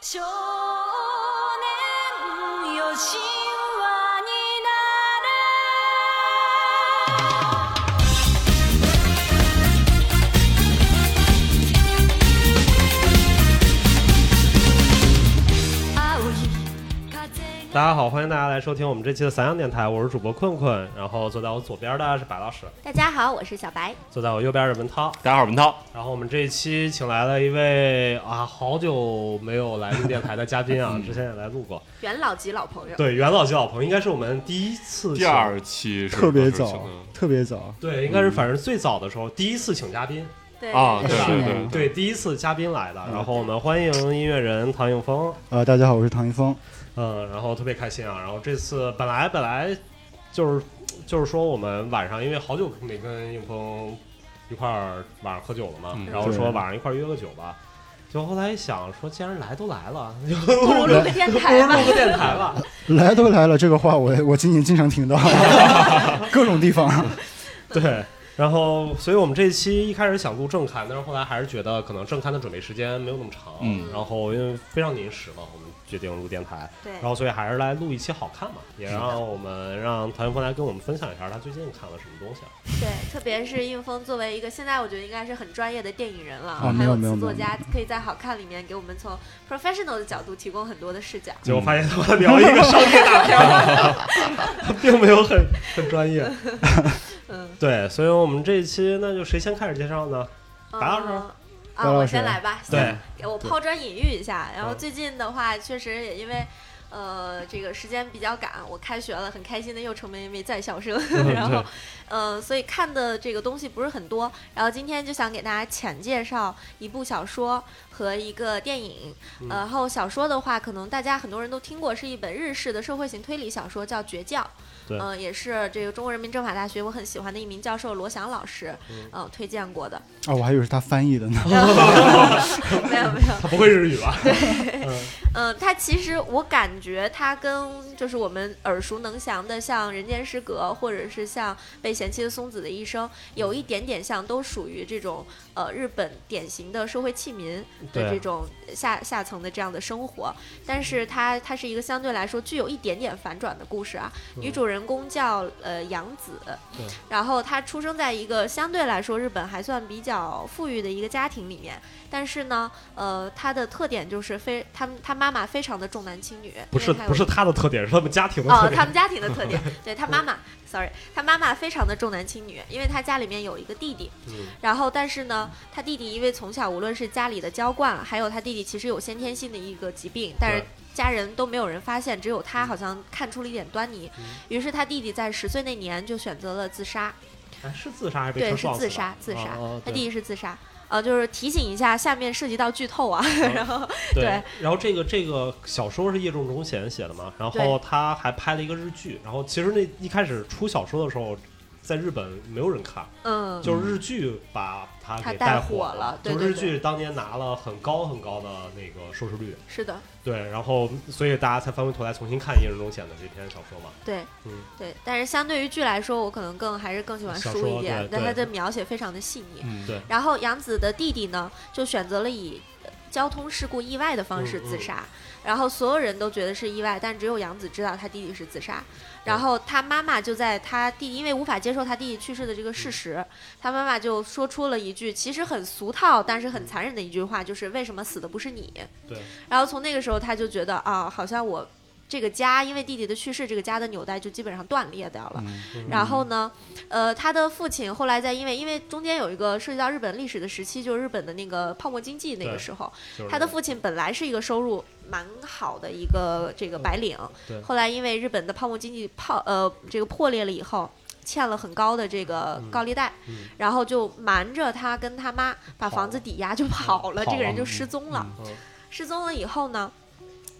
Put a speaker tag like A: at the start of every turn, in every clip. A: 少年よ神話になれ青い風が
B: 大家好，欢迎大家来收听我们这期的散养电台，我是主播困困，然后坐在我左边的是白老师，
C: 大家好，我是小白。
B: 坐在我右边是文涛。
D: 大家好，文涛。
B: 然后我们这一期请来了一位啊，好久没有来录电台的嘉宾啊，之前也来录过，
C: 元老级老朋友，
B: 对，元老级老朋友，应该是我们第一次
D: 第
B: 请
D: 二期是
E: 特别
D: 是
E: 早，特别早，
B: 对，应该是反正最早的时候，第一次请嘉宾，
C: 对
D: 啊，
C: 对
D: 对
B: 是
D: 对
B: 的嗯
D: 对，
B: 对，第一次嘉宾来的。然后我们欢迎音乐人唐映枫，
E: 呃，大家好，我是唐一峰，
B: 嗯，然后特别开心啊。然后这次本来本来就是就是说我们晚上因为好久没跟映枫一块儿晚上喝酒了嘛，
D: 嗯
B: 然后说
E: 对
B: 晚上一块儿约个酒吧。就后来一想说，既然来都来了，就
C: 不如录个电
B: 不如
C: 台吧。
B: 录个电台吧。
E: 来都来了，这个话 我我今年经常听到，各种地 方。
B: 对，然后，所以我们这期一开始想录正刊，但是后来还是觉得可能正刊的准备时间没有那么长，
D: 嗯
B: 然后因为非常临时嘛，我们决定录电台，
C: 对
B: 然后所以还是来录一期好看嘛，也让我们让团圆风来跟我们分享一下他最近看了什么东西啊。
C: 对，特别是应峰作为一个现在我觉得应该是很专业的电影人了，
E: 啊
C: 还
E: 没有
C: 有
E: 没有
C: 词
E: 没有
C: 作家，可以在好看里面给我们从 professional 的角度提供很多的视角。
B: 结果发现他们聊一个商业大片儿， 并没有很很专业。
C: 嗯，
B: 对，所以我们这一期那就谁先开始介绍呢？白老师
C: 嗯
E: 白
C: 啊，
E: 老
C: 我
E: 师
C: 先来吧。
B: 对
C: 先，给我抛砖引玉一下。然后
B: 嗯
C: 最近的话，确实也因为。呃，这个时间比较赶，我开学了，很开心的又成为一位在校生，
B: 嗯
C: 然后，呃，所以看的这个东西不是很多。然后今天就想给大家浅介绍一部小说和一个电影。
B: 嗯
C: 呃然后小说的话，可能大家很多人都听过，是一本日式的社会型推理小说，叫《绝教》。
B: 对
C: 嗯、也是这个中国人民政法大学我很喜欢的一名教授罗翔老师，
B: 嗯
C: 呃，推荐过 的。
E: 啊，我还以为是他翻译的呢。
C: 没有没有，
B: 他不会日语 吧？嗯
C: 嗯，它其实我感觉它跟就是我们耳熟能详的，像《人间失格》或者是像《被嫌弃的松子的一生》，有一点点像，都属于这种呃日本典型的社会弃民
B: 对
C: 的这种下下层的这样的生活。但是它它是一个相对来说具有一点点反转的故事啊。女主人公叫呃杨子
B: 嗯对，
C: 然后她出生在一个相对来说日本还算比较富裕的一个家庭里面，但是呢，呃，她的特点就是非他们她妈妈非常的重男轻女，
B: 不是
C: 因为她有
B: 不是他的特点，是他们家庭的特
C: 哦，
B: 点。
C: 他们家庭的特点，对她妈妈，sorry，她妈妈非常的重男轻女，因为她家里面有一个弟弟，
B: 嗯
C: 然后但是呢，她弟弟因为从小无论是家里的娇惯，还有她弟弟其实有先天性的一个疾病，但是
B: 对。
C: 家人都没有人发现，只有她好像看出了一点端倪，
B: 嗯
C: 于是她弟弟在十岁那年就选择了自杀。
B: 哎是自杀还是被
C: 对，
B: 车
C: 是
B: 撞死
C: 自
B: 的
C: 杀，自杀
B: 哦哦。
C: 他
B: 对
C: 弟弟是自杀。呃，就是提醒一下，下面涉及到剧透 啊。然后，
B: 对，
C: 对
B: 然后这个这个小说是叶仲忠写的写的嘛，然后
C: 对
B: 他还拍了一个日剧，然后其实那一开始出小说的时候，在日本没有人看，
C: 嗯，
B: 就是日剧把它
C: 它
B: 给
C: 带
B: 火
C: 火了对
B: 就是日
C: 对对
B: 剧当年拿了很高很高的那个收视率，
C: 是的，
B: 对，然后所以大家才翻回头来重新看叶仲忠写的这篇小说嘛，
C: 对
B: 嗯，
C: 对。但是相对于剧来说，我可能更还是更喜欢
B: 小
C: 书
B: 说
C: 一点
B: 对，
C: 但它
B: 对
C: 的描写非常的细腻。
D: 嗯
B: 对
C: 然后杨子的弟弟呢，就选择了以呃交通事故意外的方式
B: 嗯
C: 自
B: 嗯
C: 杀，然后所有人都觉得是意外，但只有杨子知道他弟弟是自杀。
B: 嗯
C: 然后他妈妈就在他弟弟因为无法接受他弟弟去世的这个事
B: 嗯
C: 实，他妈妈就说出了一句其实很俗套但是很残忍的一句话，就是为什么死的不是你？
B: 对，
C: 然后从那个时候他就觉得啊，好像我这个家因为弟弟的去世，这个家的纽带就基本上断裂掉了。
E: 嗯
B: 嗯
C: 然后呢，呃，他的父亲后来在因为因为中间有一个涉及到日本历史的时期，就是日本的那个泡沫经济那个
B: 对
C: 时候，
B: 嗯就是
C: 他的父亲本来是一个收入蛮好的一个这个白领
B: 对，
C: 后来因为日本的泡沫经济泡呃这个破裂了以后。欠了很高的这个
B: 嗯
C: 高利贷，
B: 嗯
C: 然后就瞒着他跟他妈把
B: 跑
C: 房子抵押就跑了，这
B: 跑
C: 个人
B: 了
C: 就失踪了。
B: 嗯
C: 失踪了以后呢，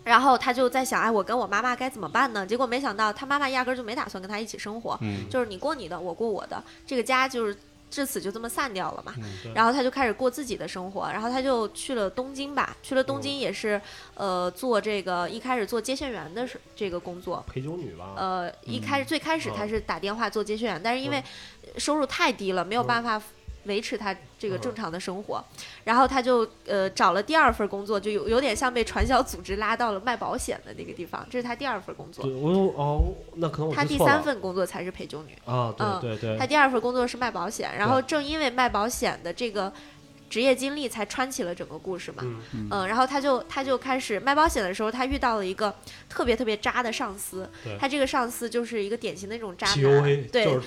C: 然后他就在想，哎，我跟我妈妈该怎么办呢？结果没想到他妈妈压根儿就没打算跟他一起生活，
D: 嗯
C: 就是你过你的，我过我的，这个家就是至此就这么散掉了嘛。
D: 嗯
B: 对
C: 然后他就开始过自己的生活，然后他就去了东京吧，去了东京也是，呃，做这个一开始做接线员的是这个工作，
B: 陪酒女吧，嗯
C: 呃，
B: 哦哦
C: 一开始最开始他是打电话做接线员，但是因为收入太低了，没有办法维持他这个正常的生活。然后他就呃找了第二份工作，就有有点像被传销组织拉到了卖保险的那个地方，这是他第二份工作
B: 对，。我有哦，那可能我
C: 他
B: 记
C: 第
B: 错了
C: 三份工作才是陪酒女。
B: 啊，
C: 嗯
B: 对对
C: 他
B: 对，
C: 第二份工作是卖保险，然后正因为卖保险的这个职业经历，才穿起了整个故事嘛。
B: 嗯
E: 嗯
C: 嗯，然后他就他就开始卖保险的时候，他遇到了一个特别特别渣的上司
B: 对，
C: 他这个上司就是一个典型的那种渣男，
B: ，PUA
C: 对
B: 就是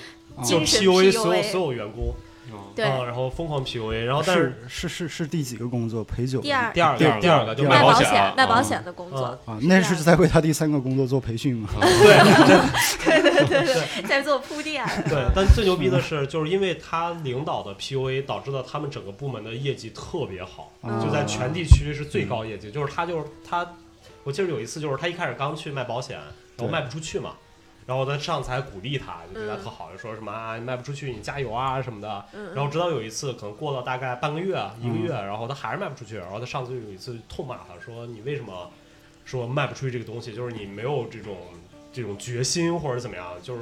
B: 就
E: 啊
C: 精
B: 是
C: 神
B: PUA 所有
C: PUA
B: 所有员工，
C: 对
B: 啊然后疯狂 PUA，然后但是
E: 是是是是第几个工作？陪酒的
C: 第二
B: 第二
E: 第
B: 个
E: 二
B: 第二个就
E: 第二
C: 卖
E: 个
B: 保
C: 保
D: 险啊
C: 卖保
D: 哦
C: 险的工作，
E: 啊，那
C: 是
E: 是
C: 啊
E: 在为他第三个工作做培训吗？
C: 在做铺垫。
B: 对，但最牛逼的是，就是因为他领导的 PUA 导致了他们整个部门的业绩特别好，
E: 啊
B: 嗯就在全
C: 哦
B: 地区是最高业绩。就是他就是他，我记得有一次就是他一开始刚去卖保险，然后
E: 对
B: 卖不出去嘛，然后他上次还鼓励他，就对他
C: 嗯
B: 特好，就说什么啊你卖不出去，你加油啊什么的。
C: 嗯
B: 然后直到有一次，可能过了大概半个月、啊一个月，然后他还是卖不出去。然后他上次有一次痛骂他说：“你为什么说卖不出去这个东西？就是你没有这种这种决心，或者怎么样？就是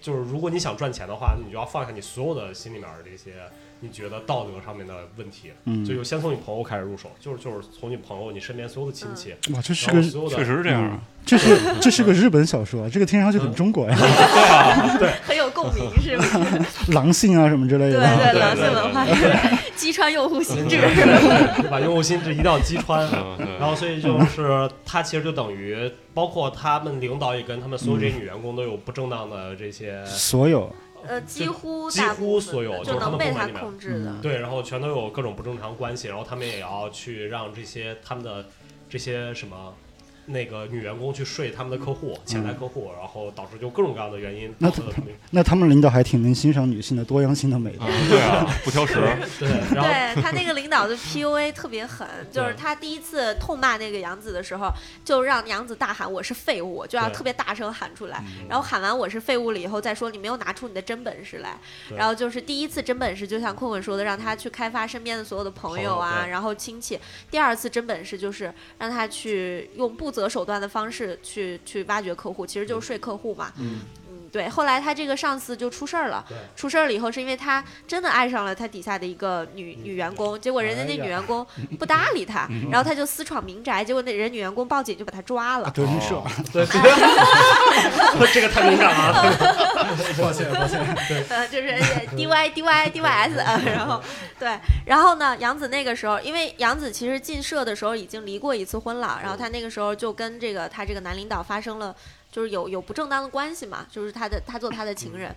B: 就是，如果你想赚钱的话，你就要放下你所有的心里面的这些你觉得道德上面的问题，
E: 嗯
B: 就，就先从你朋友开始入手，就是就是从你朋友、你身边所有的亲戚，
E: 哦哇，这是
B: 然后
E: 个嗯
B: 所有的
D: 确实是这样啊。
E: 这是这是个日本小说，这个听上去很中国呀，
B: 嗯
C: 很有共 鸣，是吧？
E: 狼性啊什么之类
C: 对
E: 的。
C: 对，
B: 对
C: 狼
B: 对
C: 性文化，击穿用户心智。
B: 对吧？用户心智一定要击穿。
D: 嗯，对
B: 然后所以就是他其实就等于包括他们领导也跟他们所有
E: 嗯
B: 这些女员工都有不正当的这些，
E: 所有
C: 呃，几乎
B: 几
C: 大部
B: 乎
C: 分
B: 所有
C: 的
B: 就是
C: 就
B: 他
C: 能
B: 们
C: 被
B: 部门
C: 他
B: 里面
C: 控制的
E: 嗯。
B: 对，然后全都有各种不正常关系，然后他们也要去让这些他们的这些什么。那个女员工去睡他们的客户、潜在客户，然后导致就各种各样的原因
E: 嗯那
B: 导致了他们
E: 那他们领导还挺能欣赏女性的多样性的美的。
D: 嗯对啊，不挑食，
B: 对，然后
C: 对他那个领导的 PUA 特别狠，就是他第一次痛骂那个杨子的时候，就让杨子大喊“我是废物”，就要
B: 对
C: 特别大声喊出来。
D: 嗯
C: 然后喊完“我是废物”了以后，再说你没有拿出你的真本事来。
B: 对
C: 然后就是第一次真本事，就像困困说的，让他去开发身边的所有的朋友
B: 朋友
C: 啊，
B: 对
C: 然后亲戚。第二次真本事就是让他去用不择手段的方式去去挖掘客户，其实就是睡客户嘛。
E: 嗯，
C: 嗯，对。后来他这个上司就出事儿了
B: 对，
C: 出事儿了以后，是因为他真的爱上了他底下的一个女女员工，结果人家
B: 哎
C: 那
B: 呀
C: 女员工不搭理他，然后他就私闯民宅，结果那人女员工报警就把他抓
B: 啊
C: 了。
B: 哦
E: 德云社，
D: 哦
B: 对，这个太敏感了。
E: 抱歉抱歉，
C: 呃，就是 D Y D Y D Y S，然呃后对，然后呢，杨子那个时候，因为杨子其实进社的时候已经离过一次婚了，然后她那个时候就跟这个她这个男领导发生了，就是有有不正当的关系嘛，就是她的她做她的情人。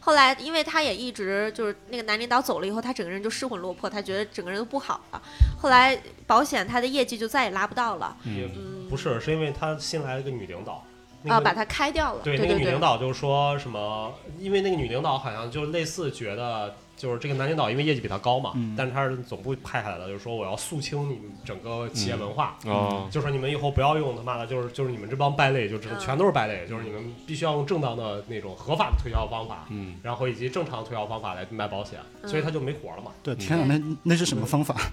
C: 后来，因为她也一直就是那个男领导走了以后，她整个人就失魂落魄，她觉得整个人都不好了。后来保险她的业绩就再也拉不到了，
B: 也
D: 嗯
C: 嗯，
B: 不是，是因为他新来了一个女领导，那
C: 啊，
B: 个
C: 把她开掉了。
B: 对，
C: 对
B: 那个女
C: 对
B: 领，导就说什么，因为那个女领导好像就类似觉得，就是这个男领导因为业绩比他高嘛，
E: 嗯
B: 但是他是总部派下来的，就是说我要肃清你们整个企业文化，
D: 哦，
B: 就说你们以后不要用他妈的，就是就是你们这帮败类，就这
C: 嗯
B: 全都是败类，就是你们必须要用正当的那种合法的推销方法，
D: 嗯，
B: 然后以及正常的推销方法来卖保险，
C: 嗯
B: 所以他就没活了嘛。
E: 对，天哪，那那是什么方法？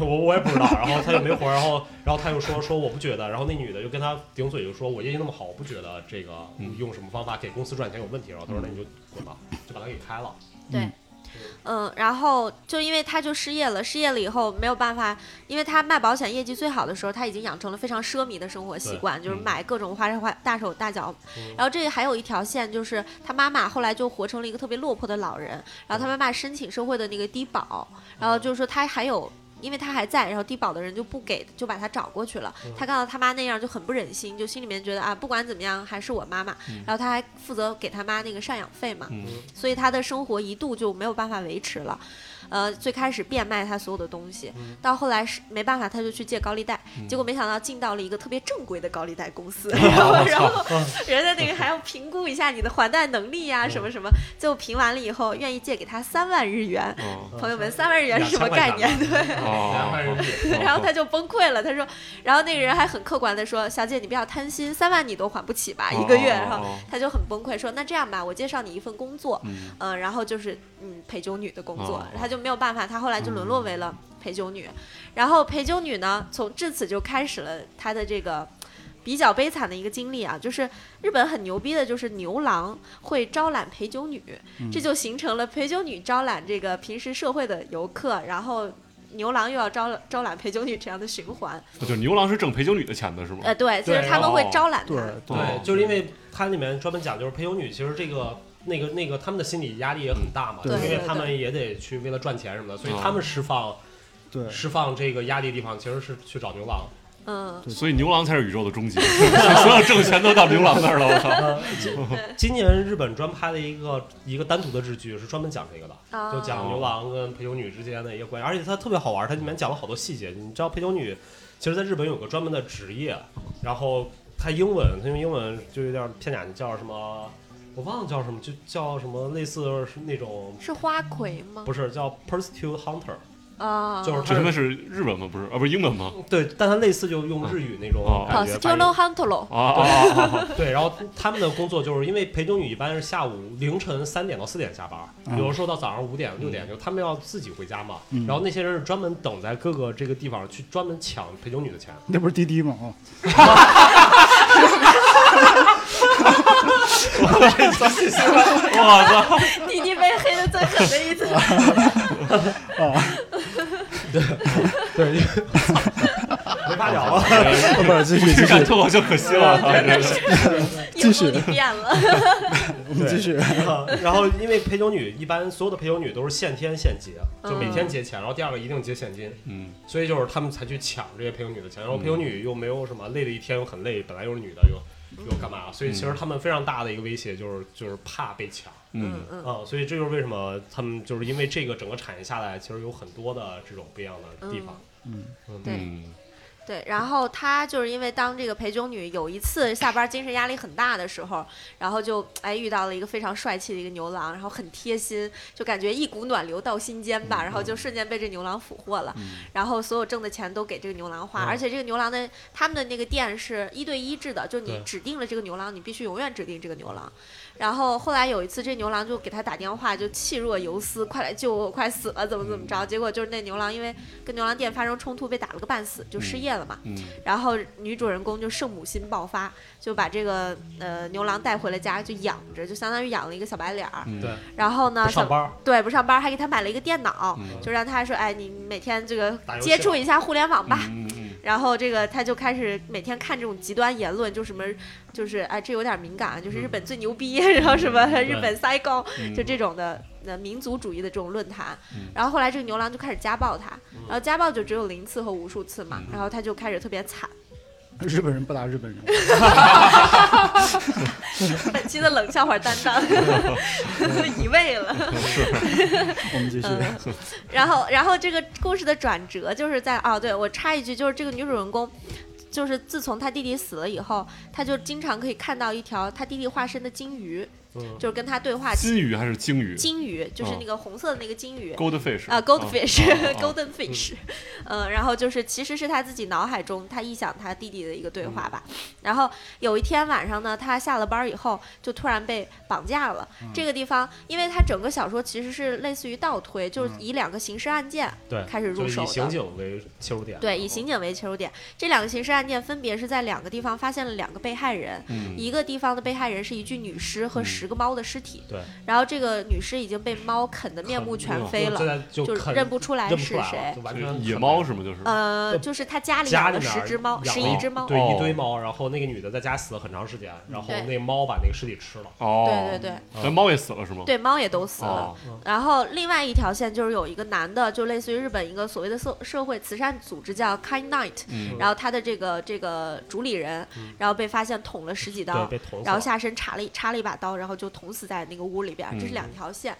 B: 我我也不知道，然后他就没活，然后然后他又说说我不觉得，然后那女的就跟他顶嘴，就说我业绩那么好，我不觉得这个
D: 嗯
B: 用什么方法给公司赚钱有问题，然后他说那你就滚吧，就把他给开了。
C: 对，嗯，然后就因为他就失业了，失业了以后没有办法，因为他卖保险业绩最好的时候，他已经养成了非常奢靡的生活习
B: 对
C: 惯，就是
D: 嗯
C: 买各种花手花大手大脚。
B: 嗯
C: 然后这里还有一条线，就是他妈妈后来就活成了一个特别落魄的老人，然后他妈妈申请社会的那个低保，然后就是说他还有。因为他还在，然后低保的人就不给，就把他找过去了。他看到他妈那样就很不忍心，就心里面觉得啊，不管怎么样还是我妈妈。
D: 嗯
C: 然后他还负责给他妈那个赡养费嘛。
D: 嗯，
C: 所以他的生活一度就没有办法维持了。呃，最开始变卖他所有的东西，
B: 嗯
C: 到后来是没办法，他就去借高利贷，
D: 嗯
C: 结果没想到进到了一个特别正规的高利贷公司，
B: 我
C: 然后
B: 操！
C: 人家那个还要评估一下你的还贷能力呀、什么什么，最后评完了以后，愿意借给他三万日元。
D: 哦，
B: 嗯
C: 朋友们，三万日元是什么概念？对，
B: 两万人民币，
C: 然
D: 哦
C: 后他就崩溃了。他说，然后那个人还很客观的说：“小姐，你不要贪心，三万你都还不起吧，一个月。”
D: 哦哦哦
C: 然后他就很崩溃，说：“那这样吧，我介绍你一份工作，
D: 嗯，
C: 嗯，然后就是嗯陪酒女的工作
D: 哦，
C: 她就没有办法，她后来就沦落为
B: 嗯
C: 了陪酒女。然后陪酒女呢，从至此就开始了她的这个比较悲惨的一个经历啊，就是日本很牛逼的，就是牛郎会招揽陪酒女，
B: 嗯
C: 这就形成了陪酒女招揽这个平时社会的游客，然后牛郎又要招招揽陪酒女这样的循环。
D: 哦就是牛郎是挣陪酒女的钱的是吗？
C: 呃，对，就
B: 哦对
C: 是他们会
D: 哦
C: 招揽他。
E: 对
D: 哦
B: 对，就是因为它里面专门讲，就是陪酒女，其实这个那个那个他们的心理压力也很大嘛，
D: 嗯
E: 对
B: 就是因
C: 对
B: 为
C: 对
B: 他们也得去为了赚钱什么的，所以
D: 啊
B: 他们释放
E: 对
B: 释放这个压力的地方其实是去找牛郎。
C: 嗯，
D: 所以牛郎才是宇宙的终极， 所有挣钱都到牛郎那儿了。我操！
B: 今年日本专拍了一个一个单独的日剧，是专门讲这个的，
C: 啊
B: 就讲牛郎跟陪酒女之间的一个关系，而且它特别好玩，它里面讲了好多细节。你知道陪酒女，其实在日本有个专门的职业，然后它英文，它用英文就有点偏假，叫什么我忘了叫什么，就叫什么类似是那种
C: 是花魁吗？
B: 不是叫 prostitute hunter，
C: 啊，
B: 哦就是
D: 这他妈是日文吗？不是啊，不是英文吗？
B: 对，但它类似就用日语那种
D: 哦
B: 感觉
C: s
B: 哦
C: t u
B: 把
C: l o
B: 你。
C: h u n t l o
D: 啊 啊啊啊！
B: 对，然后他们的工作就是因为陪酒女一般是下午凌晨三点到四点下班，有的时候到早上五点六点，就他们要自己回家嘛。然后那些人是专门等在各个这个地方去专门抢陪酒女的 钱。
E: 那不是滴滴吗？哦，
D: 我操！
C: 你你被黑的最狠的一次。
B: 对，没
D: 哎
B: 法聊 了。
E: 不是，继续
D: 这
E: 继
D: 感
E: 续，
D: 脱口秀可惜 了，啊真的是
C: 英
E: 继
C: 雄
E: 续
C: 你变了，
E: 我们继续。
B: 然后因为陪酒女一般所有的陪酒女都是现天现结，就每天结钱，然后第二个一定结现金，
D: 嗯，
B: 所以就是他们才去抢这些陪酒女的钱。然后陪酒女又没有什么累了一天又很累，本来又是女的
C: 嗯
B: 又又干嘛，所以其实他们非常大的一个威胁就是就是怕被抢。
D: 嗯
C: 嗯
B: 啊、所以这就是为什么他们就是因为这个整个产业下来，其实有很多的这种不一样的地方。
C: 对
D: 嗯，
C: 对，然后她就是因为当这个陪酒女有一次下班精神压力很大的时候，然后就哎遇到了一个非常帅气的一个牛郎，然后很贴心，就感觉一股暖流到心间
B: 嗯
C: 吧，然后就瞬间被这牛郎俘获了，然后所有挣的钱都给这个牛郎花，
B: 嗯
C: 而且这个牛郎的他们的那个店是一对一制的，就你
B: 对
C: 指定了这个牛郎，你必须永远指定这个牛郎。然后后来有一次，这牛郎就给他打电话，就气若游丝，快来救我，我快死了，怎么怎么着？
B: 嗯
C: 结果就是那牛郎因为跟牛郎店发生冲突，被打了个半死，就失业了嘛。
D: 嗯，
C: 然后女主人公就圣母心爆发，就把这个呃牛郎带回了家，就养着，就相当于养了一个小白脸儿。
D: 嗯
B: 对，
C: 然后呢，
B: 不上
C: 小
B: 班儿，
C: 对不上班，还给他买了一个电脑，
D: 嗯
C: 就让他说，哎，你每天这个
B: 打游戏
C: 接触一下互联网吧。
D: 嗯嗯
C: 然后这个他就开始每天看这种极端言论，就什么，就是哎，这有点敏感，
B: 嗯
C: 就是日本最牛逼， 然后什么日本塞高，
D: 嗯，
C: 就这种的呃民族主义的这种论坛
D: 嗯。
C: 然后后来这个牛郎就开始家暴他，
B: 嗯
C: 然后家暴就只有零次和无数次嘛
D: 嗯，
C: 然后他就开始特别惨。
E: 日本人不打日本人，
C: 本期的冷笑话担 当移位了。
E: 我们继续。
C: 嗯然后，然后这个故事的转折就是在啊，对我插一句，就是这个女主人公。就是自从她弟弟死了以后，她就经常可以看到一条她弟弟化身的金鱼，
B: 嗯，
C: 就是跟她对话。
D: 金鱼还是鲸鱼
C: 金鱼就是那个红色的那个金鱼，
D: ？Goldfish
B: 嗯哦
C: 啊
D: 啊啊啊
C: ，goldfish，golden fish，嗯，然后就是其实是他自己脑海中他臆想他弟弟的一个对话
B: 嗯
C: 吧。然后有一天晚上呢，他下了班以后就突然被绑架了。
B: 嗯
C: 这个地方，因为他整个小说其实是类似于倒推，就是
B: 嗯
C: 以两个刑事案件
B: 对，
C: 开始入
B: 就是
C: 手
B: 以刑
C: 的。
B: 警为切入点。
C: 对，以刑警为切入点，这两个刑事案件分别是在两个地方发现了两个被害人，
D: 嗯
C: 一个地方的被害人是一具女尸和
D: 嗯
C: 十个猫的尸体，
B: 对，
C: 然后这个女尸已经被猫啃得面目全
B: 嗯
C: 非了
B: 就，在就
C: 就
B: 啃
C: 认不出来
B: 认不
C: 是
B: 出来了
C: 谁
B: 就。完全
D: 野
B: 啃
D: 猫是吗？就是
C: 呃，
B: 呃
C: 就是他家里
B: 家
C: 养
B: 里
C: 了
B: 面
C: 十
B: 儿
C: 只猫，
B: 养
C: 十
B: 了
C: 一只猫。
B: 对，
D: 哦
B: 一堆猫。然后那个女的在家死了很长时间，然后
C: 对
B: 那个猫把那个尸体吃了。
D: 哦，
C: 对对对，
D: 那猫也死了是吗？
C: 对，猫也都死了。
D: 哦，
C: 然后另外一条线就是有一个男的，就类似于日本一个所谓的社社会慈善组织叫 Kind Night，
D: 嗯，
C: 然后他的这个这个主理人，然后被发现捅了十几
B: 嗯对，
C: 刀，
B: 被捅死
C: 然后
B: 了。
C: 下身插了一插了一把刀，然后就捅死在那个屋里边儿，这是
D: 嗯
C: 两条线。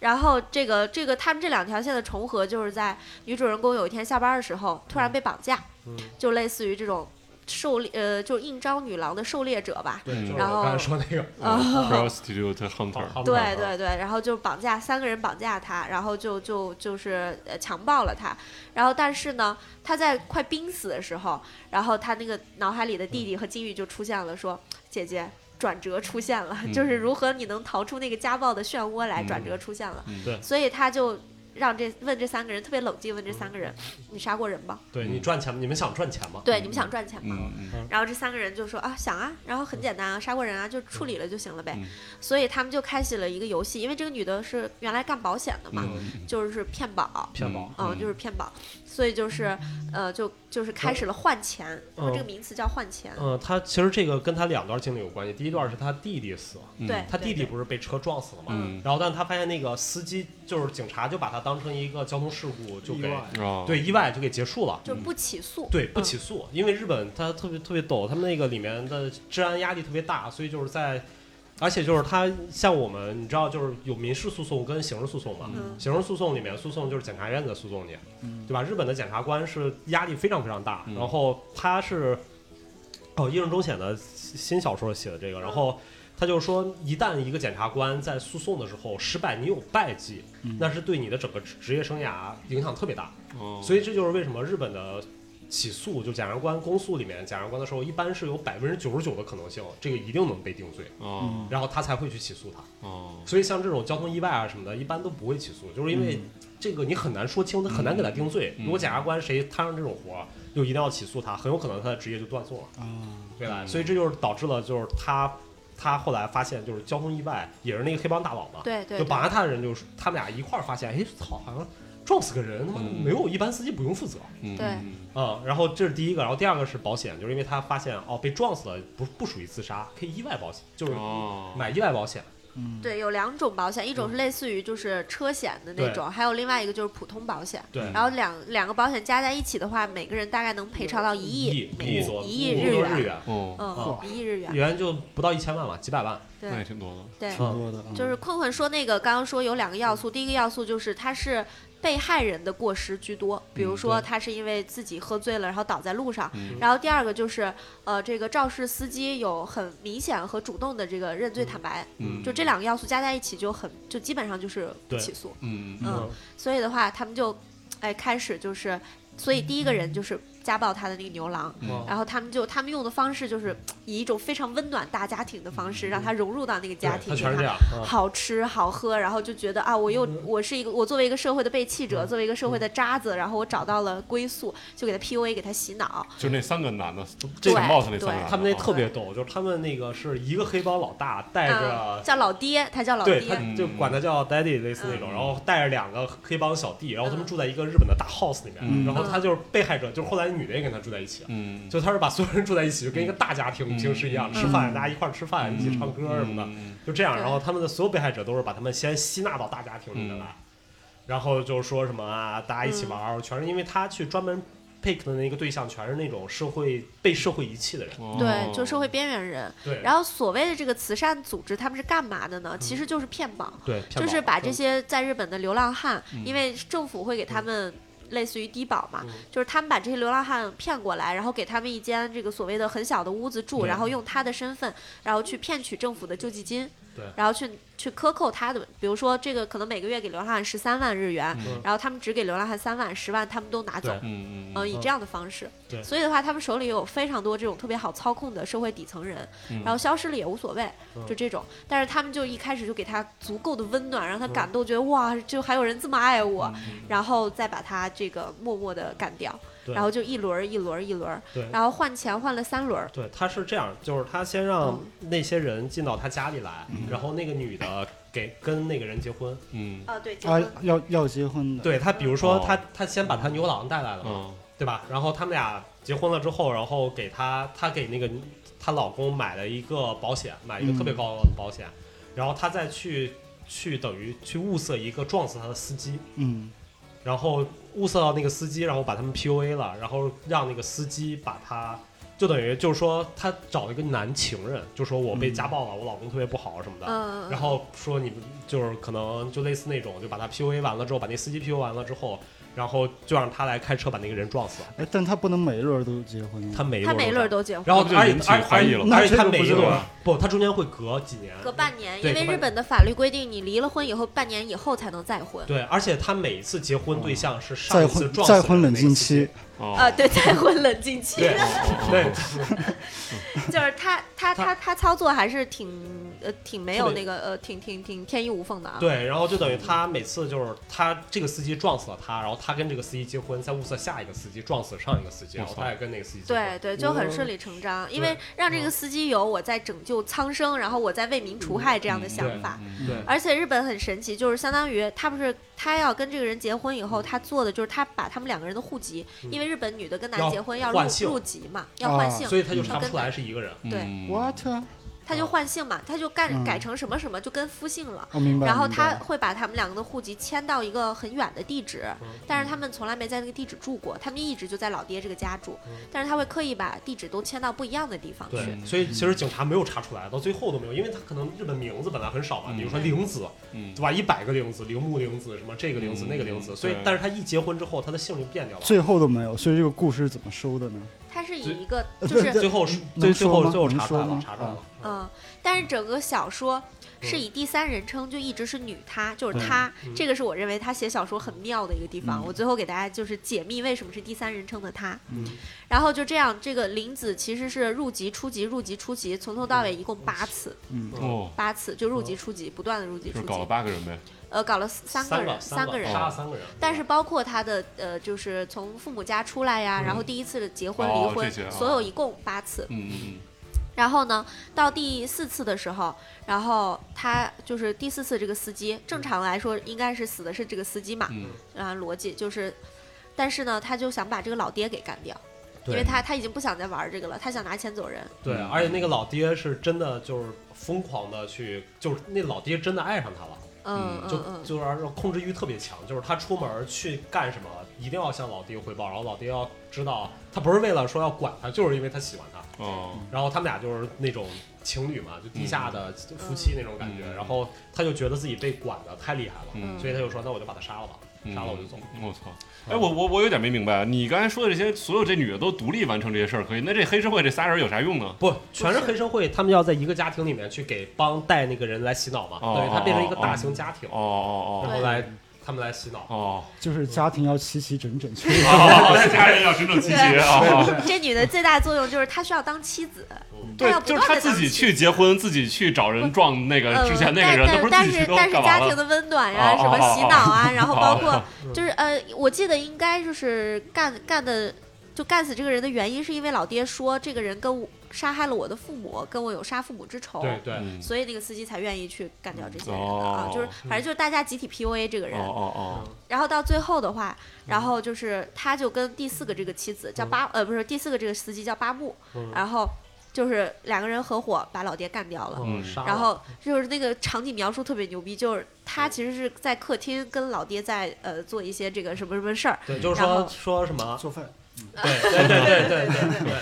C: 然后这个这个他们这两条线的重合，就是在女主人公有一天下班的时候突然被绑架，
B: 嗯
C: 就类似于这种狩猎呃，就是应招女郎的狩猎者吧。
B: 对，就是
C: 然后
B: 我刚才说那个
D: 嗯 prostitute hunter，
B: 好。
C: 对，对对，然后就绑架三个人绑架他，然后就就就是呃强暴了他，然后但是呢，他在快濒死的时候，然后他那个脑海里的弟弟和金鱼就出现了，说姐姐。转折出现了，
D: 嗯
C: 就是如何你能逃出那个家暴的漩涡来，转
D: 嗯
C: 折出现了，
D: 嗯
B: 对
C: 所以他就让这问这三个人特别冷静，问这三个人，
D: 嗯
C: 你杀过人吗？
B: 对你赚钱吗？你们想赚钱吗？
C: 对，你们想赚钱吗？
D: 嗯嗯
C: 然后这三个人就说啊，想啊，然后很简单啊，杀过人啊，就处理了就行了呗。
D: 嗯
C: 所以他们就开启了一个游戏，因为这个女的是原来干保险的嘛，
D: 嗯，
C: 就是骗保，
B: 骗保，
C: 嗯、就是骗保，所以就是呃，就就是开始了换钱，他们这个
B: 嗯
C: 名词叫换钱，
B: 嗯，他其实这个跟他两段经历有关系。第一段是他弟弟死，
D: 嗯
C: 对，
B: 他弟弟
C: 对
B: 不是被车撞死了嘛？
D: 嗯
B: 然后，但他发现那个司机就是警察，就把他当成一个交通事故，就
E: 意
B: 给
E: 外
D: 哦，
B: 对意外就给结束了。
C: 就是不起诉，
B: 对，不起诉，因为日本它特别特别陡，他们那个里面的治安压力特别大，所以就是在，而且就是他像我们，你知道，就是有民事诉讼跟刑事诉讼嘛。
C: 嗯
B: 刑事诉讼里面诉讼就是检察院在诉讼你，对吧？日本的检察官是压力非常非常大，
D: 嗯
B: 然后他是，哦，叶润中显的新小说写的这个，然后他就说，一旦一个检察官在诉讼的时候失败，你有败绩，那是对你的整个职职业生涯影响特别大。
D: 哦，
B: 所以这就是为什么日本的起诉，就检察官公诉里面，检察官的时候一般是有百分之九十九的可能性，这个一定能被定罪，
D: 哦
B: 然后他才会去起诉他。
D: 哦，
B: 所以像这种交通意外啊什么的，一般都不会起诉，就是因为这个你很难说清，他很难给他定罪。
D: 嗯
B: 如果检察官谁摊上这种活儿，就一定要起诉他，很有可能他的职业就断送了，
E: 啊，
B: 对吧？
D: 嗯
B: 所以这就是导致了，就是他他后来发现，就是交通意外也是那个黑帮大佬嘛，
C: 嗯对对
B: 就
C: 对
B: 绑架他的人就是他们俩一块儿发现，哎，操，好像撞死个人，他妈的
D: 嗯
B: 没有一般司机不用负责。
D: 嗯
C: 对
D: 嗯
B: 嗯，然后这是第一个，然后第二个是保险，就是因为他发现哦被撞死了不不属于自杀，可以意外保险，就是
D: 哦，
B: 买意外保险。
E: 嗯，
C: 对，有两种保险，一种是类似于就是车险的那
B: 对嗯
C: 种，还有另外一个就是普通保险。
B: 对，
D: 嗯
C: 然后两两个保险加在一起的话，每个人大概能赔偿到一亿美
B: 一亿
C: 金
B: 多，
C: 一亿
B: 一多日
C: 元，
B: 元，
D: 哦，
C: 嗯，
E: 哇
C: 一亿日元，
B: 元就不到一千万吧，几百万。
C: 对
D: 那也挺多的，
C: 对
E: 挺，多的，嗯
C: 就是困困说那个刚刚说有两个要素，第一个要素就是他是被害人的过失居多，比如说
B: 对
C: 他是因为自己喝醉了然后倒在路上，
D: 嗯
C: 然后第二个就是呃这个肇事司机有很明显和主动的这个认罪坦白，
D: 嗯
C: 就这两个要素加在一起就很就基本上就是不
B: 对
C: 起诉，
D: 嗯
C: 嗯，所以的话他们就哎开始就是，所以第一个人就是家暴他的那个牛郎，
D: 嗯
C: 然后他们就他们用的方式就是以一种非常温暖大家庭的方式，让他融入到那个家
B: 他
C: 庭，
B: 全是这
C: 给
B: 样。
C: 他
B: 嗯
C: 好吃好喝，然后就觉得啊，我又我是一个我作为一个社会的被弃者，
B: 嗯
C: 作为一个社会的渣子，然后我找到了归宿，就给他 PUA，给他洗脑，
D: 就那三个男的，
B: 这
D: 挺
C: 对
D: 冒他那三个男的，
B: 他们那
D: 哦
B: 特别逗，就是他们那个是一个黑帮老大带
C: 啊，
B: 着，
C: 叫老爹，他叫老
B: 哎对，他
D: 嗯
C: 爹，嗯
B: 就管他叫 daddy 类似那种，然后带着两个黑帮小弟，然后他们住在一个日本的大 house 里面，
D: 嗯
B: 然后他就是被害者，就是后来女的也跟他住在一起。
D: 嗯，
B: 就他是把所有人住在一起，就跟一个大家庭平时一样，
D: 嗯
B: 吃饭大家一块儿吃饭，一起唱歌什么的，
D: 的，
B: 就这样。
C: 对
B: 然后他们的所有被害者都是把他们先吸纳到大家庭里面
D: 嗯
B: 来，然后就说什么啊，大家一起玩儿，全是因为他去专门 pick 的那个对象，全是那种社会被社会遗弃的人。
D: 嗯哦
C: 对，就社会边缘人。
B: 对，嗯
C: 然后所谓的这个慈善组织，他们是干嘛的呢？其实就是骗保。
B: 对，骗
C: 就是
B: 保
C: 把这些在日本的流浪汉，
D: 嗯
C: 因为政府会给他们类似于低保嘛，
B: 嗯
C: 就是他们把这些流浪汉骗过来，然后给他们一间这个所谓的很小的屋子住，
B: 对
C: 然后用他的身份，然后去骗取政府的救济金
B: 对，
C: 然后去去克扣他的，比如说这个可能每个月给流浪汉十三万日元，
D: 嗯
C: 然后他们只给流浪汉三万，十万他们都拿走
B: 对。
D: 嗯
C: 嗯，
D: 嗯
C: 以这样的方式，
B: 对
C: 所以的话，他们手里有非常多这种特别好操控的社会底层人，
D: 嗯，
C: 呃然后消失了也无所谓，
B: 嗯
C: 就这种。但是他们就一开始就给他足够的温
B: 嗯
C: 暖，让他感动，觉得哇，就还有人这么爱我，
D: 嗯
C: 然后再把他这个默默的干掉，
B: 对嗯
C: 然后就一轮儿一轮儿一轮儿，
B: 对
C: 然后换钱换了三轮儿，
B: 对，他是这样，就是他先让
C: 嗯
B: 那些人进到他家里来，然后那个女的给跟那个人结婚。
D: 嗯
C: 啊，对，结
B: 哎
E: 啊
C: 婚，，
E: 要要结婚的，，
B: 对他，比如说
D: 哦
B: 他、他先把他牛郎带来了嘛，
D: 嗯
B: 对吧？然后他们俩结婚了之后，然后给她，她给那个她老公买了一个保险，买一个特别高的保险，然后她再去去等于去物色一个撞死她的司机，
E: 嗯，
B: 然后物色到那个司机，然后把他们 PUA 了，然后让那个司机把她，就等于就是说她找了一个男情人，就说我被家暴了，我老公特别不好什么的，
C: 嗯，
B: 然后说你们就是可能就类似那种，就把他 PUA 完了之后，把那司机 PUA 完了之后，然后就让他来开车把那个人撞死。
E: 哎，但他不能每一轮都结婚，
B: 他每一
C: 他每一轮儿
B: 都
C: 都结婚，
B: 这样，然后
D: 那不就
B: 而
D: 引
B: 且
D: 起
B: 而
D: 怀疑了
B: 而而且他
E: 那这个
B: 每
E: 不
B: 一
E: 是
B: 轮
E: 吧
B: 不，啊他中间会隔几年，
C: 隔半年，
B: 对
C: 因为
B: 隔半
C: 日本的法律规定，你离了婚以后半年以后才能再婚。
B: 对，而且他每一次结婚对象是上
E: 再
B: 一次
E: 婚
B: 撞死
E: 再
B: 的
E: 婚
B: 那
E: 冷
B: 个
E: 静
B: 司机
E: 期，，
D: 哦
C: 啊，对，再婚冷静期，
B: 对对
D: 对，
C: 就是他他他他操作还是挺呃挺没有
B: 特别
C: 那个呃挺挺挺天衣无缝的啊。
B: 对，然后就等于他每次就是他这个司机撞死了他，然后他跟这个司机结婚，再物色下一个司机撞死上一个司机，然后他也跟那个司机结
C: 对
B: 婚。
C: 对，就很顺理成章，因为让这个司机有我在拯救苍生，然后我在为民除害这样的想法。
D: 嗯
B: 对
C: 而且日本很神奇，就是相当于他不是他要跟这个人结婚以后，他做的就是他把他们两个人的户籍，
B: 嗯
C: 因为日本女的跟男
B: 要
C: 的结婚要入
B: 换姓
C: 入籍嘛，要换
E: 啊
C: 姓，
B: 所以他就查不出来是一啊个人。
C: 对
D: 嗯
E: What？
C: 他就换姓嘛，他就干、
E: 嗯
C: 改成什么什么，就跟夫姓了。
E: 我明白。
C: 然后
E: 明白
C: 他会把他们两个的户籍迁到一个很远的地址，
B: 嗯
C: 但是他们从来没在那个地址住过，他们一直就在老爹这个家住
B: 嗯。
C: 但是他会刻意把地址都迁到不一样的地方去。
B: 对，所以其实警察没有查出来，到最后都没有，因为他可能日本名字本来很少嘛，
D: 嗯
B: 比如说玲子，
D: 嗯
B: 对吧？一百个玲子，铃木玲子，什么这个玲子、
D: 嗯
B: 那个玲子，所以
D: 对
B: 但是他一结婚之后，他的姓就变掉了。
E: 最后都没有，所以这个故事是怎么收的呢？
C: 他是
B: 最
C: 以一个
E: 呃
C: 就是
B: 最后是
E: 能
B: 最最
E: 说
B: 后
E: 吗
B: 最后
E: 能
B: 查出
E: 说
B: 来了，
E: 吗
B: 查出来了。
C: 嗯，但是整个小说是以第三人称，就一直是女她，就是她。
B: 嗯
C: 这个是我认为他写小说很妙的一个地方。
E: 嗯
C: 我最后给大家就是解密为什么是第三人称的她。
E: 嗯
C: 然后就这样，这个林子其实是入籍、出籍、入籍、出籍，从头到尾一共八次，
E: 嗯，
D: 哦，
C: 八次就入籍、出籍，不断的入籍、
D: 就
C: 出
D: 是搞了
C: 籍。
D: 八个人呗。
C: 呃，搞了四三个
B: 三
C: 人，
B: 三
C: 个人。
B: 杀了三个人。
C: 但是包括他的呃，就是从父母家出来呀，然后
B: 嗯
C: 第一次的结婚、
D: 哦
C: 离婚
D: 这些啊，
C: 所有一共八次。
D: 嗯嗯
C: 然后呢，到第四次的时候，然后他就是第四次这个司机，正常来说应该是死的是这个司机嘛，
D: 嗯
C: 然后逻辑就是，但是呢，他就想把这个老爹给干掉，因
B: 对
C: 为他他已经不想再玩这个了，他想拿钱走人。
B: 对，
D: 嗯
B: 而且那个老爹是真的就是疯狂的去，就是那老爹真的爱上他了，
C: 嗯
B: 就
C: 嗯嗯，
B: 就是控制欲特别强，就是他出门去干什么一定要向老爹汇报，然后老爹要知道他不是为了说要管他，就是因为他喜欢他。
D: 嗯，哦，
B: 然后他们俩就是那种情侣嘛，就地下的夫妻那种感觉。
D: 嗯
B: 然后他就觉得自己被管的太厉害了，
D: 嗯
B: 所以他就说：“那我就把他杀了吧，
D: 嗯
B: 杀了我就走。
D: 我操！哎，我我我有点没明白，啊你刚才说的这些，所有这女的都独立完成这些事儿可以，那这黑社会这仨人有啥用呢？
B: 不，全是黑社会，他们要在一个家庭里面去给帮带那个人来洗脑嘛，
D: 哦
B: 等于他变成一个
D: 哦
B: 大型家庭，
D: 哦哦
B: 然后
C: 对
B: 来他们来洗脑
D: 哦。哦，
E: 就是家庭要齐齐整整，所以
D: 哦，家人要整整齐齐啊！
C: 这女的最大作用就是她需要当妻子，
D: 对
C: 她要，不
D: 就是
C: 断
D: 他
C: 地
D: 自
C: 当
D: 己
C: 妻
D: 去结婚，自己去找人撞那个
C: 嗯，
D: 之前那个人，那不是
C: 但
D: 自己去
C: 是
D: 都
C: 但是
D: 干
C: 家
D: 嘛了？
C: 庭的温暖呀、
D: 哦
C: 什么
D: 哦哦
C: 洗脑啊，然后包括
D: 哦
C: 就是呃，我记得应该就是干干的就干死这个人的原因，是因为老爹说这个人跟我杀害了我的父母，跟我有杀父母之仇。
B: 对对，
D: 嗯
C: 所以那个司机才愿意去干掉这些人的、
D: 哦
C: 啊，就是反正就是大家集体 PUA 这个人，
D: 哦哦哦，
C: 然后到最后的话，然后就是他就跟第四个这个妻子叫巴、呃不是第四个这个司机叫巴木，
B: 嗯
C: 然后就是两个人合伙把老爹干掉了，
B: 嗯，杀了
C: 然后就是那个场景描述特别牛逼，就是他其实是在客厅跟老爹在呃做一些这个什么什么事儿，
B: 对，就是
C: 然
B: 说
C: 后
B: 说什么？
E: 做饭
B: 对对对对对对，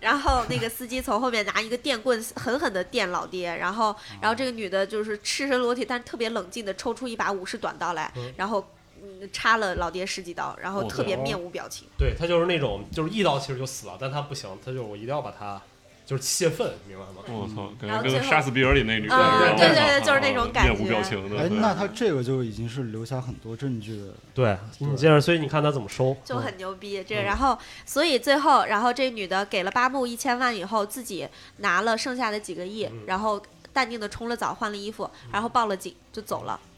C: 然后那个司机从后面拿一个电棍狠狠的电老爹，然
B: 啊
C: 后然后这个女的就是赤身裸体，但是特别冷静的抽出一把武士短刀来
B: 嗯，
C: 然后嗯插了老爹十几刀，然后
D: 哦
C: 特别
E: 对哦
C: 面无表情。
B: 对他就是那种就是一刀其实就死了，但他不行，他就是我一定要把他就是泄愤，明白吗？
D: 哦我操，感
C: 然
D: 觉
C: 后
D: 跟
C: 最
D: 《
C: 后
D: 杀死比尔》里那女的
C: 嗯
D: 一样，
B: 对对
C: 对
D: 啊
C: 就是那种感觉
D: 面无表情的。
E: 哎，
D: 对
E: 那他这个就已经是留下很多证据的，
B: 对你接着，所以你看他怎么收，
C: 就很牛逼。这
B: 嗯
C: 然后，所以最后，然后这女的给了八木一千万以后，自己拿了剩下的几个亿
B: 嗯，
C: 然后淡定的冲了澡，换了衣服，然后报了警就走了。
B: 嗯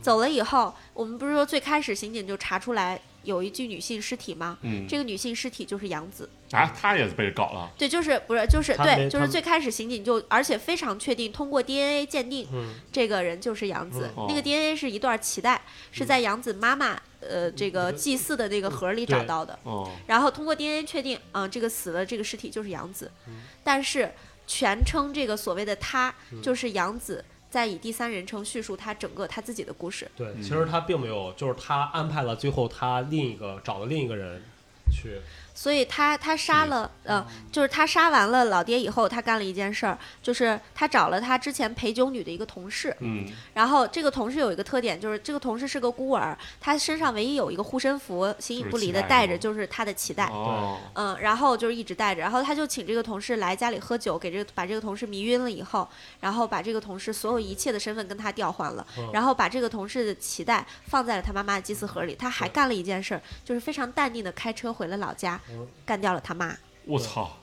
C: 走了以后，我们不是说最开始刑警就查出来有一具女性尸体吗？
D: 嗯
C: 这个女性尸体就是杨子，
D: 啊，他也被搞了，
C: 对，就是不是就是
B: 他没
C: 对，
B: 他
C: 就是
B: 们
C: 最开始刑警就，而且非常确定通过 DNA 鉴定，
B: 嗯
C: 这个人就是杨子。
D: 嗯
C: 那个
D: 哦
C: DNA 是一段脐带，是在杨子妈妈呃这个
B: 嗯
C: 祭祀的那个盒里
B: 对
C: 找到的。
D: 哦，
C: 然后通过 DNA 确定，嗯、这个死了这个尸体就是杨子，
B: 嗯
C: 但是全称这个所谓的他
B: 嗯
C: 就是杨子。在以第三人称叙述他整个他自己的故事，
B: 对，
D: 嗯
B: 其实他并没有，就是他安排了，最后他另一个找了另一个人去，
C: 所以他他杀了，
B: 嗯
C: 呃，就是他杀完了老爹以后，他干了一件事儿，就是他找了他之前陪酒女的一个同事，
D: 嗯，
C: 然后这个同事有一个特点，就是这个同事是个孤儿，他身上唯一有一个护身符，形影不离的带着就是他的脐带，
D: 哦，
C: 嗯，然后就是一直带着，然后他就请这个同事来家里喝酒，给这个把这个同事迷晕了以后，然后把这个同事所有一切的身份跟他调换了，
B: 嗯
C: 然后把这个同事的脐带放在了他妈妈的祭祀盒里。他还
B: 对
C: 干了一件事儿，就是非常淡定的开车回了老家，
B: 嗯
C: 干掉了他妈。
D: 我操，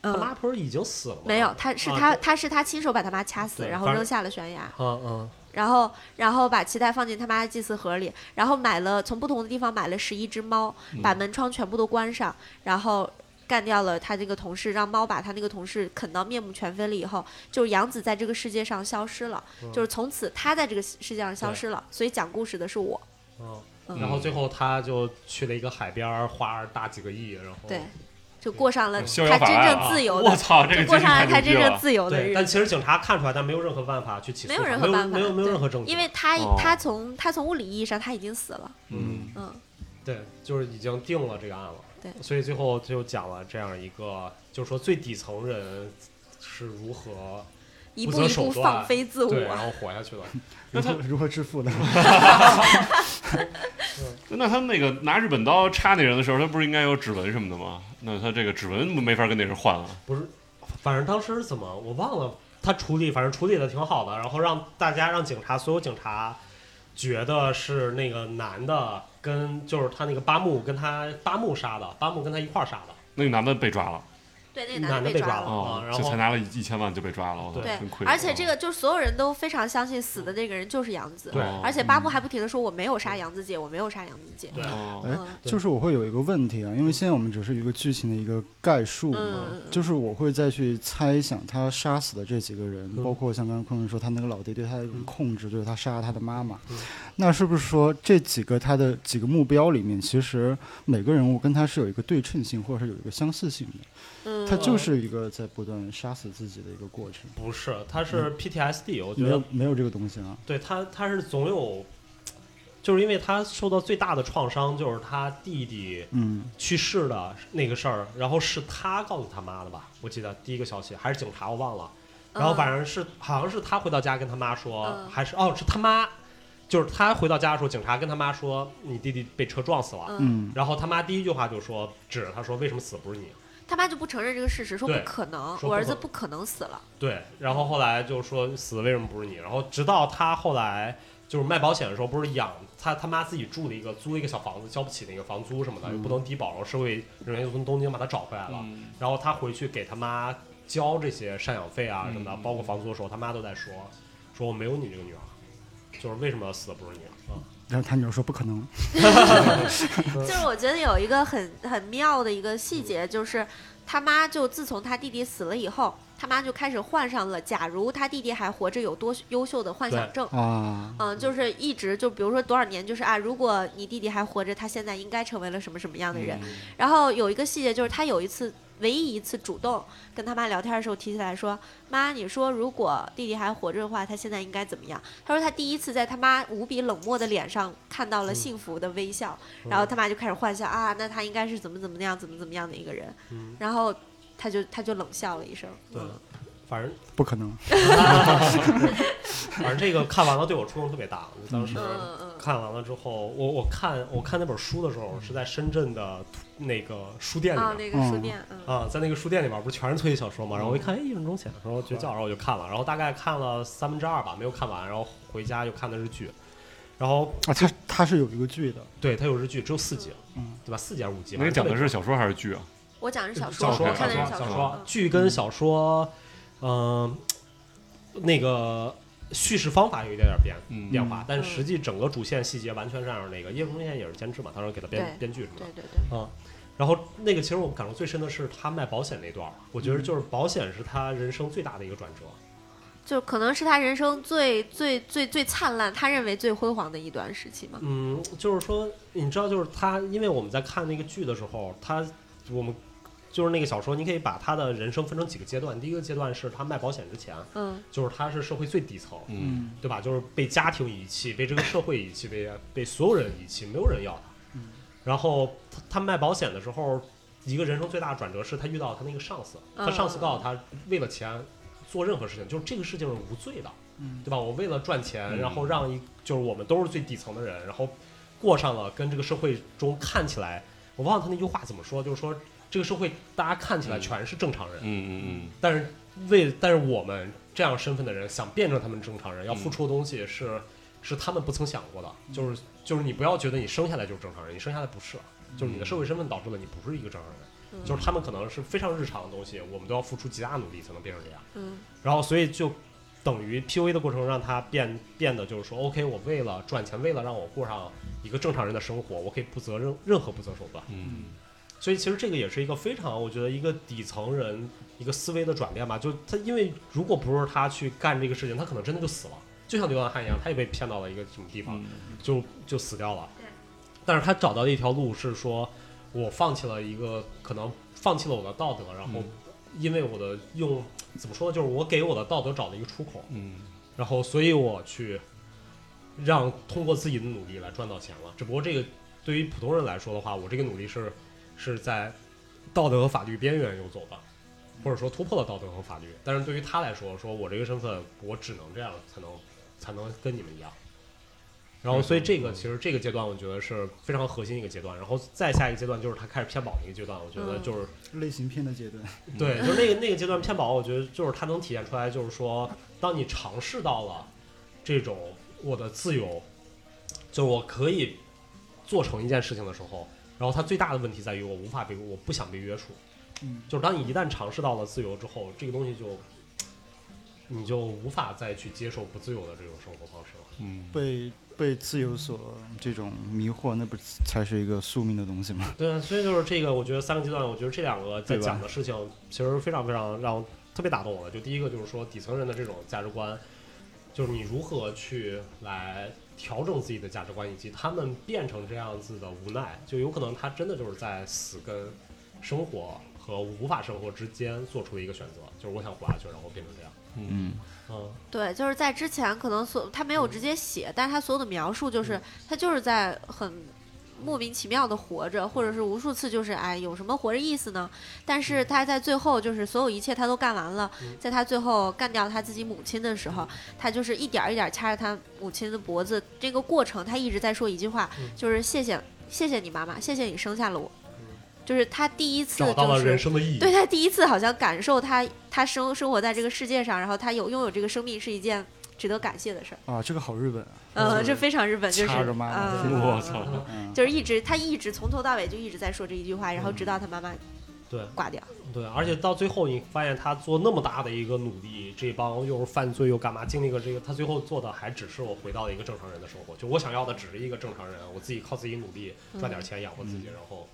B: 他
C: 嗯，
B: 妈不是已经死了吗？
C: 没有，他是
B: 啊
C: 他
B: 对
C: 他是他亲手把他妈掐死，
B: 对
C: 然后
B: 反正
C: 扔下了悬崖。
B: 嗯嗯，
C: 然后然后把脐带放进他妈的祭祀盒里，然后买了从不同的地方买了十一只猫，
D: 嗯
C: 把门窗全部都关上，然后。干掉了他这个同事，让猫把他那个同事啃到面目全非了以后，就是杨子在这个世界上消失了，
B: 嗯
C: 就是从此他在这个世界上消失了，所以讲故事的是我。
D: 哦
B: 嗯
C: 嗯
B: 然后最后他就去了一个海边儿，花大几个亿，然后
C: 对，就过上了
D: 逍遥
C: 他
D: 法
C: 真
D: 外
C: 正
D: 啊
C: 自由的，
D: 我操，这个
C: 就过
D: 真是
C: 上了他
D: 太
C: 真
D: 牛逼
C: 正
D: 了。
C: 自由的
B: 对，
C: 日
B: 但
C: 子。
B: 其实警察看出来，但没有任何办法去起诉他，
C: 没有任何办法
B: 没有没有
C: 对
B: 任何证据，
C: 因为他
D: 哦
C: 他从他从物理意义上他已经死了，
D: 嗯，
C: 嗯，
B: 对，就是已经定了这个案了。
C: 对
B: 所以最后就讲了这样一个，就是说最底层人是如何
C: 一
B: 不
C: 步
B: 择
C: 一
B: 手
C: 步
B: 段
C: 放飞自我。
B: 对，然后活下去的。
E: 如何如何致富的？
D: 那他那个拿日本刀插那人的时候，他不是应该有指纹什么的吗？那他这个指纹没法跟那人换了。
B: 不是，反正当时怎么我忘了，他处理反正处理的挺好的，然后让大家让警察所有警察觉得是那个男的跟就是他那个巴木跟他巴木杀的，巴木跟他一块儿杀的，
D: 那个男的被抓了，
C: 对，那个
B: 男
C: 男
B: 的
C: 的
B: 被
C: 抓
B: 抓
C: 了。
B: 啊
D: 哦，
B: 然后
D: 就才拿了一千万就被抓了，我操，
B: 对
C: 对
D: 真亏。，
C: 而且这个就是所有人都非常相信死的那个人就是杨子，
B: 对嗯
D: 哦
C: 而且巴布还不停的说我没有杀杨子姐，我没有杀杨子姐，
B: 对
D: 哦
E: 哎
C: 嗯，
E: 就是我会有一个问题啊，因为现在我们只是一个剧情的一个概述嘛，
C: 嗯
E: 就是我会再去猜想他杀死的这几个人，
B: 嗯
E: 包括像刚刚坤坤说他那个老爹对他的一种控制，就是他杀了他的妈妈，
B: 嗯
E: 那是不是说这几个他的几个目标里面，其实每个人物跟他是有一个对称性，或者是有一个相似性的，
C: 嗯，
E: 他就是一个在不断杀死自己的一个过程，
B: 不是，他是 PTSD，我觉
E: 没
B: 得
E: 有没有这个东西啊，
B: 对他，他是总有，就是因为他受到最大的创伤就是他弟弟
E: 嗯，
B: 去世的那个事儿，然后是他告诉他妈的吧？我记得第一个消息还是警察，我忘了。然后
C: 嗯
B: 反正是好像是他回到家跟他妈说，
C: 嗯
B: 还是哦是他妈，就是他回到家的时候，警察跟他妈说你弟弟被车撞死了。
C: 嗯，
E: 嗯，
B: 然后他妈第一句话就说，指着他说为什么死不是你？
C: 他妈就不承认这个事实，说不
B: 对
C: 可能，
B: 说不
C: 我儿子
B: 可
C: 不可能死了，
B: 对，然后后来就说死为什么不是你？然后直到他后来就是卖保险的时候，不是养他他妈自己住的一个租了一个小房子，交不起那个房租什么的，又不能低保，然后社会人员就从东京把他找回来了。
D: 嗯
B: 然后他回去给他妈交这些赡养费啊什么的，包括房租的时候，他妈都在说，说我没有你这个女儿，就是为什么死的不是你啊？
C: 嗯
E: 然后他女儿说不可能，
B: 嗯
C: 就是我觉得有一个很很妙的一个细节，就是他妈就自从他弟弟死了以后，他妈就开始患上了假如他弟弟还活着有多优秀的幻想
B: 对
C: 症。
E: 啊，
C: 嗯，就是一直就比如说多少年，就是啊，如果你弟弟还活着，他现在应该成为了什么什么样的
B: 嗯
C: 人。然后有一个细节就是他有一次。唯一一次主动跟他妈聊天的时候提起来说：“妈，你说如果弟弟还活着的话，他现在应该怎么样？”他说他第一次在他妈无比冷漠的脸上看到
B: 嗯
C: 了幸福的微笑，然后他妈就开始幻想啊，那他应该是怎么怎么样，怎么怎么样的一个人。
B: 嗯
C: 然后他就他就冷笑了一声。
B: 对
C: 嗯，
B: 反正
E: 不可能，
B: 反正这个看完了对我触动特别大，我当时。
C: 嗯嗯
B: 看完了之后，我我看我看那本书的时候是在深圳的那个书店
C: 嗯，
B: 里面，
C: 啊，那个书店，嗯
B: 啊，在那个书店里边儿不是全是推理小说嘛，然后我一看，哎，一分钟前，然后绝叫，然后我就看了，然后大概看了三分之二吧，没有看完，然后回家又看的日剧，然后
E: 啊，他他是有一个剧的，
B: 对它有日剧，只有四集，
E: 嗯，
B: 对吧？四集还是五集？
D: 那个讲的是小说还是剧啊？
C: 我讲的是小
B: 小说，
C: 说，我看的是
B: 小
C: 说嗯
B: 说，，剧跟小说，嗯，那个叙事方法有一点点变
D: 嗯
B: 变化，但是
C: 嗯
B: 实际整个主线细节完全是按照那个叶枫现在也是监制嘛，当时给他编
C: 对
B: 编剧什么
C: 嗯
B: 的
C: 对，对对，
B: 啊，然后那个其实我感受最深的是他卖保险那段儿，我觉得
D: 嗯
B: 就是保险是他人生最大的一个转折。
C: 就可能是他人生最最最最灿烂，他认为最辉煌的一段时期嘛。
B: 嗯，就是说你知道，就是他，因为我们在看那个剧的时候，他我们就是那个小说，你可以把他的人生分成几个阶段。第一个阶段是他卖保险之前，
C: 嗯
B: 就是他是社会最底层，
D: 嗯，
B: 对吧？就是被家庭遗弃，被这个社会遗弃，被被所有人遗弃，没有人要他。
E: 嗯
B: 然后他他卖保险的时候，一个人生最大的转折是他遇到他那个上司，他上司告诉他，为了钱做任何事情，就是这个事情是无罪的，
E: 嗯
B: 对吧？我为了赚钱，
D: 嗯
B: 然后让一就是我们都是最底层的人，然后过上了跟这个社会中看起来，我忘了他那句话怎么说，就是说这个社会大家看起来全是正常人，
D: 嗯嗯
B: 但是为但是我们这样身份的人想变成他们正常人，
C: 嗯
B: 要付出的东西是、是他们不曾想过的，就是就是你不要觉得你生下来就是正常人，你生下来不是，就是你的社会身份导致了你不是一个正常人，
C: 嗯
B: 就是他们可能是非常日常的东西，我们都要付出极大努力才能变成这样。
C: 嗯
B: 然后所以就等于 PUA 的过程让他变变得就是说，OK，我为了赚钱，为了让我过上一个正常人的生活，我可以不择任任何不择手段。
D: 嗯，
B: 所以其实这个也是一个非常，我觉得一个底层人一个思维的转变吧。就他因为如果不是他去干这个事情，他可能真的就死了，就像流浪汉一样，他也被骗到了一个什么地方，
D: 嗯
B: 就就死掉了
C: 对。
B: 但是他找到的一条路是说，我放弃了一个可能放弃了我的道德，然后
D: 嗯
B: 因为我的用怎么说呢，就是我给我的道德找了一个出口，
D: 嗯，
B: 然后所以我去让通过自己的努力来赚到钱了。只不过这个对于普通人来说的话，我这个努力是是在道德和法律边缘游走的，或者说突破了道德和法律。但是对于他来说，说我这个身份，我只能这样才能才能跟你们一样。然后，所以这个其实这个阶段，我觉得是非常核心一个阶段。然后再下一个阶段就是他开始骗保的一个阶段，我觉得
C: 嗯
B: 就是
E: 类型片的阶段，
B: 对，就是那个那个阶段骗保，我觉得就是它能体现出来，就是说，当你尝试到了这种我的自由，就我可以做成一件事情的时候，然后它最大的问题在于我无法被我不想被约束。
E: 嗯，
B: 就是当你一旦尝试到了自由之后，这个东西就你就无法再去接受不自由的这种生活方式了。
D: 嗯，
E: 被被自由所这种迷惑，那不是才是一个宿命的东西吗？
B: 对啊，所以就是这个，我觉得三个阶段，我觉得这两个在
E: 对吧
B: 讲的事情，其实非常非常让我特别打动我的。就第一个就是说底层人的这种价值观，就是你如何去来调整自己的价值观，以及他们变成这样子的无奈，就有可能他真的就是在死跟生活和无法生活之间做出的一个选择，就是我想活下去，然后变成这样。
E: 嗯，
B: 嗯，
C: 对，就是在之前可能所他没有直接写，但是他所有的描述
B: 嗯
C: 就是他就是在很莫名其妙的活着，或者是无数次就是哎有什么活着意思呢？但是他在最后就是所有一切他都干完了
B: 嗯，
C: 在他最后干掉他自己母亲的时候，他就是一点儿一点儿掐着他母亲的脖子，这个过程他一直在说一句话
B: 嗯，
C: 就是谢谢谢谢你妈妈，谢谢你生下了我
B: 嗯，
C: 就是他第一次
B: 找到
C: 就
B: 了
C: 是
B: 人生的意义。
C: 对他第一次好像感受他他生生活在这个世界上，然后他有拥有这个生命是一件值得感谢的事儿。
E: 啊，这个好日本啊，
C: 呃，这非常日本，就是
E: 掐着妈妈
C: 呃
E: 嗯
D: 我操，
E: 嗯，
C: 就是一直他一直从头到尾就一直在说这一句话，然后直到他妈妈
B: 嗯对
C: 挂掉。
B: 对，而且到最后你发现他做那么大的一个努力，这帮又是犯罪又干嘛，经历个这个，他最后做的还只是我回到了一个正常人的生活，就我想要的只是一个正常人，我自己靠自己努力赚点钱养活自己，然后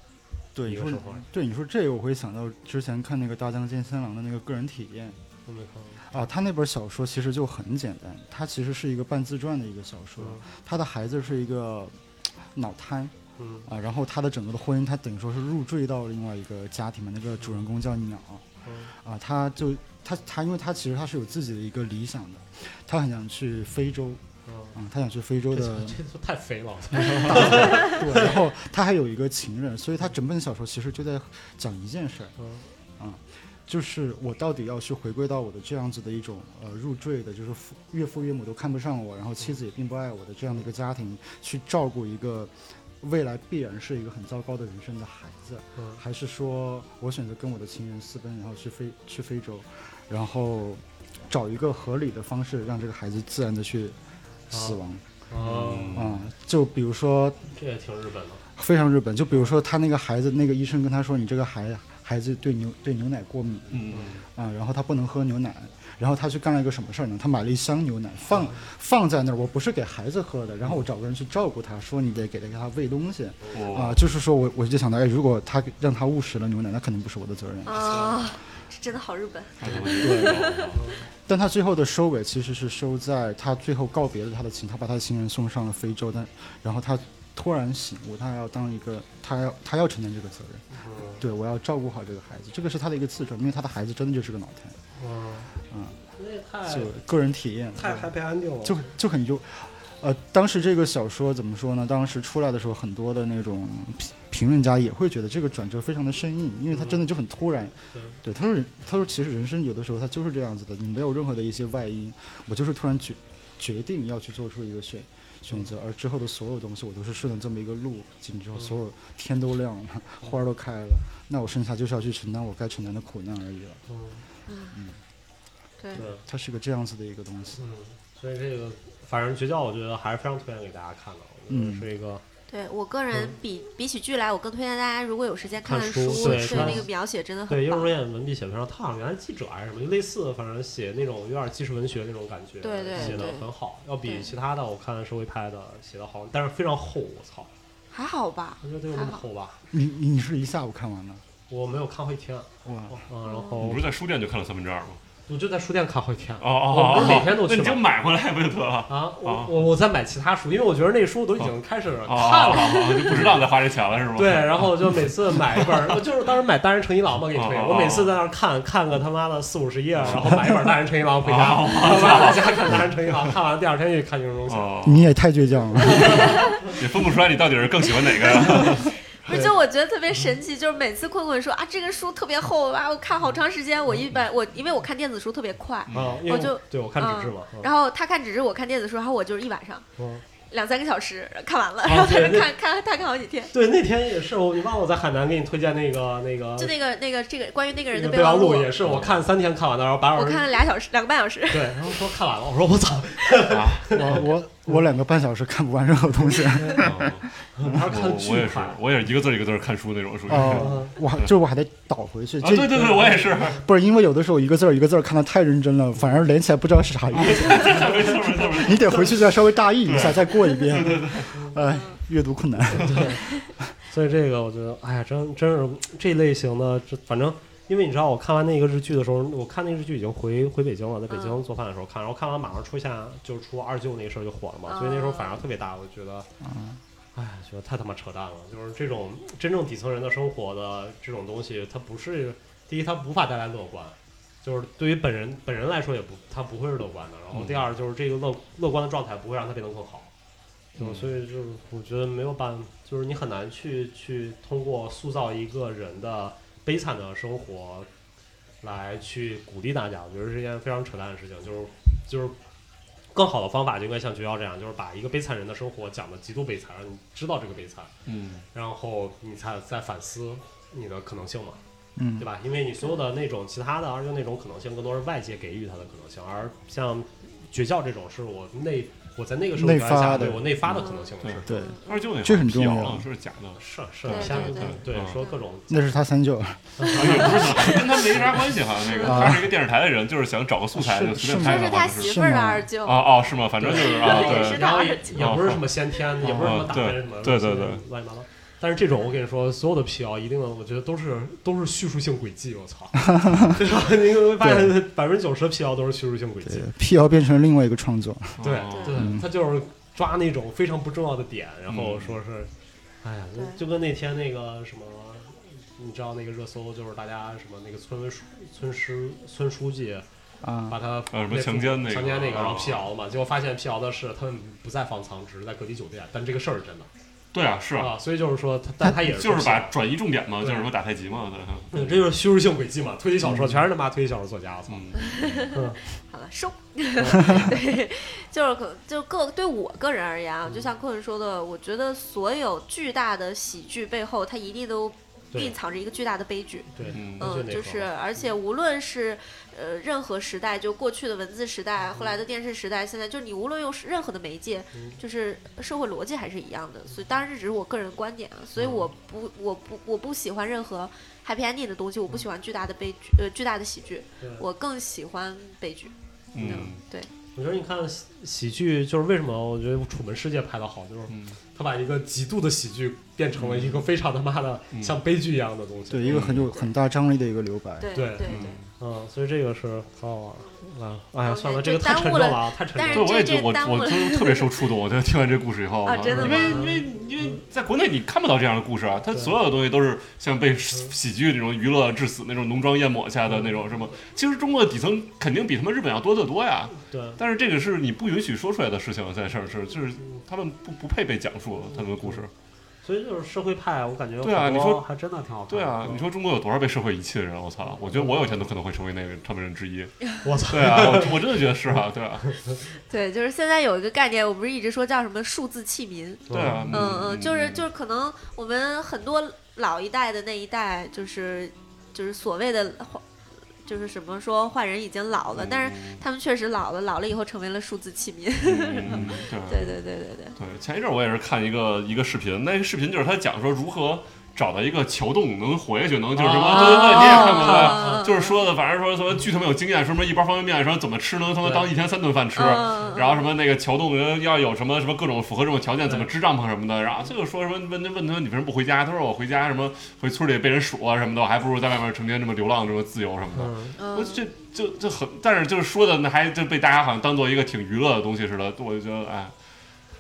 E: 对，
B: 一
E: 你
B: 个
E: 说
B: 生活。
E: 对你说这个，我会想到之前看那个大江健三郎的那个个人体验
B: 都没看过，
E: 啊，他那本小说其实就很简单，它其实是一个半自传的一个小说，他的孩子是一个脑瘫
B: 嗯
E: 啊，然后他的整个的婚姻，他等于说是入赘到另外一个家庭嘛，那个主人公叫鸟
B: 嗯
E: 啊，他就他他，因为他其实他是有自己的一个理想的，他很想去非洲
B: 嗯，
E: 啊、他想去非洲
B: 这
E: 的
B: 这都太肥了，
E: 对，然后他还有一个情人，所以他整本小说其实就在讲一件事儿，
B: 嗯
E: 就是我到底要去回归到我的这样子的一种呃入赘的，就是父岳父岳母都看不上我，然后妻子也并不爱我的这样的一个家庭，去照顾一个未来必然是一个很糟糕的人生的孩子，
B: 嗯
E: 还是说我选择跟我的情人私奔，然后去非去非洲，然后找一个合理的方式让这个孩子自然的去死亡
B: 嗯，
E: 啊、就比如说
B: 这也挺日本的，
E: 非常日本。就比如说他那个孩子，那个医生跟他说，你这个孩孩子对牛对牛奶过敏
D: 嗯
E: 啊，然后他不能喝牛奶。然后他去干了一个什么事儿呢？他买了一箱牛奶，放放在那儿。我不是给孩子喝的，然后我找个人去照顾他，说你得给他给他喂东西啊、
D: 我
E: 就是说我我就想到，哎，如果他让他误食了牛奶，那肯定不是我的责任。
C: 啊，这真的好日本。
D: 太他妈牛逼了
E: 但他最后的收尾其实是收在他最后告别了他的情，他把他的情人送上了非洲，但然后他突然醒悟，他要当一个，他要他要承担这个责任。
B: 嗯
E: 对，我要照顾好这个孩子，这个是他的一个自传，因为他的孩子真的就是个脑瘫，
B: 嗯，那也太
E: 就个人体验，
B: 哎太 happy ending 了，
E: 就就很优。呃，当时这个小说怎么说呢？当时出来的时候，很多的那种评评论家也会觉得这个转折非常的生硬，因为他真的就很突然。
B: 嗯
E: 对，他说人，他说其实人生有的时候他就是这样子的，你没有任何的一些外因，我就是突然决决定要去做出一个选选择，而之后的所有东西我都是顺着这么一个路进去之后，所有天都亮了，花儿都开了，那我剩下就是要去承担我该承担的苦难而已了。
B: 嗯
C: 对
B: 对。
E: 它是个这样子的一个东西。
B: 嗯，所以这个反正绝教，我觉得还是非常推荐给大家看的，我觉得
E: 嗯
B: 是一个
C: 对我个人
B: 嗯
C: 比比起剧来，我更推荐大家，如果有时间看
B: 看
C: 看
B: 书
C: 书，
B: 对
C: 对
B: 看
C: 那个描写真的
B: 对，
C: 很
B: 优
C: 棒
B: 柔。燕文笔写得非常烫，原来记者还是什么，就类似，反正写那种有点纪实文学那种感觉，
C: 对对
B: 写的
C: 对
B: 很好，要比
C: 对
B: 其他的我看社会派的写的好，但是非常厚，我操，
C: 还好吧？
B: 我觉得得有那么
C: 还好
B: 厚吧？
E: 你你你是一下午看完的，
B: 我没有看过一天，
E: 哇，
B: 嗯，然
D: 你
B: 后
D: 不是在书店就看了三分之二吗？
B: 我就在书店看好几天
D: 哦哦
B: 我
D: 哦
B: 不是，每天都
D: 哦那
B: 去
D: 你就
B: 吗
D: 买回来不就得了？
B: 啊，我
D: 啊
B: 我我在买其他书，因为我觉得那书都已经开始
D: 哦
B: 看
D: 哦，
B: 了。
D: 哦就不知道在花这钱了是吗？
B: 对，然后就每次买一本儿，我就是当时买《大人诚一郎》嘛，给你推
D: 哦哦。哦
B: 我每次在那儿看看个他妈的四五 十页，然后买一本《大人诚一郎》回家，
D: 哦
B: 然后买回家看《大人诚一郎》，看完第二天又去看《金融中心》。
D: 哦，
E: 你也太倔强了。
D: 也分不出来你到底是更喜欢哪 个。
C: 不是，就我觉得特别神奇，就是每次困困说啊，这个书特别厚啊，我看好长时间。我一
B: 嗯
C: 般我因为我看电子书特别快，
B: 啊，
D: 哦
B: 因为
C: 我就
B: 对我看纸质嘛，嗯
C: 然后他看纸质，我看电子书，然后我就是一晚上
B: 嗯
C: 两三个小时看完了，
B: 啊
C: 然后他
B: 对
C: 就
B: 那
C: 看看他看好几天。
B: 对，那天也是我，你忘了我在海南给你推荐那个那个
C: 就那个那个这个关于那个
B: 那
C: 人
B: 个
C: 的
B: 备
C: 备
B: 忘
C: 忘
B: 录
C: 录，
B: 也是，我看三天看完的，然后白
C: 我
B: 老师
C: 看了俩小时，两 个半小时。
B: 对，然后说看完了，我说我操，
E: 我我我两个半小时看不完任 何东西。
D: 哦
B: 然后看
D: 我我
B: 巨
D: 也是
B: 快，，
D: 我也是一个字儿一个字儿看书那种，属于。啊，
E: 哦，我还就是我还得倒回去。这
D: 对对对，我也是，
E: 不是因为有的时候一个字儿一个字儿看的太认真了，反而连起来不知道是啥意 思。
D: 没错没错没错。
E: 你得回去再稍微大意一下，再过一遍。哎，阅读困难。
B: 所以这个我觉得，哎呀，真真是这类型的，这反正因为你知道，我看完那个日剧的时候，我看那个日剧已经回回北京了，在北京做饭的时候看，然后看完马上出现就出二舅那事儿就火了嘛，
C: 嗯
B: 所以那时候反差特别大，我觉得，哎，觉得太他妈扯淡了，就是这种真正底层人的生活的这种东西，它不是第一，它无法带来乐观。就是对于本人本人来说，也不他不会是乐观的。然后第二就是这个乐乐观的状态不会让他变得更好。就
D: 嗯
B: 所以就是我觉得没有办，就是你很难去去通过塑造一个人的悲惨的生活来去鼓励大家，我觉得是一件非常扯淡的事情。就是就是更好的方法就应该像学校这样，就是把一个悲惨人的生活讲的极度悲惨，让你知道这个悲惨，
D: 嗯，
B: 然后你才再反思你的可能性嘛。
E: 嗯
B: 对，吧？因为你所有的那种其他的，而且那种可能性，更多是外界给予它的可能性，而像绝校这种是我内我在那个时候
E: 内
B: 表现下
E: 发的嗯
B: 对我内发的可能性
D: 对
B: 是
E: 对，
D: 二舅那
E: 这很重要
D: 了，这是假的，
B: 是是
C: 对
B: 下面
C: 对
B: 对
D: 对嗯
B: 说各种
E: 那是他三舅，
D: 啊跟他没啥关系哈。那个
E: 啊
D: 他是一个电视台的人，就是想找个素材
E: 是
D: 就随便
E: 是
D: 拍
C: 这
D: 的
E: 吗
C: 是
D: 话
C: 他
D: 就
C: 媳
D: 是。
E: 是
C: 妇儿的
E: 吗
C: 二舅，
D: 哦哦，是吗？反正就是啊，
C: 也是
D: 对，嗯
B: 然后也
C: 大
B: 也不是什么先天，也不是什么打分什么，
D: 对对对
B: 乱七八糟。但是这种我跟你说，所有的辟谣一定，我觉得都是都是叙述性轨迹，我 操！就是吧你会发现百分之九十的辟谣都是叙述性轨迹
E: 对，辟谣变成另外一个创作。
B: 对
D: 哦
B: 对
E: 嗯，
B: 他就是抓那种非常不重要的点，然
D: 嗯
B: 后说是，哎呀，
C: 对
B: 就跟那天那个什么，你知道那个热搜就是大家什么那个村委书村书村书记
E: 啊，
B: 把他
D: 呃什么强奸那个
B: 强奸那个，
D: 哦
B: 然后辟谣嘛，结果发现辟谣的是他们不在方舱，只是在隔离酒店，但这个事儿是真的
D: 对啊，是啊，
B: 啊，所以就是说他，但他也
D: 就
B: 辟
D: 是
B: 谣
D: 把转移重点嘛，
B: 对
D: 就是什么打太极嘛，对。
B: 嗯这就是叙事性轨迹嘛，推理小说全是他妈推理小说作家，我操，
D: 嗯，
C: 好了，收。 对，就是可就个对我个人而言啊，就像坤坤说的，我觉得所有巨大的喜剧背后，它一定都
B: 对
C: 蕴藏着一个巨大的悲剧。
B: 对，
D: 嗯
B: 就
C: 嗯，
B: 那
C: 就是，
B: 时候
C: 而且无论是呃任何时代，就过去的文字时代，后来的电视时代，现在就是你无论用是任何的媒介
B: 嗯，
C: 就是社会逻辑还是一样的。所以当然这只是我个人观点啊，所以我不我不我不喜欢任何 happy ending 的东西，我不喜欢巨大的悲剧呃巨大的喜剧，
B: 对
C: 我更喜欢悲剧。
D: 嗯
C: 对，
B: 我觉得你看喜喜剧，就是为什么我觉得《楚门世界》拍的好，就是
D: 嗯
B: 他把一个极度的喜剧变成了一个非常他妈的
D: 嗯
B: 像悲剧一样的东西。
E: 对，一个很有很大张力的一个留白。
C: 对
B: 对
C: 对对。
B: 嗯，所以这个是很好玩儿啊！哎呀，
C: OK，
B: 算了，
C: 这
B: 这个太
C: 耽误
B: 沉重
C: 了
B: 了啊，太沉
C: 但
B: 重了。
D: 对，
C: 是
D: 我也觉
C: 这
D: 得我
C: 这耽误
D: 我
C: 了
D: 就是特别受触动。我觉得听完这故事以后，
C: 啊真的
D: 因
C: 吗
D: 为因为因为在国内你看不到这样的故事啊，它
B: 对
D: 所有的东西都是像被喜剧那种娱乐致死那种浓妆艳抹下的那种什么。其实中国的底层肯定比他们日本要多得多呀，
B: 对，嗯
D: 但是这个是你不允许说出来的事情，在这儿是就是他们不不配被讲述他们的故事。
B: 所以就是社会派，我感觉有
D: 对啊
B: 很
D: 你
B: 多
D: 说
B: 还真的挺好看的。
D: 对啊，嗯你说中国有多少被社会遗弃的人？我操！我觉得我有一天都可能会成为那个他们人之 一。
B: 我操，
D: 对啊，我我真的觉得是啊，对啊，
C: 对，就是现在有一个概念，我不是一直说叫什么数字弃民，
D: 对啊，
C: 嗯嗯，就是就是可能我们很多老一代的那一代，就是就是所谓的就是什么说坏人已经老了，但是他们确实老了，老了以后成为了数字器皿。
D: 嗯，对
C: 对对对对对，
D: 对，前一阵儿我也是看一个一个视频，那个视频就是他讲说如何找到一个桥洞能活下去，能就是什么，
B: 啊
D: 对对对，你也看过
C: 啊
D: 对，就是说的，反正说什么巨他妈有经验，说什么一包方便面，说怎么吃能他妈
B: 对
D: 当一天三顿饭吃，
C: 嗯
D: 然后什么那个桥洞人要有什么什么各种符合这种条件，怎么支帐篷什么的，然后这个说什么问问他你为什么不回家？他说我回家什么回村里被人数啊什么的，我还不如在外面成天这么流浪这么自由什么的。
B: 嗯，
C: 嗯
D: 我，这就就很，但是就是说的那还就被大家好像当做一个挺娱乐的东西似的，我就觉得哎，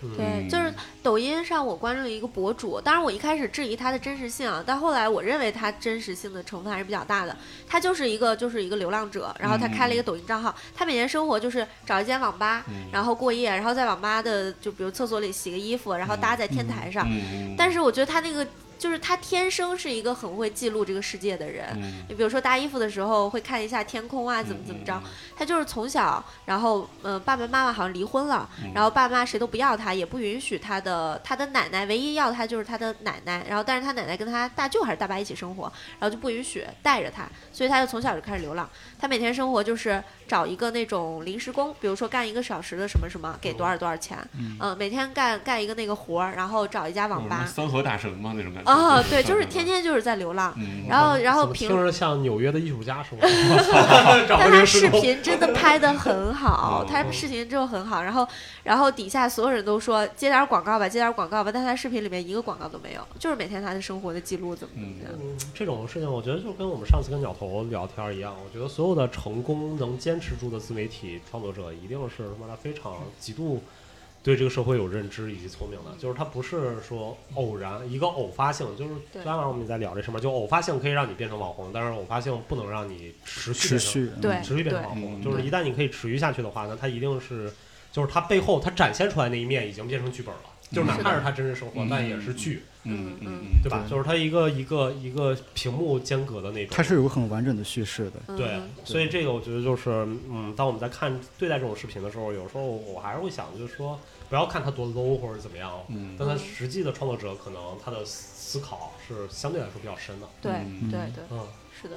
B: 嗯
C: 对，
D: 嗯
C: 就是抖音上我关注了一个博主，当然我一开始质疑他的真实性啊，但后来我认为他真实性的成分还是比较大的。他就是一个就是一个流浪者，然后他开了一个抖音账号，他每天生活就是找一间网吧，
D: 嗯
C: 然后过夜，然后在网吧的就比如厕所里洗个衣服，然后搭在天台上。
D: 嗯，
C: 但
D: 是
C: 是我觉得他那个就是他天生是一个很会记录这个世界的人，
D: 嗯。
C: 你比如说搭衣服的时候会看一下天空啊，怎么怎么着。他就是从小，然后呃，爸爸妈妈好像离婚了，
D: 嗯
C: 然后爸妈谁都不要他，也不允许他的他的奶奶，唯一要他就是他的奶奶。然后但是他奶奶跟他大舅还是大伯一起生活，然后就不允许带着他，所以他就从小就开始流浪。他每天生活就是找一个那种临时工，比如说干一个小时的什么什么，给多少多少钱，嗯、每天干干一个那个活儿，然后找一家网吧。
D: 三河大神嘛，那种感觉。
C: 啊、对，就是天。天就是在流浪，
D: 嗯，
C: 然后然后
B: 怎么
C: 平
B: 听着像纽约的艺术家 说，我操找个
C: 但他
B: 临时
C: 视
B: 工
C: 频真的拍的很好，
D: 嗯
C: 他视频真的很好。然后，然后底下所有人都说接点广告吧，接点广告吧，但他视频里面一个广告都没有，就是每天他的生活的记录怎么怎么样。
B: 嗯，这种事情我觉得就跟我们上次跟鸟头聊天一样，我觉得所有的成功能坚持住的自媒体创作者，一定是他妈的非常极度对这个社会有认知以及聪明的，就是他不是说偶然一个偶发性，就是昨
C: 对
B: 天晚上我们也在聊这事儿嘛，就偶发性可以让你变成网红，但是偶发性不能让你持续
E: 持
B: 变成
E: 续嗯
C: 对
B: 持续变成
C: 对
B: 网红，
D: 嗯
B: 就是一旦你可以持续下去的话，那它一定是就是它背后它展现出来那一面已经变成剧本了，就是哪
C: 是的
B: 怕是他真实生活，
D: 嗯
B: 但也是剧。
D: 嗯嗯
B: 对吧？
E: 对
B: 就是它一个一个一个屏幕间隔的那种，
E: 它是有个很完整的叙事的。
C: 嗯
B: 对，所以这个我觉得就是，嗯，当我们在看对待这种视频的时候，有时候我还是会想，就是说不要看它多 low 或者怎么样，
D: 嗯
B: 但它实际的创作者可能他的思考是相对来说比较深的，
C: 对
D: 嗯
C: 对对，
B: 嗯，
C: 是的，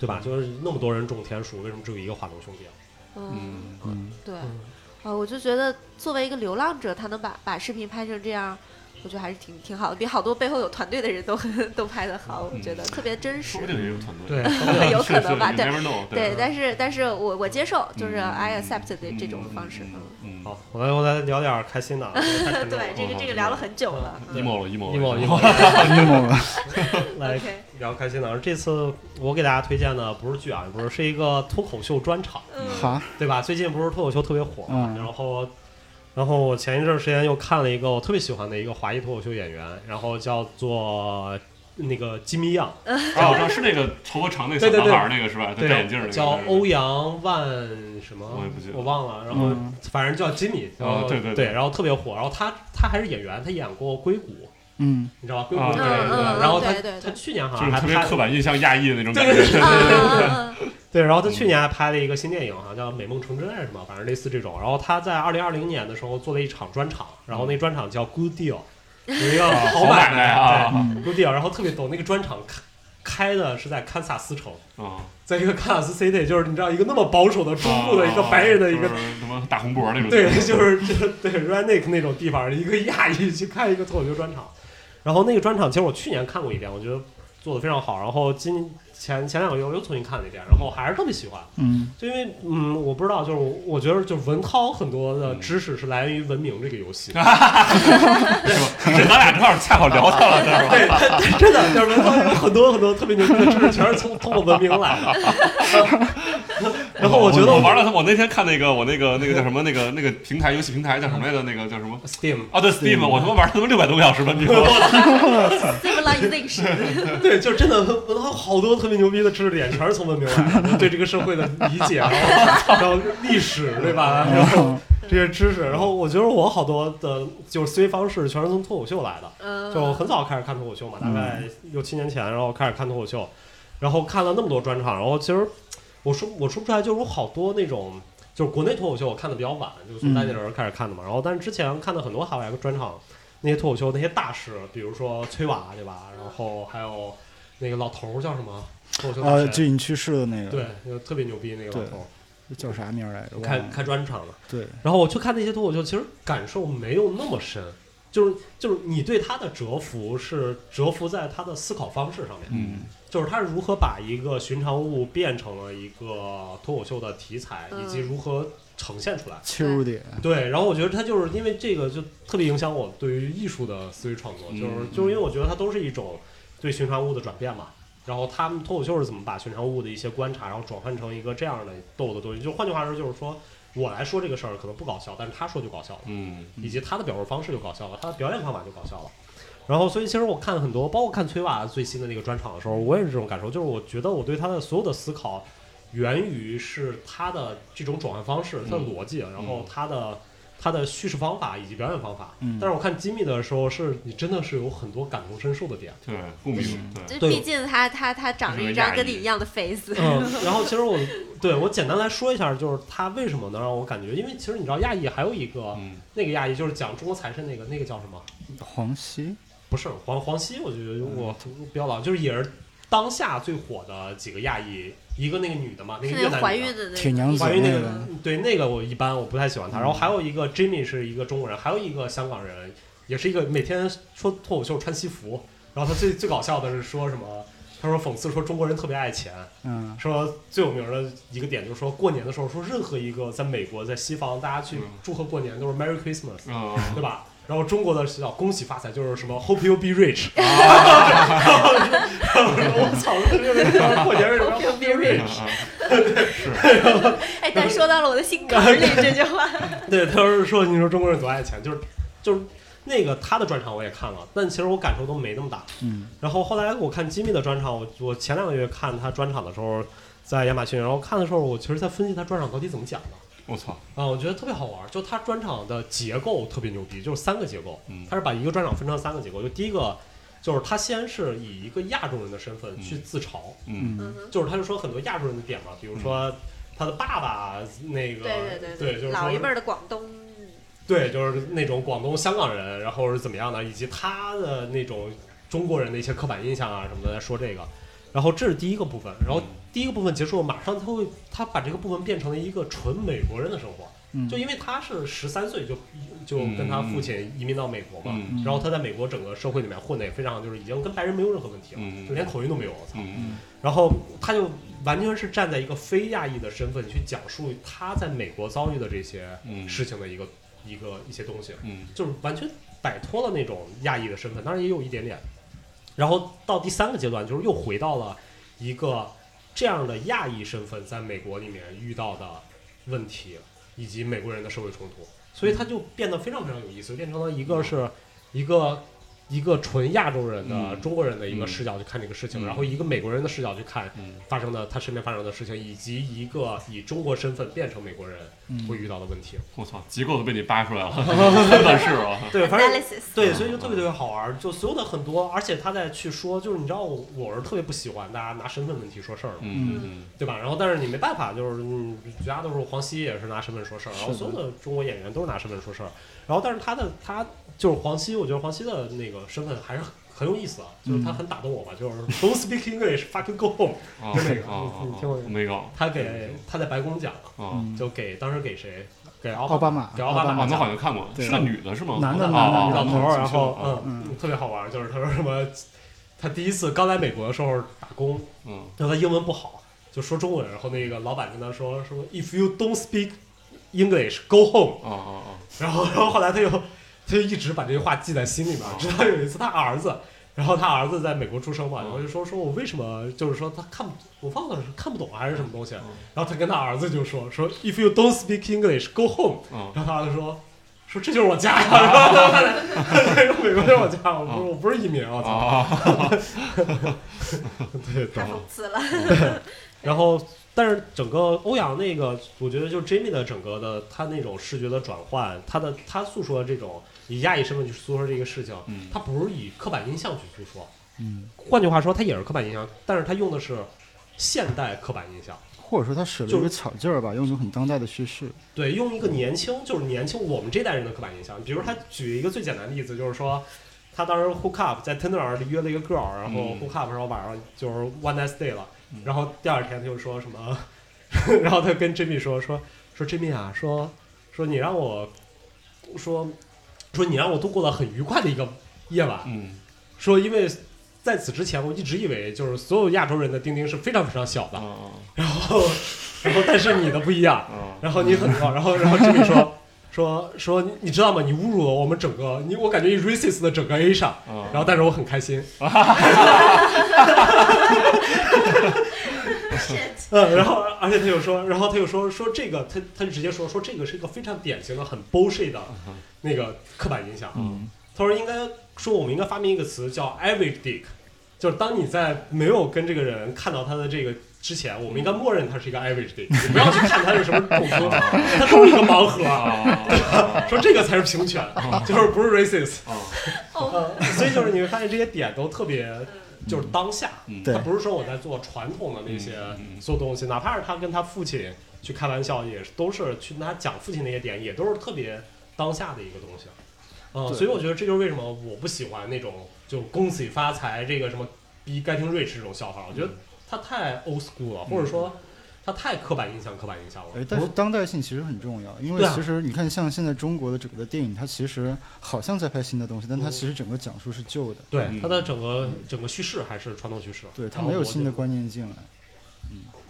B: 对吧？就是那么多人种田鼠，为什么只有一个华农兄弟啊？
C: 嗯，
D: 嗯
E: 嗯，
C: 对，啊、
B: 嗯
C: 我就觉得作为一个流浪者，他能把把视频拍成这样。我觉得还是挺挺好的，比好多背后有团队的人都都拍的好，我觉得特别真实
D: 说不。定也有团队。
B: 对，
C: 有可能吧对
D: n e v e r know。
C: 对，但是但是我我接受，就是
D: 嗯
C: I accept 的这种方式。
D: 嗯，
C: 嗯，
B: 好，我来我来聊点开心的啊，这个太沉重了
C: 对，这个这个聊了很久了。嗯
D: emo 了，emo 了
B: emo emo
E: 太 emo 了。
B: 来
C: OK
B: 聊开心的啊。这次我给大家推荐的不是剧啊，也不是是一个脱口秀专场。
E: 哈，
B: 对吧？最近不是脱口秀特别火嘛，
E: 嗯
B: 然后，然后我前一阵儿时间又看了一个我特别喜欢的一个华裔脱口秀演员，然后叫做那个吉米样，
D: 啊，我知道是那个头发长那小男孩儿那个是吧？戴眼镜儿那个。
B: 叫欧阳万什么，
D: 我也不记得
B: 我忘了，然后
E: 嗯
B: 反正叫吉米，然
D: 哦
B: 后
D: 对
B: 对
D: 对对
B: 然后特别火，然后他他还是演员，他演过硅谷，
E: 嗯，
B: 你知道吧？硅谷
D: 啊
B: 之类的
D: 嗯
B: 对吧
C: 嗯
B: 然后
C: 嗯
B: 他
C: 对对对
B: 啊他去年好
D: 就
B: 像
D: 是
B: 还
D: 特别
B: 拍
D: 刻板印象亚裔那种感 觉。
C: 啊啊
B: 对，然后
D: 嗯
B: 他去年还拍了一个新电影，好像叫《美梦成真》还是什么，反正类似这种。然后他在二零二零年的时候做了一场专场，然后那专场叫《Good Deal》，有一 个好
D: 嗯好买
B: 买
D: 卖啊
E: 嗯
B: 对 Good Deal》，然后特别逗，那个专场开开的是在堪萨斯城，
D: 啊，
B: 在一个堪萨斯 city，就是你知道一个那么保守的中部
D: 啊
B: 的一个 白人的一个。
D: 什么大红脖那 种。
B: 对，就是这对 redneck 那种地方，一个亚裔去看一个脱口秀专场，然后那个专场其实我去年看过一遍，我觉得做的非常好，然后今前前两个月我又重新看了一遍，然后还是特别喜欢。
E: 嗯，
B: 就因为嗯，我不知道，就是我我觉得，就是文韬很多的知识是来源于文明这个游戏，
D: 是咱俩正好恰好聊到了，是吧？
B: 对，真的就是文韬有很多很多特别牛逼的知识，全是从通过文明来的。 然后我觉得
D: 我玩了，我那天看那个我那个那个叫什么那个那个平台游戏平台叫什么来着？那个叫什么？
B: Steam，
D: 啊，对 Steam，我他妈玩了他妈六百多个小时吧，你说
C: civilization，
B: 对，就真的文文韬好多特别牛逼的知识点，全是从文明来的，对这个社会的理解，然后然后历史，对吧？然后这些知识，然后我觉得我好多的就是思维方式全是从脱口秀来的。
C: 嗯，
B: 就很早开始看脱口秀
E: 嗯
B: 嘛，大概六七年前，然后开始看脱口秀，然后看了那么多专场，然后其实我说我说不出来，就是有好多那种就是国内脱口秀我看的比较晚，就是从
E: 嗯
B: 丹尼尔开始看的嘛，然后但是之前看的很多海外专场，那些脱口秀那些大师，比如说崔娃对吧，然后还有那个老头儿叫什么？脱口秀
E: 啊，
B: 大神，
E: 就已经去世的那个，
B: 对，就特别牛逼那个
E: 对
B: 网红，
E: 叫啥名儿来着？忘
B: 开
E: 了
B: 开专场的。
E: 对，
B: 然后我去看那些脱口秀，其实感受没有那么深，就是就是你对他的折服是折服在他的思考方式上面，
D: 嗯，
B: 就是他如何把一个寻常物变成了一个脱口秀的题材，
C: 嗯
B: 以及如何呈现出来。
E: 切入点，
B: 对，然后我觉得他就是因为这个就特别影响我对于艺术的思维创作，
D: 嗯
B: 就是就是因为我觉得它都是一种对寻常物的转变嘛。然后他们脱口秀是怎么把寻常物的一些观察，然后转换成一个这样的逗的东西？就换句话说，就是说我来说这个事儿可能不搞笑，但是他说就搞笑了，
D: 嗯，
B: 以及他的表述方式就搞笑了，他的表演方法就搞笑了。然后，所以其实我看了很多，包括看崔娃最新的那个专场的时候，我也是这种感受，就是我觉得我对他的所有的思考，源于是他的这种转换方式、他的逻辑，然后他的他的叙事方法以及表演方法。
E: 嗯
B: 但是我看吉米的时候，是你真的是有很多感同身受的点。
D: 对，共鸣，对，
C: 就
B: 对
C: 毕竟他他他长着一张跟你一样的 face，
B: 嗯，然后其实我对我简单来说一下，就是他为什么能让我感觉，因为其实你知道亚裔还有一个、
D: 嗯，
B: 那个亚裔，就是讲中国财神那个那个叫什么？
E: 黄西，
B: 不是黄黄西，我就觉得我
E: 嗯
B: 比较老，就是也是当下最火的几个亚裔，一个那个女的嘛，那
C: 是
B: 个
C: 那
B: 越
C: 个
B: 南
C: 怀
B: 女的
C: 孕的那
E: 铁
C: 个
E: 娘子
B: 怀孕那
E: 那
B: 个
E: 个，嗯
B: 对那个我一般我不太喜欢他。然后还有一个 Jimmy 是一个中国人，还有一个香港人，也是一个每天说脱口秀穿西服。然后他最最搞笑的是说什么？他说讽刺说中国人特别爱钱，
E: 嗯，
B: 说最有名的一个点就是说过年的时候说任何一个在美国在西方大家
E: 嗯
B: 去祝贺过年都是 Merry Christmas，
D: 嗯，
B: 对吧？然后中国的是叫恭喜发财，就是什么 Hope you be rich。然后说然后 说我操，这个人过年为什么要 Hope you
D: 嗯
B: rich？
C: 哎，但说到了我的心坎儿里这句话，
B: 对，他是说你说中国人多爱钱，就是就是那个他的专场我也看了，但其实我感受都没那么大。
E: 嗯，
B: 然后后来我看吉米的专场，我我前两个月看他专场的时候，在亚马逊，然后看的时候，我其实在分析他专场到底怎么讲的
D: 我操，
B: 啊，我觉得特别好玩儿，就他专场的结构特别牛逼，就是三个结构，
D: 嗯
B: 他是把一个专场分成三个结构，就第一个。就是他先是以一个亚洲人的身份去自嘲，
D: 嗯，
E: 嗯
C: 嗯哼
B: 就是他就说很多亚洲人的点嘛，比如说他的爸爸那个，
C: 嗯对对
B: 对，就是
C: 老
B: 说
C: 一辈儿的广东，
B: 对，就是那种广东、香港人，然后是怎么样的，以及他的那种中国人的一些刻板印象啊什么的，在说这个。然后这是第一个部分，然后
C: 嗯
B: 第一个部分结束，马上他会他把这个部分变成了一个纯美国人的生活，
E: 嗯
B: 就因为他是十三岁就就跟他父亲移民到美国嘛，
D: 嗯
B: 然后他在美国整个社会里面混的也非常好，就是已经跟白人没有任何问题了，
D: 嗯
B: 就连口音都没有，我操！
D: 嗯，
B: 然后他就完全是站在一个非亚裔的身份去讲述他在美国遭遇的这些
D: 嗯
B: 事情的一个、一个一些东西，
D: 嗯，
B: 就是完全摆脱了那种亚裔的身份，当然也有一点点。然后到第三个阶段，就是又回到了一个这样的亚裔身份在美国里面遇到的问题，以及美国人的社会冲突，所以他就变得非常非常有意思，变成了一个是一个一个纯亚洲人的
D: 嗯
B: 中国人的一个
D: 嗯
B: 视角去看这个事情，
D: 嗯
B: 然后一个美国人的视角去看
D: 嗯
B: 发生的他身边发生的事情，以及一个以中国身份变成美国人
D: 嗯
B: 会遇到的问题。
D: 我操，结构都被你扒出来了，真的是啊，
B: 对， 反正
C: analysis，
E: 嗯
B: 对，所以就特别特别好玩儿，就所有的很多，而且他在去说，就是你知道我我是特别不喜欢大家拿身份问题说事儿的，
D: 嗯
B: 对吧？然后但是你没办法，就是嗯绝大多数黄西也是拿身份说事儿，然后
E: 是
B: 所
E: 的
B: 有的中国演员都是拿身份说事儿，然后但是他的他就是黄西，我觉得黄西的那个身份还是很很有意思啊，就是他很打动我吧，就是 Don't speak English, fucking go home。
D: 啊没有，
B: 他
E: 嗯
B: 给他在白宫讲了，
D: 啊，
B: 就给当时给谁？给奥
E: 奥巴马
B: 给奥巴马
D: 啊，那
B: 讲
D: 好像看过，是个女的是吗？
E: 男的男的
D: 啊，
B: 老
E: 然
B: 头
E: 后
B: 儿，然后
E: 嗯
B: 嗯，特别好玩儿，就是他说什么，他第一次刚来美国的时候打工，
D: 嗯，
B: 然后他英文不好，就说中文，然后那个老板跟他说说 If you don't speak English, go home。
D: 啊啊啊，
B: 然后然后后来他又他就一直把这句话记在心里面，直到有一次他儿子。然后他儿子在美国出生嘛，
D: 嗯
B: 然后就说说我为什么就是说他看不我忘了是看不懂还是什么东西
D: 嗯，
B: 然后他跟他儿子就说说 If you don't speak English, go home。
D: 嗯
B: 然后他儿子说说这就是我家呀，然后他来他说美国就是我家，我不是我不是移民，我操，
D: 啊，
B: 对，
C: 太
B: 懂了
C: 讽刺了，
B: 然后，但是整个欧阳那个，我觉得就 Jamie 的整个的他那种视觉的转换，他的他诉说的这种以亚裔身份去诉说这个事情，
D: 嗯
B: 他不是以刻板印象去诉说，
E: 嗯，
B: 换句话说，他也是刻板印象，但是他用的是现代刻板印象。
E: 或者说他使了
B: 就
E: 一个巧劲儿吧，用一种很当代的叙事，
B: 对，用一个年轻，就是年轻我们这代人的刻板印象。比如他举一个最简单的例子，就是说他当时 hook up 在 Tinder 里约了一个 girl，然后
D: 嗯
B: hook up，然后晚上就是 one night stay 了。然后第二天他就说什么， 然后他跟 Jimmy 说说说 Jimmy 啊，说说你让我说说你让我度过了很愉快的一个夜晚，
D: 嗯
B: 说因为在此之前我一直以为就是所有亚洲人的钉钉是非常非常小的，
D: 啊
B: 然后然后但是你的不一样，
D: 啊，
B: 然后你很好，然后然后 Jimmy 说。说说你你知道吗？你侮辱了我们整个你，我感觉你 racist 的整个 A 上，
D: 然
B: 然后但是我很开心，嗯，然后而且他又说，然后他又说说这个，他他就直接说说这个是一个非常典型的很 bullshit 的那个刻板印象。
E: 嗯，
B: 他说应该说我们应该发明一个词叫 average dick，就是当你在没有跟这个人看到他的这个之前，我们应该默认他是一个 average dick，你不要去看他有什么种族，他都是一个盲盒。
D: 啊
B: 说这个才是平权，就是不是 racist。
D: 啊，
B: 呃，所以就是你会发现这些点都特别，就是当下。
D: 嗯
E: 对
B: 他不是说我在做传统的那些
D: 嗯嗯
B: 做东西，哪怕是他跟他父亲去开玩笑，也是都是去跟他讲父亲那些点，也都是特别当下的一个东西。嗯，
E: 对
B: 所以我觉得这就是为什么我不喜欢那种就恭喜发财这个什么逼该听 rich 这种笑话，我觉
E: 嗯
B: 得它太 old school 了，或者说它太刻板印象、刻板印象了。
E: 哎，但是当代性其实很重要，因为
B: 对啊
E: 其实你看，像现在中国的整个的电影，它其实好像在拍新的东西，但
B: 嗯
E: 它其实整个讲述是旧的，
B: 对
D: 嗯
B: 它的整个整个叙事还是传统叙事，
E: 对，它
B: 然后
E: 没有
B: 哦我哦
E: 新
B: 就
E: 的观念进来。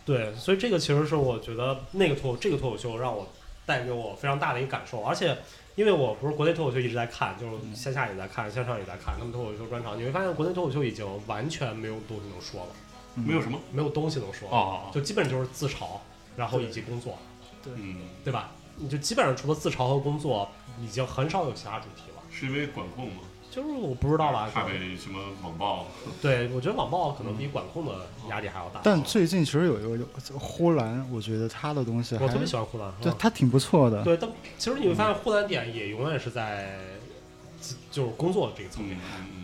B: 对，所以这个其实是我觉得那个脱这个脱口秀让我带给我非常大的一个感受，而且因为我不是国内脱口秀一直在看，就是线下也在看，线上也在看他们脱口秀专场，你会发现国内脱口秀已经完全没有东西能说了，
D: 没有什么
B: 没有东西能说，
E: 哦
D: 啊，
B: 就基本就是自嘲，然后以及工作，
D: 嗯，
B: 对吧？你就基本上除了自嘲和工作，已经很少有其他主题了。
D: 是因为管控吗？
B: 就是我不知道吧，
D: 怕被什么网暴？
B: 对我觉得网暴可能比管控的压力还要大。
E: 但最近其实有一个呼兰，我觉得他的东西还
B: 我特别喜欢嗯呼兰，
E: 对他挺不错的。
B: 对，但其实你会发现护栏点也永远是在就就是工作这个层面，
D: 嗯嗯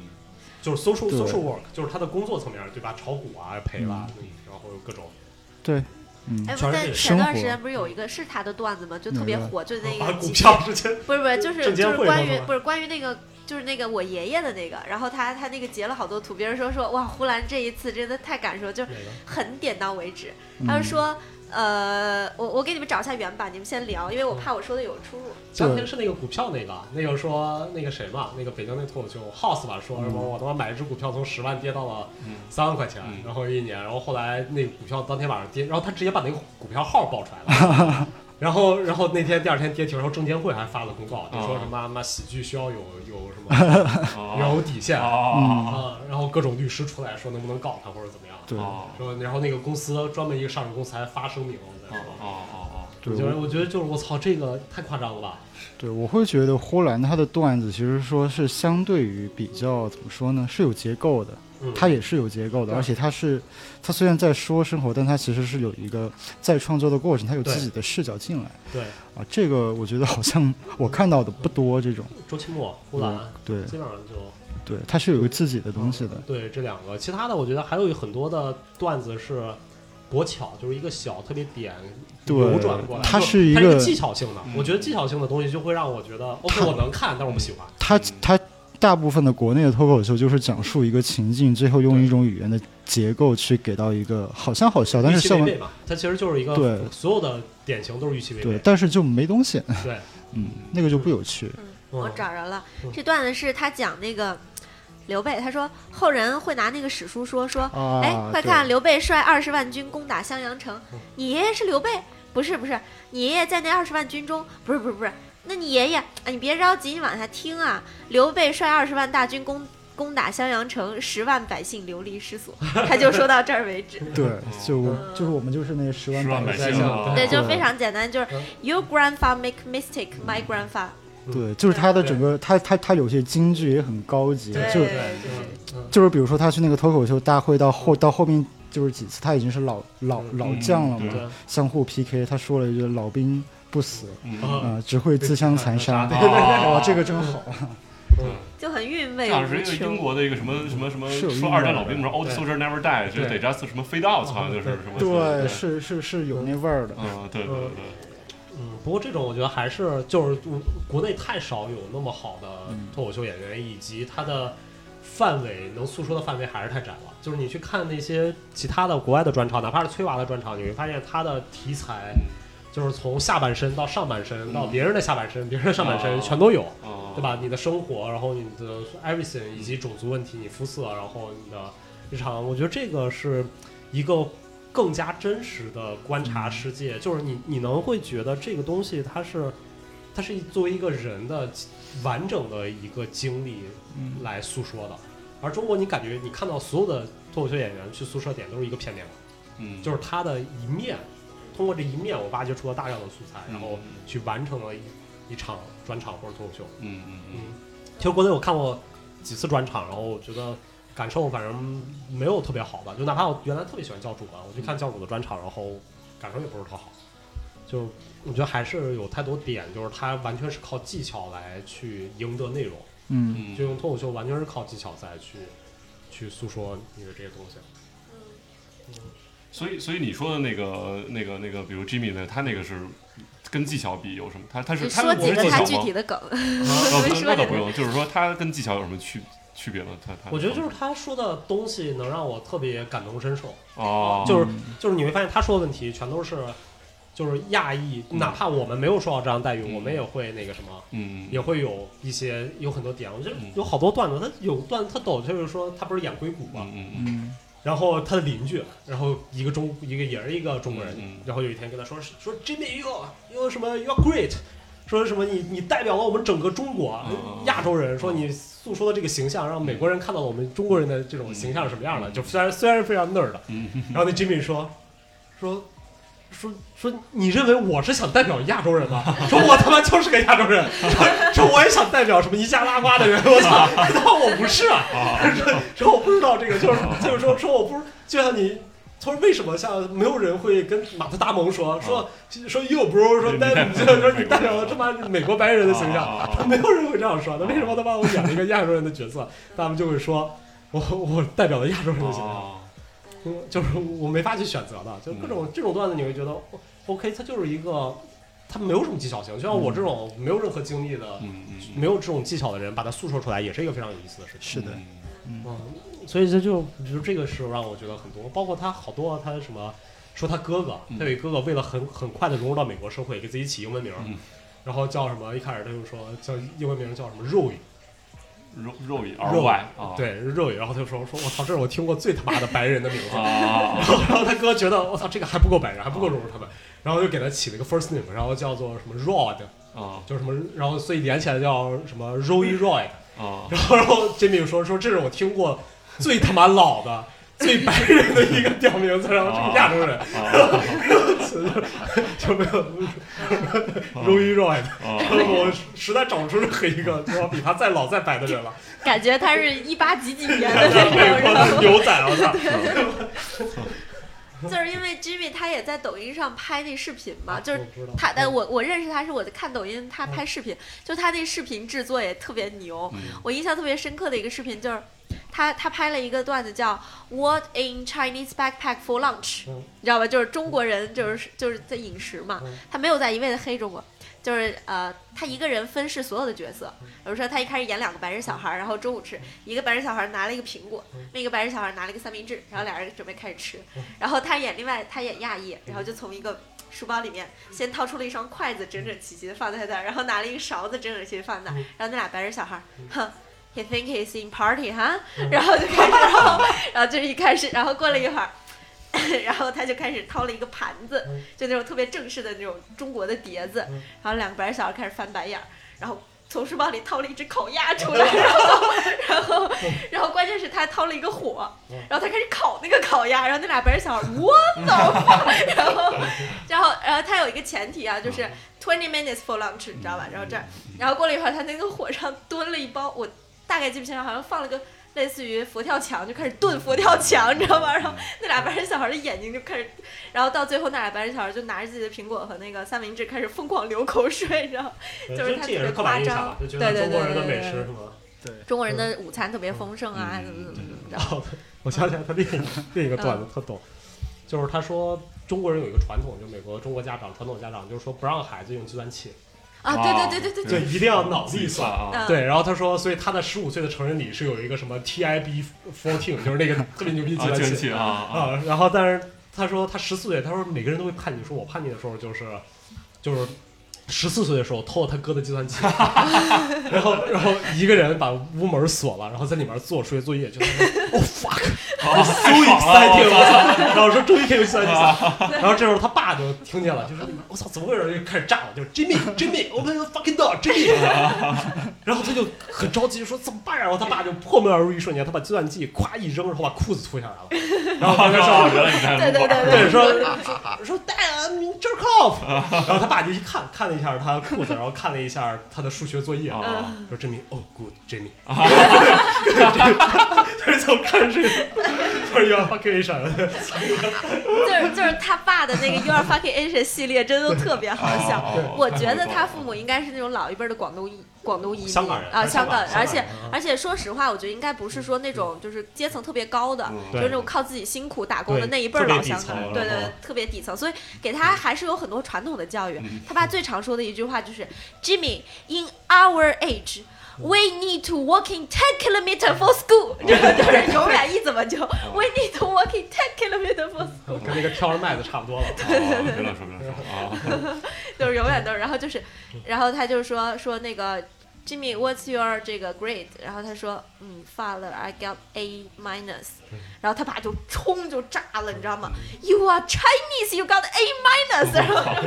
B: 就是 social
E: 对
B: social work，就是他的工作层面，对吧？炒股啊，赔了，然后各种
E: 对，嗯，
C: 哎，
B: 全
C: 不
B: 是
C: 但
B: 这
E: 个
C: 前段
E: 生
C: 时
E: 活
C: 间不是有一个是他的段子吗？就特别
E: 哪个
C: 火，就那
B: 把
C: 个
B: 股
C: 基
B: 票之 间
C: 不是不是，就是
B: 证监
C: 就是
B: 会
C: 关
B: 吗
C: 于不是关于那个就是那个我爷爷的那个，然后他他那个截了好多图，别人说说哇，呼兰这一次真的太敢说，就是
B: 哪个？
C: 很点到为止。
B: 嗯
C: 他是说，呃，我我给你们找一下原版，你们先聊，因为
B: 嗯
C: 我怕我说的有出入。
B: 前两天是那个股票那个，那个说那个谁嘛，那个北京那脱口秀 House 吧，说什么我他妈买一只股票从十万跌到了三万块钱，
D: 嗯
B: 然后一年，然后后来那个股票当天晚上跌，然后他直接把那个股票号报出来了。然后，然后那天第二天跌停，然后证监会还发了公告，就说什么妈妈喜剧需要有有什么
D: 啊
B: 有底线
D: 啊
B: 啊，然后各种律师出来说能不能告他或者怎么样，
E: 对
D: 啊
B: 说然后那个公司专门一个上市公司还发声明，我在
D: 啊
B: 说，
D: 啊
E: 对
B: 我觉得我觉得就是我操这个太夸张了吧，
E: 对，我会觉得呼兰他的段子其实说是相对于比较怎么说呢，是有结构的，
B: 嗯，
E: 它也是有结构的，
B: 对
E: 而且它是，它虽然在说生活，但它其实是有一个在创作的过程，它有
B: 对
E: 自己的视角进来
B: 对
E: 啊。这个我觉得好 像我看到的不多，这种
B: 周奇墨、呼兰，
E: 嗯对
B: 基本上就
E: 对，它是有一个自己的东西的。
B: 对这两个，其他的我觉得还有很多的段子是博巧，就是一个小特别点
E: 对
B: 扭转过来，
E: 它
B: 就是
E: 一
B: 它是
E: 个
B: 技巧性的，
D: 嗯
B: 我觉得技巧性的东西就会让我觉得 OK，
E: 它
B: 我能看，但是我不喜欢。
E: 它
D: 嗯
E: 它大部分的国内的脱口秀就是讲述一个情境，最后用
B: 对
E: 一种语言的结构去给到一个好像好笑，但
B: 预
E: 是
B: 期违
E: 效果
B: 背嘛，它其实就是一个
E: 对
B: 所有的典型都是预期违
E: 对
B: 背，。
E: 但是就没东西，
B: 对，
E: 嗯，那个就不有趣。
C: 我
B: 嗯
C: 找着了
B: 嗯，
C: 这段子是他讲那个刘备，他说后人会拿那个史书说说，
E: 啊
C: 哎，快
E: 对
C: 看刘备率二十万军攻打襄阳城
B: 嗯，
C: 你爷爷是刘备？不是不是，你爷爷在那二十万军中，不是不是不是，那你爷爷，啊你别着急，你往下听啊，刘备率二十万大军攻。攻打襄阳城，十万百姓流离失所，他就说到这儿为止。
E: 对，就
C: 嗯
E: 就是我们就是那
D: 十
E: 十
D: 万
E: 万
D: 百
E: 姓
D: 姓啊，
C: 对，就是非常简单，就是
B: 嗯
C: Your grandpa make mistake, my grandpa。
E: 对，就是他的整个，他他他有些京剧也很高级，
B: 对
E: 就
C: 对
B: 嗯
E: 就是比如说他去那个脱口秀大会到后到后面就是几次他已经是老老
B: 嗯
E: 老将了
D: 嗯
E: 嘛，
B: 对
E: 相互 PK，他说了一句“老兵不死，
D: 嗯
E: 啊、只会自相残杀”，
D: 对对对
E: 哇，这个真好，
B: 嗯
C: 就很韵味
D: 这好像
C: 无
D: 是一个英
C: 穷。
D: 国的一个什么什么什么
E: 是有
D: 说
E: 英
D: 二战
E: 文
D: 老兵什么 old
B: 对
D: soldier never die，就得
B: 对啊
D: 加次什么飞刀，好像就是什么
E: 对，是是是有那味儿的，
D: 嗯对对对，
B: 嗯，不过这种我觉得还是就是嗯国内太少有那么好的脱口秀演员，以及他的范围能诉说的范围还是太窄了。就是你去看那些其他的国外的专场，哪怕是崔娃的专场，你会发现他的题材就是从下半身到上半身，到别人的下半身、别人的上半身
D: 哦
B: 全都有，
D: 哦
B: 对吧？你的生活，然后你的 everything，以及种族问题、你肤色，然后你的日常，我觉得这个是一个更加真实的观
D: 嗯
B: 察世界，就是你你能会觉得这个东西它是它是作为一个人的完整的一个经历
F: 嗯
B: 来诉说的，而中国你感觉你看到所有的脱口秀演员去诉说点都是一个片面嘛，
D: 嗯，
B: 就是他的一面，通过这一面我挖掘出了大量的素材，然后
D: 嗯
B: 去完成了一一场专场或者脱口秀。
D: 嗯嗯嗯
B: 嗯，其实国内我看过几次专场，然后我觉得感受反正没有特别好吧，就哪怕我原来特别喜欢教主嘛，我去看教主的专场，然后感受也不是特好。就我觉得还是有太多点，就是他完全是靠技巧来去赢得内容，
F: 嗯，
D: 嗯，
B: 就用脱口秀完全是靠技巧在去去诉说你的这些东西。
D: 所以，所以你说的那个、那个、那个，比如 Jimmy 呢，他那个是跟技巧比有什么？他他是
C: 你
D: 他
C: 说
D: 我
C: 几
D: 是
C: 个
D: 技巧
C: 他
D: 吗？
C: 具体的梗，
D: 哦那
C: 说
D: 那
C: 几
D: 倒
C: 个
D: 不用，就是说他跟技巧有什么区区别吗？他他
B: 我觉得就是他说的东西能让我特别感同身受，
D: 哦，
B: 就是就是你会发现他说的问题全都是就是亚裔，
D: 嗯
B: 哪怕我们没有受到这样待遇，
D: 嗯
B: 我们也会那个什么。
D: 嗯
B: 也会有一些有很多点，我觉得
D: 嗯
B: 有好多段子，他有段子特逗，就是说他不是演硅谷嘛，
D: 嗯嗯
F: 嗯
B: 然后他的邻居，然后一个中一个也是一个中国人，
D: 嗯嗯
B: 然后有一天跟他说说 Jimmy you are- you are 什么 you are great，说什么你你代表了我们整个中国、
D: 嗯
B: 亚洲人，说你诉说的这个形象让美国人看到了我们中国人的这种形象是什么样的，
D: 嗯
B: 就虽然虽然是非常 nerd，的
D: 嗯
B: 然后那 Jimmy 说说。说说，你认为我是想代表亚洲人吗？说我他妈就是个亚洲人，说说我也想代表什么尼加拉瓜的 人，我操，他妈我不是啊，说说我不知道这个，就是
D: 啊
B: 就是说说我不是，就像你。他说：“为什么像没有人会跟马特·达蒙说说说 you bro 说
D: 啊你
B: 代
D: 代
B: 表 说你
D: 美国
B: 代表了这么美国白人的形象啊
D: 哦哦哦哦，
B: 没有人会这样说的。为什么他妈我演了一个亚洲人的角色，他们就会说我我代表了亚洲人的形象？
D: 哦，
B: 嗯就是我没法去选择的，就是各
D: 嗯
B: 种这种段子，你会觉得哦 OK，它就是一个它没有什么技巧性，就像我这种没有任何经历的、
D: 嗯嗯
B: 没有这种技巧的人，把它诉说出来，也是一个非常有意思的事情。”
E: 是的，
B: 嗯，所以这就就是这个是让我觉得很多，包括他好多他什么说他哥哥，
D: 嗯
B: 他有一哥哥为了很很快的融入到美国社会，给自己起英文名儿，
D: 嗯
B: 然后叫什么？一开始他就说叫英文名叫什么肉语，
D: 肉肉以而
B: 肉
D: 外啊，
B: 对肉语，然后他就说说我操，这是我听过最他妈的白人的名字。
D: 啊，
B: 然后他哥觉得我操这个还不够白人，还不够融入他们，然后就给他起了一个 first name，然后叫做什么 Rod，
D: 啊
B: 就是什么，然后所以连起来叫什么 Roy Roy。
D: 啊，
B: 然后然后 Jimmy 说说这是我听过最他妈老的、最白人的一个屌名字，然后是个亚洲人，就没有 Roy Roy 的。然后我实在找不出任何一个说比他再老再白的 人了，
C: 感觉他是一八几几年的那种，
B: 美国
C: 然
B: 的
C: 后
B: 牛仔，我操！
C: 就是因为 Jimmy 他也在抖音上拍那视频嘛，就是
B: 我不知道
C: 他，但
B: 嗯
C: 我我认识他是我在看抖音，他拍视频，就他那视频制作也特别牛。我印象特别深刻的一个视频就是，他他拍了一个段子叫 "What in Chinese backpack for lunch"，、
B: 嗯
C: 你知道吧？就是中国人就是就是在饮食嘛，
B: 嗯
C: 他没有在一味的黑中国，就是呃，他一个人分饰所有的角色。
B: 嗯
C: 比如说他一开始演两个白人小孩儿，然后中午吃，一个白人小孩儿拿了一个苹果，
B: 嗯
C: 另一个白人小孩儿拿了一个三明治，然后俩人准备开始吃，然后他演另外他演亚裔，
B: 嗯
C: 然后就从一个。书包里面先掏出了一双筷子，整整齐齐的放在那儿，然后拿了一个勺子，整整齐齐地放在那儿
B: 嗯，
C: 然后那俩白人小孩儿，哼，he think he's in party 哈、 然后就开始，然后然后就是一开始，然后过了一会儿，然后他就开始掏了一个盘子
B: 嗯，
C: 就那种特别正式的那种中国的碟子
B: 嗯，
C: 然后两个白人小孩开始翻白眼儿，然后。从书包里掏了一只烤鸭出来，然后，然后，然后，关键是他还掏了一个火，然后他开始烤那个烤鸭，然后那俩白人小孩我操，然后，然后，然后他有一个前提啊，就是 twenty minutes for lunch，你知道吧？然后这儿，然后过了一会儿，他那个火上蹲了一包，我大概记不清了，好像放了个类似于佛跳墙，就开始炖佛跳墙，你知道吗？然后那俩白人小孩的眼睛就开始，然后到最后那俩白人小孩就拿着自己的苹果和那个三明治开始疯狂流口水，你知道吗？
B: 对
C: 就是他
B: 这也
C: 特别
B: 是刻板印
C: 夸
B: 象
C: 张
B: 吧，就觉
C: 对
B: 得
C: 对
B: 中国人的
C: 对对
B: 美
C: 对
B: 食
C: 对
B: 是吗？
C: 中国人的
B: 嗯
C: 午餐特别丰盛啊，
D: 嗯
C: 怎么怎么怎么着
B: 然。后哦我想起来他另一个另一个段子特逗，就是他说中国人有一个传统，就美国中国家长传统家长就是说不让孩子用计算器，
C: 啊，对对对对对
B: 对，一定要脑子一
D: 计算
B: 嗯算。
D: 啊，
C: 嗯
B: 对，然后他说，所以他的十五岁的成人礼是有一个什么 TIB fourteen，就是那个特别牛逼的
D: 啊，
B: 计算
D: 计算
B: 器
D: 器啊啊，
B: 啊。然后，但是他说他十四岁，他说每个人都会叛逆，说我叛逆的时候就是就是十四岁的时候偷了他哥的计算器，然后然后一个人把屋门锁了，然后在里面做数学作业，就在那说 哦 fuck，
D: 啊
B: 终于
D: 太爽
B: 三
D: 了
B: 天了， 然后说终于可以有计算器
D: 啊
B: 了。 然后这时候他爸就听见了，就说我操，怎么回事？就开始炸了，就 Jimmy Jimmy open the fucking door Jimmy。然后他就很着急说怎么办呀？然后他爸就破门而入一瞬间，他把计算器咵一扔，然后把裤子脱下来了，然后他就
D: 啊
B: 上
D: 原来你在
C: 对对对
B: 对，说说说 Dad, I'm jerk off，然后他爸就一看，看了一下他裤子，然后看了一下他的数学作业，
D: 啊
B: 说 Jimmy，哦，good Jimmy，就是从看这个，就是 you are fucking Asian，
C: 就是就是他爸的那个 You Are Fucking Asian 系列，真的特别好笑。
B: 哦
C: 我觉得他父母应该是那种老一辈的广东移广东移民
B: 香港人
C: 啊，香
B: 香港人
C: 港人，而且
B: 香港人啊
C: 而且说实话，我觉得应该不是说那种就是阶层特别高的，
D: 嗯
C: 就是那种靠自己辛苦打工的
B: 对
C: 那一辈儿
B: 特别
C: 老
B: 底
C: 香
B: 层
C: 港人，
B: 然
C: 对对
B: 后
C: 对，特别底层，所以给他还是有很多传统的教育
D: 嗯。
C: 他爸最常说的一句话就是：“Jimmy，in our age。” We need to walking ten kilometer for school，这
D: 嗯
C: 个 就是永远一怎么就 We need to walking ten kilometer for school。
B: 跟那个飘着麦子差不多了。
D: 别乱说，别乱说啊！
C: 就是永远都是，然后就是，然后他就说说那个 Jimmy，What's your 这个 grade？然后他说，嗯，Father，I got A minus。然后他爸就冲就炸了，你知道吗？You are Chinese，you got A minus。然后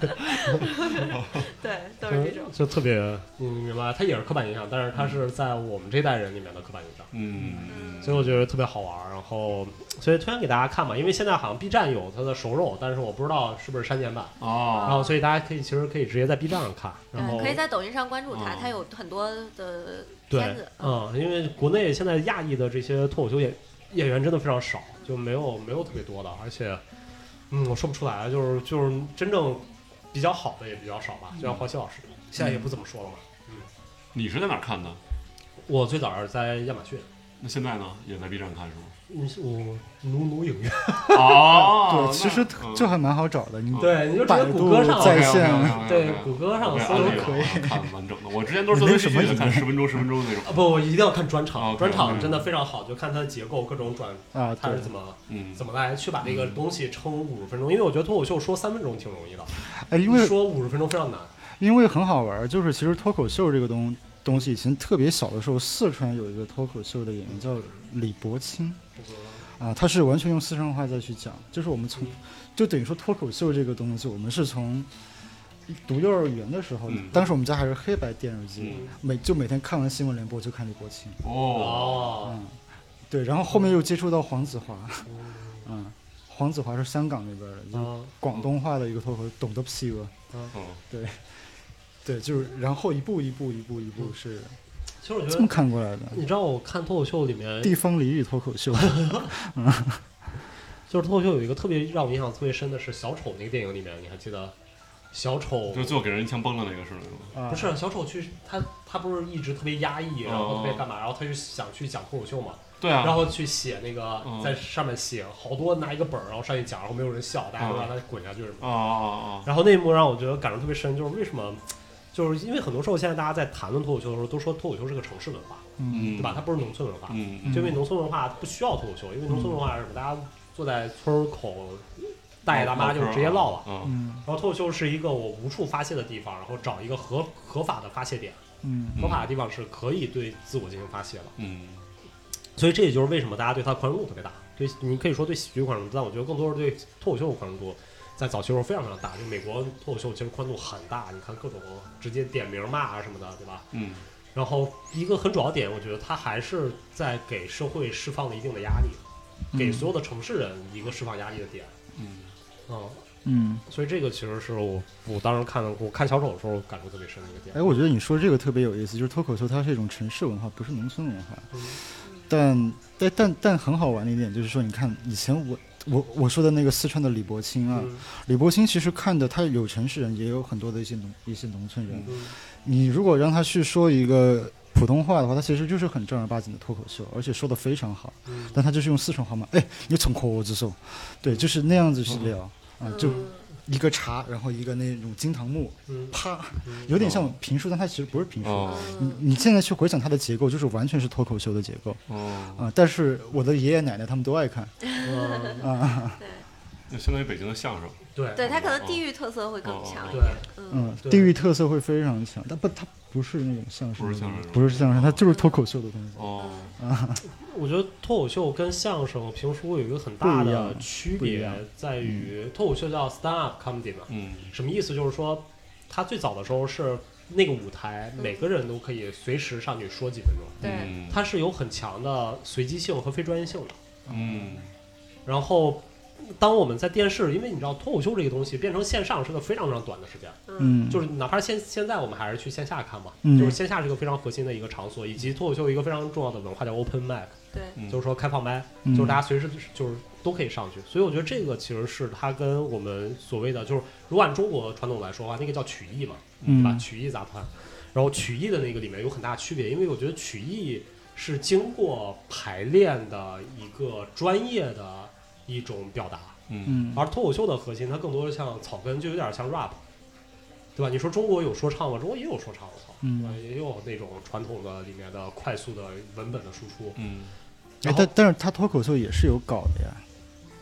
C: 就是，对，都是这种。
B: 就特别，嗯，明白，他也是刻板印象，但是他是在我们这代人里面的刻板印象，
D: 嗯，
B: 所以我觉得特别好玩儿。然后，所以推荐给大家看吧，因为现在好像 B 站有它的熟肉，但是我不知道是不是删减版。然
D: 哦，
B: 后，所以大家可以其实可以直接在 B 站上看，然后
C: 嗯，可以在抖音上关注他，
D: 嗯
C: 他有很多的
B: 对
C: 片子，。
B: 嗯，因为国内现在亚裔的这些脱口秀演演员真的非常少，就没有没有特别多的，而且，嗯，我说不出来，就是就是真正比较好的也比较少吧，就像黄西老师，现在也不怎么说了嘛。
D: 你是在哪看的？
B: 我最早是在亚马逊，
D: 那现在呢？也在 B 站看是吗？
B: 嗯，我努努影院，
D: 哦
E: 对，，其实就还蛮好找的。你
B: 对，你就直接
E: 百
B: 谷歌
E: 度
B: 上，嗯
E: 在线
B: 对，谷歌上搜
E: 安利
B: 啊
E: 了
D: 看完整的。我之前都是搜搜剧的，看十分钟、十分钟那种。
B: 啊不，我一定要看专场，
D: OK，
B: 专场
D: OK
B: 真的非常好，就看它的结构，各种转，
E: 啊，
B: 它
E: 对
B: 是，怎么
D: 嗯，
B: 怎么来去把这个东西撑五十分钟，因为我觉得脱口秀说三分钟挺容易的，
E: 哎，因为
B: 说五十分钟非常难。
E: 因为很好玩儿，就是其实脱口秀这个东东西，以前特别小的时候，四川有一个脱口秀的演员叫李伯清，啊，他是完全用四川话再去讲，就是我们从，就等于说脱口秀这个东西，我们是从读幼儿园的时候，
D: 嗯
E: 当时我们家还是黑白电视机，
D: 嗯
E: 每就每天看完新闻联播就看李伯清，
D: 哦，
B: 哦，
E: 嗯，对，然后后面又接触到黄子华，嗯，黄子华是香港那边的，就是
D: 哦
B: 嗯
E: 广东话的一个脱口，懂得屁吧？对，对，就是然后一步一步一步一步是
B: 其实我觉
E: 嗯这
B: 得，
E: 么看过来的。
B: 你知道我看脱口秀里面，
E: 地方俚语脱口 秀，啊
B: 就是脱口秀有一个特别让我印象特别深的是小丑那个电影里面，你还记得小丑？
D: 就最后给人一枪崩了那个是吗？
E: 啊
B: 不是小丑去他他不是一直特别压抑，然后特别干嘛，然后他就想去讲脱口秀嘛，
D: 对啊，
B: 然后去写那个
D: 嗯
B: 在上面写好多拿一个本儿，然后上去讲，然后没有人笑，大家都让他滚下去什么的。
D: 啊啊啊，
B: 然后那一幕让我觉得感受特别深，就是为什么，就是因为很多时候现在大家在谈论脱口秀的时候，都说脱口秀是个城市文化，
D: 嗯，
B: 对吧？它？不是农村文化，
D: 嗯
B: 就因为农村文化不需要脱口秀，因为农村文化是什么？大家坐在村儿口，大爷大妈就直接唠了。
D: 嗯
E: 嗯
B: 然后脱口秀是一个我无处发泄的地方，然后找一个合合法的发泄点，
E: 嗯
B: 合法的地方是可以对自我进行发泄的。
D: 嗯
B: 所以这也就是为什么大家对它的宽容度特别大。对，你可以说对喜剧宽容度，但我觉得更多是对脱口秀的宽容度，在早期时候非常非常大。就美国脱口秀其实宽度很大，你看各种直接点名骂啊什么的，对吧？
D: 嗯
B: 然后一个很主要点，我觉得它还是在给社会释放了一定的压力，给所有的城市人一个释放压力的点。
D: 嗯，
B: 嗯，
E: 嗯，
B: 所以这个其实是我我当时看的，我看小丑的时候感受特别深的一个点
E: 哎，。我觉得你说这个特别有意思，就是脱口秀它是一种城市文化，不是农村文化。
B: 嗯
E: 但但但但很好玩的一点就是说，你看以前我我我说的那个四川的李伯清啊，
B: 嗯
E: 李伯清其实看的他有城市人，也有很多的一些农一些农村人。
B: 嗯
E: 你如果让他去说一个普通话的话，他其实就是很正儿八经的脱口秀，而且说的非常好。
B: 嗯
E: 但他就是用四川话嘛，哎，你从口子说，对，就是那样子去聊、啊，就
C: 嗯
E: 一个茶，然后一个那种金堂木，
B: 嗯
E: 啪，有点像评书，但它其实不是评书。
D: 哦
E: 你你现在去回想它的结构，就是完全是脱口秀的结构
D: 哦，
E: 啊、但是我的爷爷奶奶他们都爱看，
B: 嗯，
D: 就相当于北京的相声。
B: 对
C: 对，它可能地域特色会更
D: 哦
C: 强一
B: 对
C: 点。嗯，
E: 嗯，
B: 对
E: 地域特色会非常强，但不，它不是那种相声
D: 不
E: 的
D: 是相
E: 东西，
D: 声
E: 不是相声，它就是脱口秀的东西。
D: 哦，
B: 我觉得脱口秀跟相声、评书有一个很大
E: 不
B: 的
E: 一样
B: 区
E: 不一
B: 别
E: 样，
B: 在于脱口秀叫 stand up comedy 嘛，
D: 嗯
B: 什么意思？就是说，他最早的时候是那个舞台，每个人都可以随时上去说几分钟，
C: 对，
D: 嗯
B: 它是有很强的随机性和非专业性的。
D: 嗯
B: 然后，当我们在电视，因为你知道脱口秀这个东西变成线上是个非常非常短的时间，
E: 嗯，
B: 就是哪怕现现在我们还是去线下看嘛，
E: 嗯
B: 就是线下是一个非常核心的一个场所，以及脱口秀一个非常重要的文化叫 open mic，
C: 对，
D: 嗯
B: 就是说开放麦，
E: 嗯
B: 就是大家随时就是都可以上去。所以我觉得这个其实是它跟我们所谓的就是，如果按中国传统来说的话，那个叫曲艺嘛，对吧？
E: 嗯
B: 曲艺杂谈，然后曲艺的那个里面有很大区别，因为我觉得曲艺是经过排练的一个专业的一种表达，
D: 嗯
E: 嗯
B: 而脱口秀的核心它更多像草根，就有点像 rap。对吧？你说中国有说唱吗？中国也有说唱，我操，
E: 嗯
B: 对吧也有那种传统的里面的快速的文本的输出。
D: 嗯
E: 哎
B: 然后
E: 但但是它脱口秀也是有稿的呀，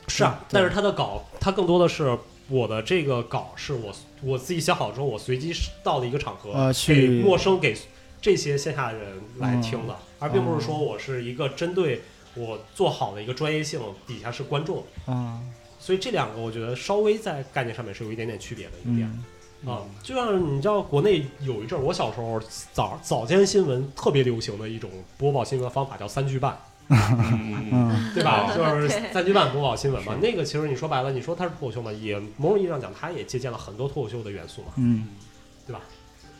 B: 是啊，
E: 嗯对
B: 但是他的稿，他更多的是我的这个稿是我我自己写好之后，我随机到的一个场合，
E: 啊
B: 给
E: 去嗯
B: 陌生给这些线下人来听的，而并不是说我是一个针对我做好的一个专业性，底下是观众，
E: 啊，
B: 所以这两个我觉得稍微在概念上面是有一点点区别的一个点。
E: 嗯
B: 啊，就像你知道，国内有一阵儿，我小时候早早间新闻特别流行的一种播报新闻方法叫三句半，
D: 嗯嗯
E: 嗯
B: 对吧？
D: 嗯
B: 就是
C: 对
B: 三句半播报新闻嘛
D: 是。
B: 那个其实你说白了，你说它是脱口秀嘛，也某种意义上讲，它也借鉴了很多脱口秀的元素嘛。
E: 嗯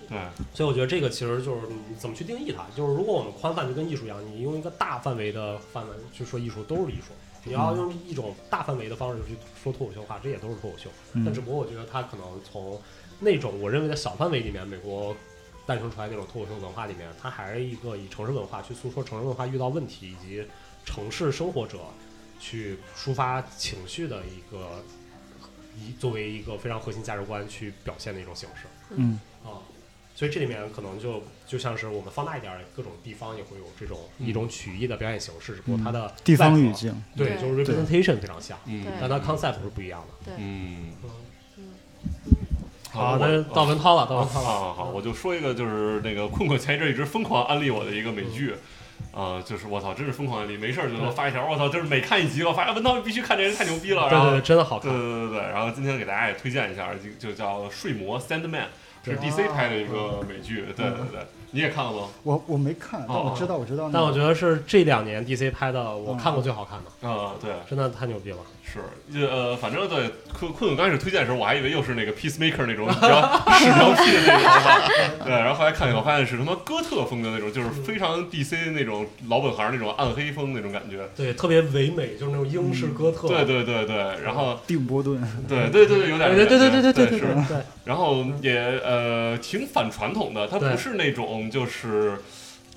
D: 对，
B: 所以我觉得这个其实就是你怎么去定义它。就是如果我们宽泛，就跟艺术一样，你用一个大范围的范围去说艺术都是艺术。你要用一种大范围的方式去说脱口秀的话，这也都是脱口秀。
E: 嗯
B: 但只不过我觉得它可能从那种我认为的小范围里面，美国诞生出来那种脱口秀文化里面，它还是一个以城市文化去诉说城市文化遇到问题以及城市生活者去抒发情绪的一个一作为一个非常核心价值观去表现的一种形式
E: 嗯
B: 啊。所以这里面可能就就像是我们放大一点儿，各种地方也会有这种
D: 嗯
B: 一种曲艺的表演形式，只不过它的
E: 嗯地方
B: 外
E: 语
B: 壳
E: 境，
B: 对，就是 representation 非常像，
D: 嗯，
B: 但它 concept 是不一样的。
D: 嗯
B: 嗯，
D: 我
B: 好，那到文涛了，到
D: 好
B: 文涛
D: 好
B: 了。
D: 好好，我就说一个，就是那个困困前一阵一直疯狂安利我的一个美
B: 嗯
D: 剧，啊、就是我操，真是疯狂安利，没事儿就给我发一条，我操，就是每看一集我发现文涛你必须看这人太牛逼
B: 对
D: 了，然后嗯
B: 对对，真的好
D: 对
B: 看。
D: 对对对，然后今天给大家也推荐一下，就就叫《睡魔 Sandman》，是 DC 拍的一个美剧，对对对，你也看了吗？
E: 我我没看，但
D: 哦
E: 我知道我知道那个，
B: 但我觉得是这两年 DC 拍的，我看过最好看的，
D: 啊、对，
B: 真的太牛逼了。
D: 是，呃，反正对困困刚开始推荐的时候，我还以为又是那个 Peacemaker 那种比较屎尿屁的那种是吧，对，然后后来看见我发现是他妈哥特风的那种，就是非常 DC 那种老本行那种暗黑风那种感觉。
B: 对，特别唯美，就是那种英式哥特。
D: 对对对对，然后
E: 定 波顿，
D: 对对对对，有点
B: 对对对对对
D: 对
B: 对
D: 是，
B: 对，
D: 然后也呃挺反传统的，它
B: 对
D: 不是那种就是。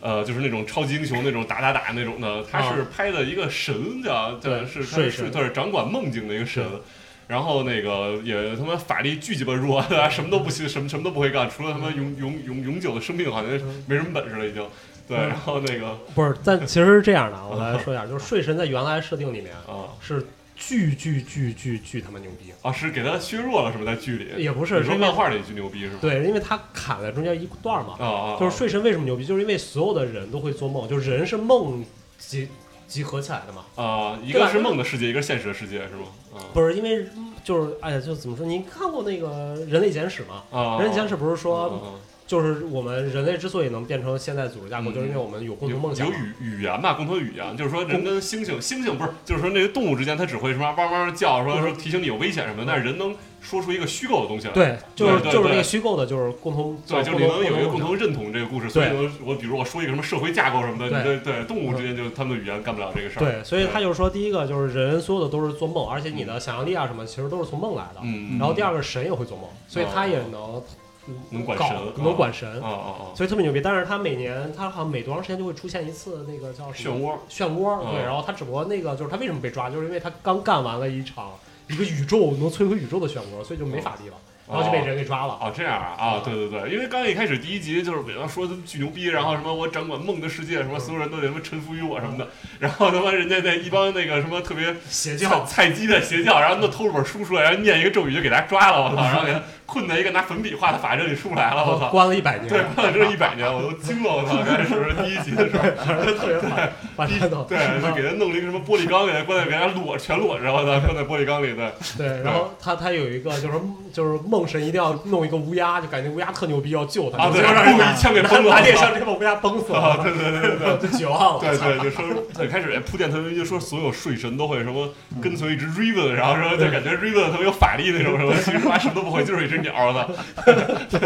D: 呃，就是那种超级英雄那种打打打那种的，他
B: 啊
D: 是拍的一个神叫
B: 对
D: 叫是他
B: 睡
D: 是
B: 神
D: 他是掌管梦境的一个神
B: 对，
D: 然后那个也他妈法力巨鸡巴弱，对 吧？什么都不行，什么什么都不会干，除了他妈永永永永久的生病，好像没什么本事了已经。对，
B: 嗯
D: 然后那个
B: 不是，但其实是这样的，啊我来说一下，就是睡神在原来设定里面
D: 啊
B: 是巨巨巨巨巨他妈牛逼，
D: 啊是给他削弱了是吗？在剧里
B: 也不是
D: 你说
B: 是因为
D: 漫画里巨牛逼是吗？
B: 对，因为他砍了中间一段嘛，
D: 啊啊，啊
B: 就是睡神为什么牛逼，就是因为所有的人都会做梦，就是人是梦集集合起来的嘛，
D: 啊，一
B: 对吧
D: 个是梦的世界，一个是现实的世界是吗？啊
B: 不是因为就是哎呀，就怎么说，你看过那个《人类简史》吗？
D: 啊，
B: 《人类简史》不是说
D: 啊啊啊
B: 就是我们人类之所以能变成现在组织架构，
D: 嗯
B: 就是因为我们有共
D: 有
B: 同梦想
D: 有。语语言吧，共同语言，就是说人跟猩猩，猩猩不是，就是说那个动物之间，它只会什么汪汪叫，说说提醒你有危险什么的，但是人能说出一个虚构的东西来。
B: 对，就是
D: 对对
B: 就是那
D: 对
B: 个虚构的，就是共同
D: 对，就是
B: 共
D: 你
B: 同
D: 能有一个
B: 共
D: 共
B: 同
D: 同认同这个故事，所以
B: 对
D: 说我比如我说一个什么社会架构什么的，你
B: 对
D: 这对动物之间就他们的语言干不了这个事儿。
B: 对，所以他
D: 就
B: 就是说，第一个就是人所有的都是做梦，而且你的想象力啊什么，其实都是从梦来的。
D: 嗯，
B: 然后第二个神也会做梦，所以他也能
D: 能管
B: 搞
D: 神
B: 能管神
D: 啊，啊啊，
B: 所以特别牛逼。但是他每年他好像每多长时间就会出现一次那个叫什
D: 漩
B: 么
D: 涡
B: 漩涡，
D: 嗯
B: 对。然后他只不过那个就是他为什么被抓，就是因为他刚干完了一场一个宇宙能摧毁宇宙的漩涡，所以就没法力了，然后就被人给抓了。
D: 哦，这样啊，啊，对对对，因为刚一开始第一集就是伟王说他们巨牛逼，然后什么我掌管梦的世界，
B: 嗯
D: 什么所有人都得他妈臣服于我什么的，然后他妈人家那一帮那个什么特别
B: 邪
D: 菜
B: 教，
D: 菜鸡的邪教， 然后他们偷着本书出来，然后念一个咒语就给他抓了，我
B: 嗯
D: 操，然后给他困在一个拿粉笔画的法阵里出不来了，我 操。
B: 关了一百
D: 对
B: 年，，
D: 看了这一百年，我都惊 了！我操，刚开始是第一集的时候，
B: 特别 烦，把
D: 第一
B: 战斗
D: 对，就给他弄了一个什么玻璃缸，给他关在给他裸全裸着，我操，关在玻璃缸里 的，
B: 对，然后他他有一个就是就是梦神一定要弄一个乌鸦，就感觉乌鸦特牛逼，要救他
D: 啊，对，
B: 结果
D: 然
B: 让
D: 后
B: 人
D: 用一枪给崩了，
B: 拿脸上这把乌鸦崩死
D: 啊，
B: 了，
D: 对对对 对对。
B: 就绝望了。
D: 对对，就说最开始哎铺垫特别就说所有睡神都会什么
B: 嗯
D: 跟随一只 Raven，然后说就感觉 Raven 特别有法力那种什么，其实他妈什么都不会，就是一只鸟的， 是，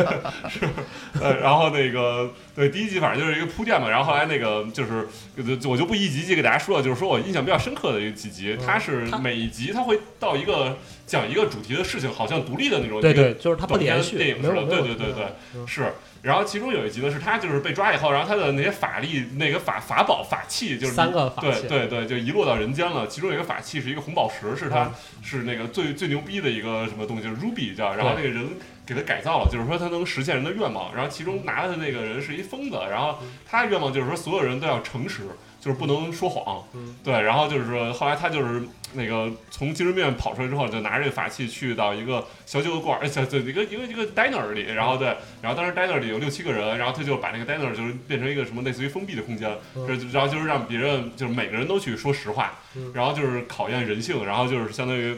D: 呃，然后那个对第一集反正就是一个铺垫嘛，然后后来那个就是就就我就不一集集给大家说了，就是说我印象比较深刻的一几集，
B: 嗯
D: 它是每一集它会到一个讲一个主题的事情，好像独立的那种
B: 对
D: 一个
B: 对，就是它不
D: 短片
B: 连续，
D: 电影
B: 没有
D: 似的，
B: 没
D: 对
B: 有
D: 对对对，
B: 嗯
D: 是。然后其中有一集呢，是他就是被抓以后，然后他的那些法力、那个法法宝、法器，就是
B: 三个法器
D: 对对对，就遗落到人间了。其中有一个法器是一个红宝石，是
B: 嗯
D: 他、是那个最最牛逼的一个什么东西，就是 Ruby 叫，然后那个人给他改造了，就是说他能实现人的愿望。然后其中拿的那个人是一疯子，然后他的愿望就是说所有人都要诚实，就是不能说谎。
B: 嗯
D: 对，然后就是说后来他就是那个从精神病院跑出来之后，就拿着这个法器去到一个小酒馆，小就一个一个一个 diner 里，然后对，然后当时 diner 里有六七个人，然后他就把那个 diner 就是变成一个什么类似于封闭的空间，
B: 嗯
D: 这然后就是让别人就是每个人都去说实话
B: 嗯，
D: 然后就是考验人性，然后就是相当于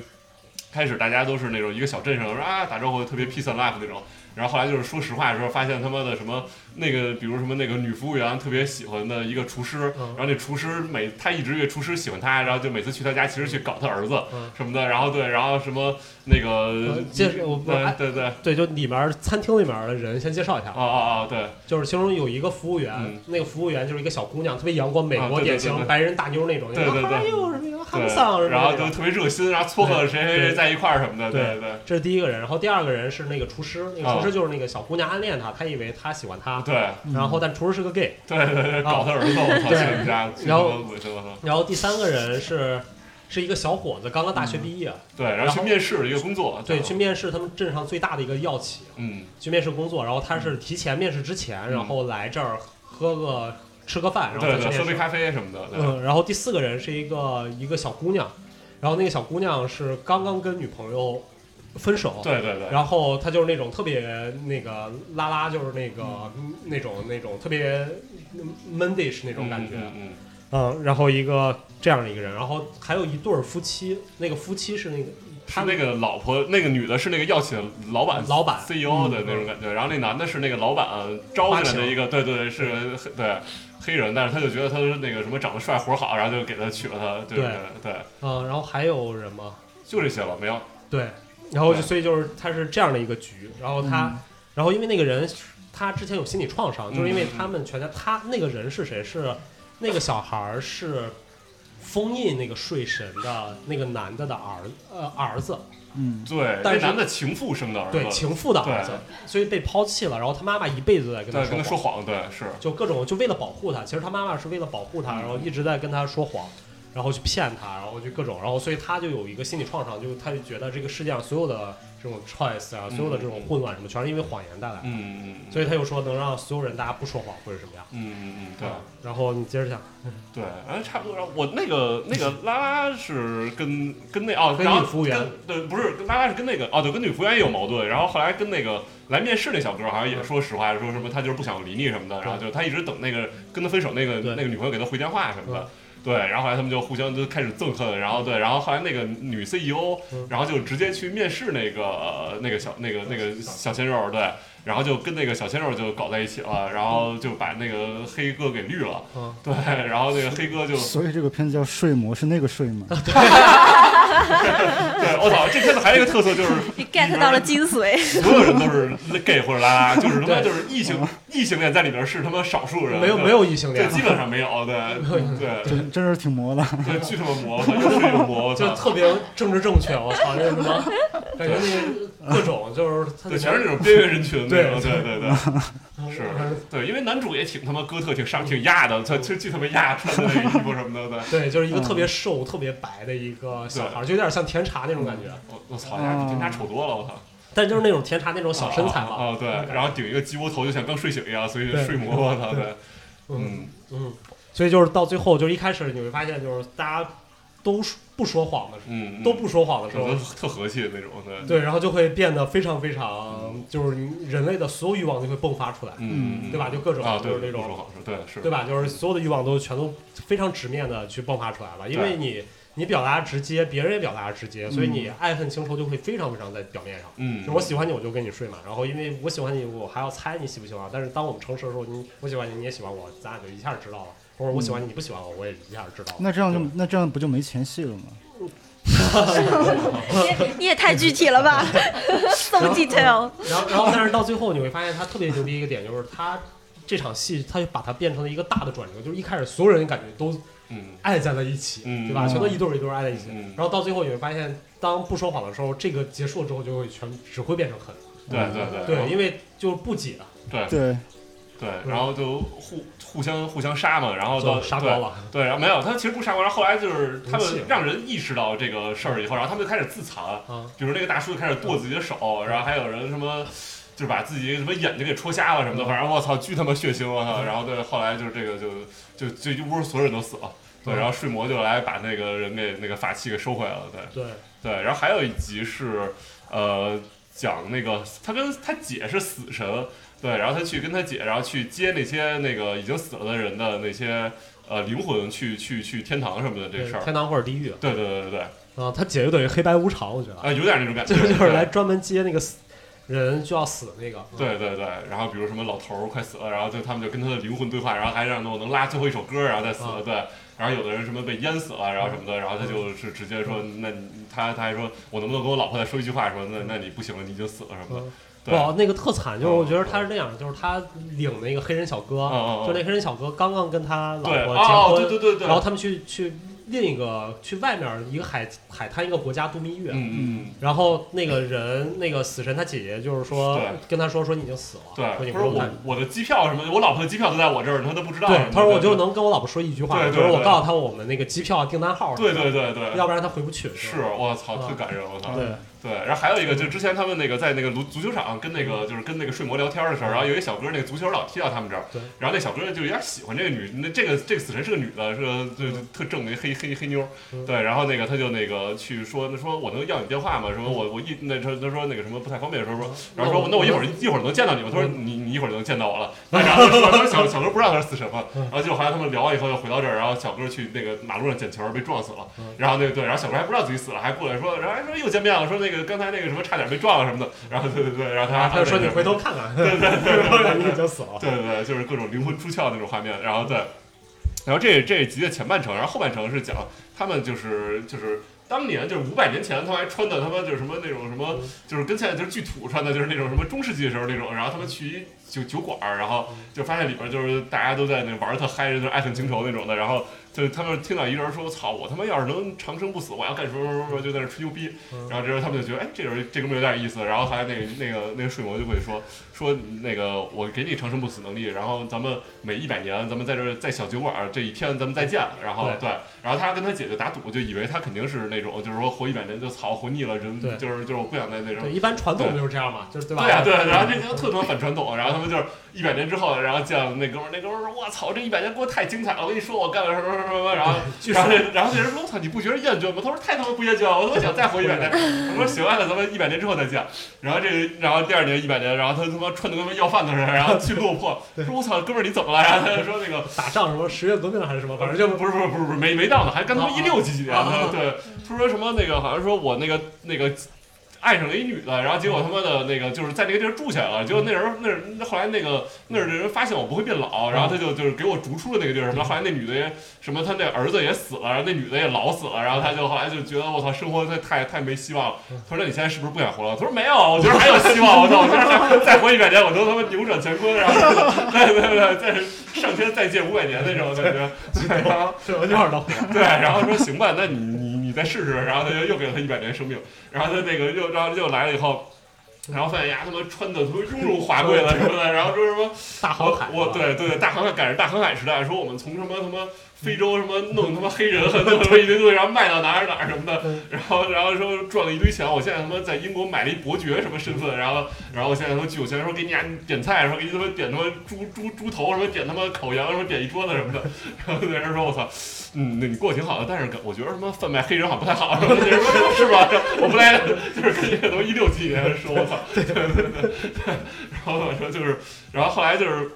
D: 开始大家都是那种一个小镇上说啊打招呼特别 peace and love 那种。然后后来就是说实话的时候，发现他妈的什么那个，比如什么那个女服务员特别喜欢的一个厨师，
B: 嗯
D: 然后那厨师每他一直以为厨师喜欢他，然后就每次去他家其实去搞他儿子
B: 嗯
D: 什么的，然后对，然后什么那个
B: 呃，介绍我不
D: 对对对，啊
B: 对，就里面餐厅里面的人先介绍一下，
D: 啊啊对，
B: 就是其中有一个服务员，
D: 嗯
B: 那个服务员就是一个小姑娘，特别阳光，美
D: 啊
B: 国
D: 对对
B: 典
D: 对
B: 型
D: 对
B: 白人大妞那种，
D: 对对对
B: 哎呦什么呀，哈姆桑什么的
D: 对，然后
B: 那种
D: 就特别热心，然后撮合谁谁谁在一块儿什么的，
B: 对
D: 对对
B: 这是第一个人，然后第二个人是那个厨师，那个
D: 啊
B: 厨师就是那个小姑娘暗恋他，他以为他喜欢她，
D: 对
B: 然后但厨师是个 gay，
D: 对对对，搞他儿子，我操，
B: 对
D: 去你家，去他
B: 然后
D: 妈恶心，我操，
B: 然后第三个人是是一个小伙子，刚刚大
D: 嗯
B: 学毕业，
D: 对，然后去面试一个工作，
B: 对，去面试他们镇上最大的一个药企，
D: 嗯
B: 去面试工作，然后他是提前面试之前，
D: 嗯
B: 然后来这儿喝个吃个饭，然后
D: 对
B: 再去
D: 对，喝
B: 面
D: 杯
B: 试。
D: 咖啡什么的，对
B: 嗯，然后第四个人是一个一个小姑娘，然后那个小姑娘是刚刚跟女朋友分手，
D: 对对对，
B: 然后她就是那种特别那个拉拉，就是那个、那种那种特别 mandish 那
D: 这
B: 种感觉，
D: 嗯嗯
B: 嗯，然后一个这样的一个人，然后还有一对儿夫妻，那个夫妻是那个
D: 他
B: 他
D: 那个老婆，那个女的是那个药企的老板，
B: 老板
D: CEO 的那种感觉，然后那男的是那个老板招进来的一个，对对对，是黑对黑人，但是他就觉得他是那个什么长得帅，活好，然后就给他娶了他，对对对，
B: 嗯，然后还有人吗？
D: 就这些了，没有，
B: 对，然后就
D: 对
B: 所以就是他是这样的一个局，然后他，然后因为那个人他之前有心理创伤，就是因
D: 嗯
B: 为他们全家，他那个人是谁？是那个小孩儿是封印那个睡神的那个男的的儿呃儿子，
E: 嗯，
D: 对，
B: 但
D: 那
B: 是
D: 男的情妇生的儿子，
B: 对情妇的儿子，所以被抛弃了，然后他妈妈一辈子都在跟他
D: 对，跟
B: 说谎
D: 他说谎，对，是，
B: 就各种就为了保护他，其实他妈妈是为了保护
D: 嗯
B: 他，然后一直在跟他说谎，然后去骗他，然后就各种，然后所以他就有一个心理创伤，就是他就觉得这个世界上所有的这种 choice 啊，
D: 嗯
B: 所有的这种混乱什么，全是因为谎言带来的，
D: 嗯嗯，
B: 所以他就说能让所有人大家不说谎或者什么样。
D: 嗯嗯嗯，对。
B: 啊然后你接着讲，
D: 对，反正差不多。然后我那个那个拉拉是跟跟那哦，
B: 跟
D: 然后
B: 女服务员
D: 跟对，不是拉拉是跟那个哦，对，跟女服务员也有矛盾。然后后来跟那个来面试那小哥好像也说实话，说什么他就是不想理你什么的，然后就他一直等那个跟他分手那个
B: 对
D: 那个女朋友给他回电话什么的。对，然后后来他们就互相就开始憎恨，然后对，然后后来那个女 CEO，
B: 嗯
D: 然后就直接去面试那个、呃那个小那个那个小鲜肉，对，然后就跟那个小鲜肉就搞在一起了，然后就把那个黑哥给绿了，
B: 嗯
D: 对，然后那个黑 哥就
E: 嗯
D: 啊
E: 所以这个片子叫《睡魔》，是那个睡吗？
D: 对，我操，这片子还有一个特色就是
C: 你 get 到了精髓，
D: 所有人都是 gay 或者拉拉，就是他妈
B: 对
D: 就是异性异性恋在里边是他妈少数人，
B: 没有
D: 对
B: 没有异性
D: 对，
B: 恋，
D: 基本上没有，对 对
E: 真真是挺魔的。
D: 对，巨他妈魔，我操又是一个魔，我
B: 就
D: 操，
B: 特别政治正确，我操，那什么，感觉那个各种就是他
D: 对，全是那种边缘人群那种，对对对对，
B: 嗯
D: 是对，因为男主也挺他妈哥特，挺上，挺亚的，他他巨他妈亚，穿的那个衣服什么的，对。
B: 对，就是一个
D: 嗯
B: 特别瘦、特别白的一个小孩儿，就有点像甜茶那种感觉，
D: 我我操，那比真家丑多了，我操！
B: 但就是那种甜茶那种小身材嘛。
D: 啊，啊对，然后顶一个鸡窝头，就像刚睡醒一样，所以就
B: 对
D: 睡魔，我操，对，
B: 嗯
D: 嗯，
B: 嗯，所以就是到最后，就是一开始你会发现，就是大家都说不说谎的时
D: 嗯，
B: 候，
D: 嗯
B: 都不说谎的时候
D: 都，特和气的那种，对，
B: 对，然后就会变得非常非常，就是人类的所有欲望就会迸发出来，
D: 嗯，嗯
B: 对吧？就各种
D: 啊，对
B: 就是那
D: 不说
B: 种，
D: 好是，对是，
B: 对？吧？就是所有的欲望都全都非常直面的去迸发出来了，因为
D: 对
B: 你你表达直接，别人也表达直接，所以你爱恨情仇就会非常非常在表面上。
D: 嗯，
B: 就是我喜欢你，我就跟你睡嘛。然后因为我喜欢你，我还要猜你喜不喜欢。但是当我们诚实的时候，你我喜欢你，你也喜欢我，咱俩就一下知道了。或者我喜欢你，你不喜欢我，我也一下知道了。
E: 那这样就那这样不就没前戏了吗？
C: 你你也太具体了 吧，so detail。
B: 然后，然后，但是到最后你会发现，他特别牛逼一个点就是他这场戏，他就把它变成了一个大的转折，就是一开始所有人感觉都
D: 嗯
B: 爱在了一起，
D: 嗯
B: 对吧？
E: 嗯
B: 全都一对儿一对儿爱在一起。
D: 嗯，
B: 然后到最后你会发现，当不说谎的时候，这个结束了之后就会全只会变成恨，
D: 对对
B: 对，
D: 对
B: 因为就是不解，
D: 对
E: 嗯
D: 啊
E: 对，
D: 对，然后就互互相互相杀嘛，然后到
B: 就杀
D: 对
B: 光了。
D: 对，然后没有，他其实不杀光，然后后来就是他
B: 毒气
D: 们让人意识到这个事儿以后，然后他们就开始自残，
B: 啊
D: 比如那个大叔就开始剁自己的手，然后还有人什么。就是把自己什么眼睛给戳瞎了什么的，反正我操，巨他妈血腥我
B: 嗯
D: 操！然后对，后来就是这个就就就一屋所有人都死了，对，
B: 嗯
D: 然后睡魔就来把那个人给那个法器给收回来了，对
B: 对，
D: 对。然后还有一集是呃讲那个他跟他姐是死神，对，然后他去跟他姐，然后去接那些那个已经死了的人的那些呃灵魂去去去天堂什么的这个事儿，
B: 天堂或者地狱
D: 对对对对对，啊、
B: 啊，他姐就等于黑白无常，我觉 得，
D: 有点那种感
B: 就
D: 觉，
B: 是就是
D: 对
B: 来专门接那个死人就要死的那个。嗯
D: 对对对，然后比如什么老头儿快死了，然后就他们就跟他的灵魂对话，然后还让我能拉最后一首歌，然后再死
B: 啊
D: 了，对。然后有的人什么被淹死了，然后什么的，然
B: 嗯
D: 后他就是直接说，那你他他还说我能不能跟我老婆再说一句话，什么那那你不行了，你已经死了什么的，
B: 嗯
D: 对，
B: 哇，那个特惨，就是我觉得
D: 嗯
B: 他是那样，就是他领那个黑人小哥，
D: 嗯嗯嗯
B: 就那黑人小哥刚刚跟他老
D: 对，
B: 婆结
D: 哦，
B: 婚，
D: 对对对对，
B: 然后他们去去另一个去外面一个海海滩一个国家度蜜月，
D: 嗯嗯嗯，
B: 然后那个人那个死神他姐姐就是说
D: 对
B: 跟他说说你已经死了，
D: 对，
B: 说你
D: 他
B: 不用
D: 说我
B: 看。
D: 我的机票什么的，我老婆的机票都在我这儿，他都不知道什么
B: 对
D: 的，，
B: 他说我就能跟我老婆说一句话，
D: 对
B: 就
D: 对
B: 是我
D: 对
B: 告诉他我们那个机票订单号，
D: 对对对对，
B: 要不然他回不去。
D: 是
B: 吧
D: 我操，
B: 啊
D: 特感人，我操。
B: 对，
D: 对，然后还有一个，
B: 嗯
D: 就是之前他们那个在那个足足球场跟那个就是跟那个睡魔聊天的时候，然后有一小哥那个足球老踢到他们这儿
B: 对，
D: 然后那小哥就有点喜欢这个女，那这个这个死神是个女的，是个就
B: 嗯
D: 特正的一黑黑黑妞儿
B: 嗯，
D: 对，然后那个他就那个去说那说我能要你电话吗？什么
B: 嗯
D: 我我一那他他说那个什么不太方便的时候说，然后说那我一会儿
B: 嗯
D: 一会儿能见到你吗？他说你你一会儿能见到 我了，然后他说他说小小哥不知道他是死神嘛，
B: 嗯
D: 然后结果后来他们聊完以后又回到这儿，然后小哥去那个马路上捡球儿被撞死了。然后那个对，然后小哥还不知道自己死了，还过来说，然后还说又见面了，说那个刚才那个什么差点被撞了什么的，然后对对对，然后他
B: 然后他就说
D: 啊对
B: 你回头看看，然后你已经死了。
D: 对对对，就是各种灵魂出窍那种画面，然后对，然后这这一集的前半程，然后后半程是讲他们就是就是。当年就是五百年前，他们还穿的他妈就是什么那种什么，就是跟现在就是巨土穿的，就是那种什么中世纪的时候那种。然后他们去一酒酒馆儿，然后就发现里边就是大家都在那玩儿特嗨，就是爱恨情仇那种的。然后就是他们听到一人说：“操，我他妈要是能长生不死，我要干什么什么什么，就在那吹牛逼。”
B: 嗯
D: 然后这时候他们就觉得，哎，这人这哥们儿有点意思。然后后来那个那个那个睡魔就会说说那个我给你长生不死能力，然后咱们每一百年咱们在这儿在小酒馆儿这一天咱们再见。然后
B: 对
D: 对，然后他跟他姐姐打赌，就以为他肯定是那种就是说活一百年就操活腻了，人
B: 对
D: 就是就是我不想再那种
B: 对，。一般传统就是这样嘛，就是对吧？
D: 对嗯呀、对、啊然后这个特他妈反传统，然后他们就是一百年之后，然后见了那哥们儿，那哥们儿说：“我操，这一百年过得太精彩了！我跟你说，我干了什么什么什么。” 然后，
B: 据
D: 然
B: 说
D: 后那，然后那人说：“我操，你不觉得厌倦吗？”他说：“太他妈不厌倦了，我他妈想再活一百年。”我说：“行啊，那咱们一百年之后再见。”然后这个，然后第二年一百年，然后他他妈穿的跟他妈要饭的似的，然后去落 魄，说：“我操，哥们儿你怎么了？”然后他就说：“那个
B: 打仗什么十月革命还是什么，反正就
D: 不是不是不是不是没没到呢，还跟他们
B: 啊
D: 一六几几年
B: 啊
D: 的，对，哦他说什么那个好像说我那个那个爱上了一女的，然后结果他妈的那个就是在那个地儿住下来了，结果那人那人后来那个那儿的人发现我不会变老，然后他就就是给我逐出了那个地儿，什么后来那女的也什么他那儿子也死了，然后那女的也老死了，然后他就后来就觉得我操生活太太太没希望了，他说那你现在是不是不想活了？他说没有，我觉得还有希望，我操，我觉得再活一百年我都他妈扭转乾坤，然后对对对，再上天再借五百年那种感觉， 对然后。
B: 对，我就耳朵。
D: 对，然后说行吧，那你你你再试试，然后他就又给了他一百年生命，然后他那个又然后又来了以后，然后发现呀，他妈穿的他妈雍容华贵了什么的，然后说什么
B: 大航海，
D: 我我对对对，大航海赶上大航海时代，说我们从什么什么非洲什么弄他妈黑人，弄什么一堆东西，然后卖到哪儿哪儿什么的，然后然后说赚了一堆钱，我现在他妈在英国买了一伯爵什么身份，然后然后我现在他妈巨有钱，说给你俩点菜，说给你他妈点他妈猪猪猪头，什么点他妈烤羊，什么点一桌子什么的，然后那人说我操，嗯，那你过得挺好的，但是我觉得他妈贩卖黑人好像不太好，什么的人说是吧？我不来，就是跟那个都一六几年说，我操， 对对对对，然后我说就是，然后后来就是。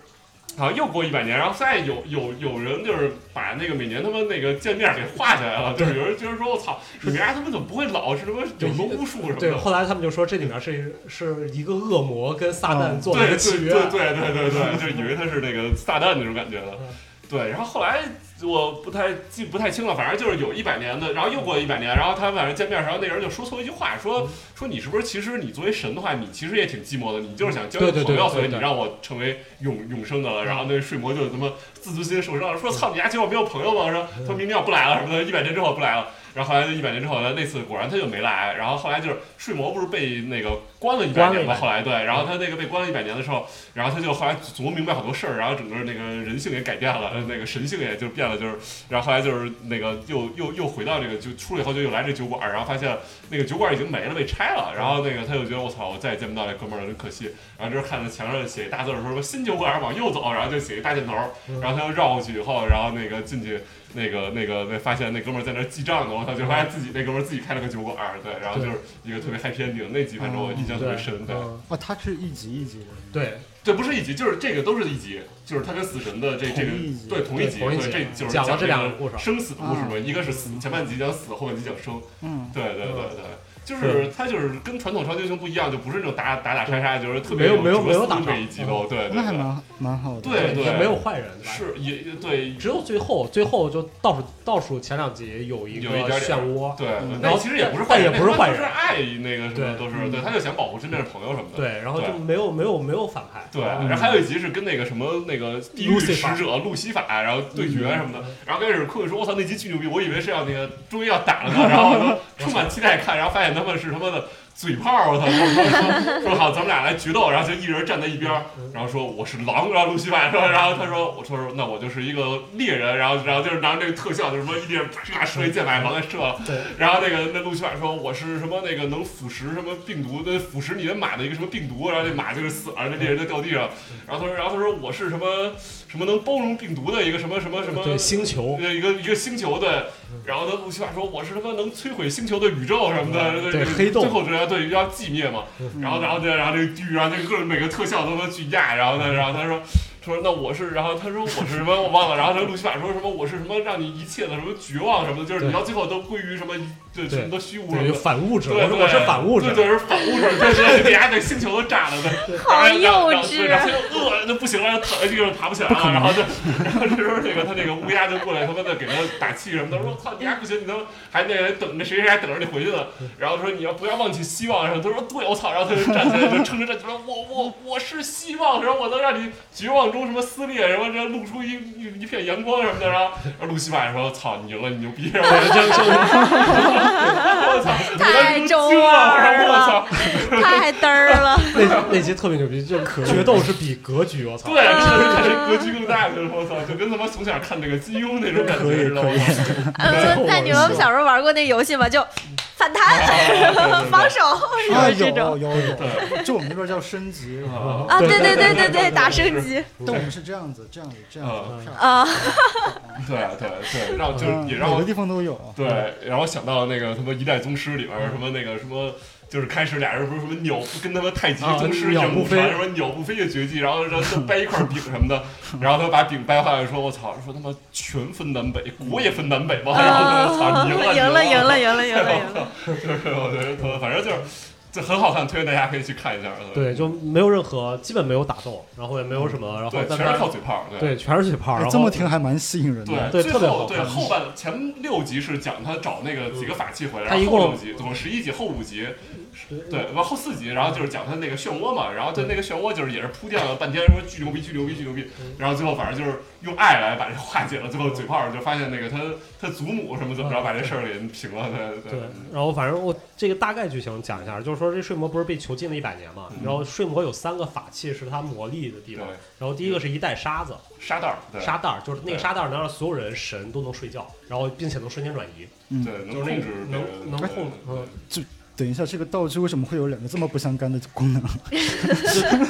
D: 好像又过一百年，然后再有有有人就是把那个每年他们那个见面给画下来了，就是有人觉得说我操，你们家他们怎么不会老是他妈有什么巫术什么
B: 对，
D: 的？
B: 后来他们就说这里面是是一个恶魔跟撒旦做了一个
D: 对对
B: 契
D: 对
B: 约，
D: 对对对对，就以为他是那个撒旦那种感觉了
B: 嗯。
D: 对，然后后来我不太记不太清了，反正就是有一百年的，然后又过一百年，然后他们反正见面，然后那人就说错一句话，
B: 嗯
D: 说说你是不是其实你作为神的话，你其实也挺寂寞的，你就是想交
B: 对
D: 个
B: 嗯对
D: 朋友，
B: 对对
D: 所以
B: 对
D: 你让我成为永永生的了。然后那睡魔就他妈自尊心受伤了，说操你家结果没有朋友吗？说他明天要不来了什么的，一百年之后不来了。然后后来一百年之后，那次果然他就没来。然后后来就是睡魔不是被那个关了一百
B: 关了
D: 年吗？
B: 100
D: 后来对，然后他那个被关了一百年的时候，然后他就后来琢磨明白好多事儿，然后整个那个人性也改变了，那个神性也就变了，就是然后后来就是那个又又又回到这个就出来以后就又来这酒馆，然后发现那个酒馆已经没了，被拆了。然后那个他就觉得我操，我再也见不到这哥们儿了，真可惜。然后这时候看到墙上写一大字儿说什么新酒馆往右走，然后就写一大箭头，
B: 嗯
D: 然后他又绕过去以后，然后那个进去。那个、那个、那发现那哥们儿在那儿记账呢，我操！就发现自己那哥们儿自己开了个酒馆，对，然后就是一个特别 happy ending，那集反正我印象特别深，对，
B: 嗯
E: 啊，它是一集一集的。
B: 对，
D: 这不是一集，就是这个都是一集，就是他跟死神的这这个
E: 同一集
D: 对同一
B: 对
D: 集，
B: 同一集
D: 对这就是
B: 讲了这
D: 这
B: 两个故事嗯
D: 生死的故事嘛，一个是死前半集讲死，后半集讲生，
E: 嗯，
D: 对对对对。就是它就是跟传统超级英雄不一样，就不是那种打打打杀杀，就是特别
B: 没有没有
D: 哲
B: 没有
D: 思
B: 打嗯
D: 每一集都对对
E: 那还
D: 对
E: 蛮蛮好的。
D: 对对
B: 没有坏人，对吧
D: 是也也对
B: 只有最后最后就倒数倒数前两集有一个
D: 有一点点
B: 漩涡，
D: 对，
E: 嗯
D: 但其实也不是坏
B: 但
D: 人，
B: 也不是坏人
D: 就是爱那个什么
B: 对
D: 都是
E: 嗯
D: 对，他就想保护身边的朋友什么的。
B: 对，然后就
D: 对
B: 没有没有没有反派，
D: 对，
B: 嗯
D: 然后还有一集是跟那个什么那个地狱使者路西法，然后对决什么的。然后开始困说：“我操，那集巨牛逼！我以为是要那个终于要打了呢。”然后说充满期待看，然后发现他们是他妈的嘴炮！我操！说说说好，咱们俩来决斗，然后就一人站在一边儿，然后说我是狼，然后路西法说，然后他说我说那我就是一个猎人，然后然后就是拿这个特效，就是什么一猎人啪射一箭把狼给射了。
B: 对，
D: 然后那个那路西法说我是什么那个能腐蚀什么病毒的腐蚀你的马的一个什么病毒，然后那马就是死了，那猎人就掉地上。然后他说，然后他说我是什么什么能包容病毒的一个什么什么什么
B: 对星球，
D: 呃一个一个星球的，然后呢，路西法说我是他妈能摧毁星球的宇宙什么的，
B: 嗯对黑洞嗯
D: 最后这对要寂灭嘛，然后然后对，然后这个地狱，然后这各种每个特效都他妈去压，然后呢，然后他说。说那我是，然后他说我是什么我忘了，然后他路西法说什么我是什么让你一切的什么绝望什么的，就是你到最后都归于什么一对
B: 对
D: 什么都虚无什
B: 对
D: 么
B: 就
D: 的，
B: 反物质，
D: 对
B: 我说我是反物质
D: 对，对是反物质， 对对对，家那星球都炸了，对，
C: 好幼稚
D: 然后然后然后
C: 啊
D: 就饿，那不行了，躺在地上爬不起来了，然后就，然后这时候那个他那个乌鸦就过来，他妈的给他打气什么的，说操你还不行，你他妈还得等着谁谁还等着你回去呢，然后说你要不要忘记希望，然后他说对，我操，然后他就站起来就撑着站起来，说我我我是希望，然后我能让你绝望中什么撕裂，什么这露出一一一片阳光什么的，然后然后路西法说操你赢了，你牛逼，然后我就这样就。我操！
C: 太中二
D: 二我
C: 了
D: 操！
C: 太嘚儿了。
B: 那那集特别牛逼，就决斗是比格局，我操，
D: 对，就是看这格局更大，就是我操，就跟他妈从小看那个金庸那种感觉，知道吗？
C: 嗯，那你们小时候玩过那游戏吗？就反弹、
D: 哎
C: 防守什
E: 啊，
C: 么
E: 有
C: 这种
E: 有有，就我们那边叫升级，是吧？
D: 啊，
C: 啊？对对对
D: 对
C: 对
D: 对
C: 对，打
D: 对
C: 升
D: 对
C: 级
E: 但我们是这样子，这样子，这样
D: 嗯
E: 子跳。
C: 啊！
D: 对对对，让 就是也让
E: 嗯每
D: 我
E: 个地方都有。啊
D: 对，让我想到那个他妈《一代宗师》里边儿什么那个什么。就是开始俩人不是什么鸟跟他妈太极宗师
B: 啊鸟
D: 整
B: 不飞
D: 传什么鸟不飞的绝技，然后让他掰一块饼什么 的，然后他把饼掰坏了，说我操，说他妈全分南北，国也分南北
B: 嗯
D: 嘛，然后他说我操
C: 啊
D: 你赢
C: 赢
D: 了
C: 了赢了
D: 了，
C: 赢了赢了
D: 对
C: 赢了！
D: 就是 我觉得特别反正就是这很好看，推荐大家可以去看一下。
B: 对，就没有任何基本没有打斗，然后也没有什么，然后
D: 嗯对，
B: 但
D: 全是靠嘴炮，对。
B: 对全是嘴炮，然
E: 哎
B: 后
E: 这么听还蛮吸引人的。
B: 对
D: 最
B: 特别
D: 后
B: 好
D: 对
B: 看
D: 后半前六集是讲他找那个几个法器回来，
B: 他
D: 然
B: 一
D: 后后
B: 共
D: 六集总共十一集，后五集，
B: 嗯
D: 对，完后四集，然后就是讲他那个漩涡嘛，然后他那个漩涡就是也是铺垫了半天，说巨牛逼，巨牛逼，巨牛逼，
B: 嗯
D: 然后最后反正就是用爱来把这化解了，最后嘴炮就发现那个他他祖母什么怎么着把这事儿给平了，对
B: 对，然后反正我这个大概剧情讲一下，就是说说这睡魔不是被囚禁了一百年嘛？然后睡魔有三个法器是他魔力的地方
D: 嗯对，
B: 然后第一个是一袋沙子，
D: 沙袋儿，对
B: 沙袋儿就是那个
D: 对
B: 沙袋儿能让所有人神都能睡觉，然后并且能瞬间转 移，
D: 对，能
B: 就是
D: 控
B: 那
D: 制
B: 个
D: 别
B: 能
D: 人
B: 能
D: 对
B: 控
D: 对
B: 嗯
E: 等一下，这个道具为什么会有两个这么不相干的功能？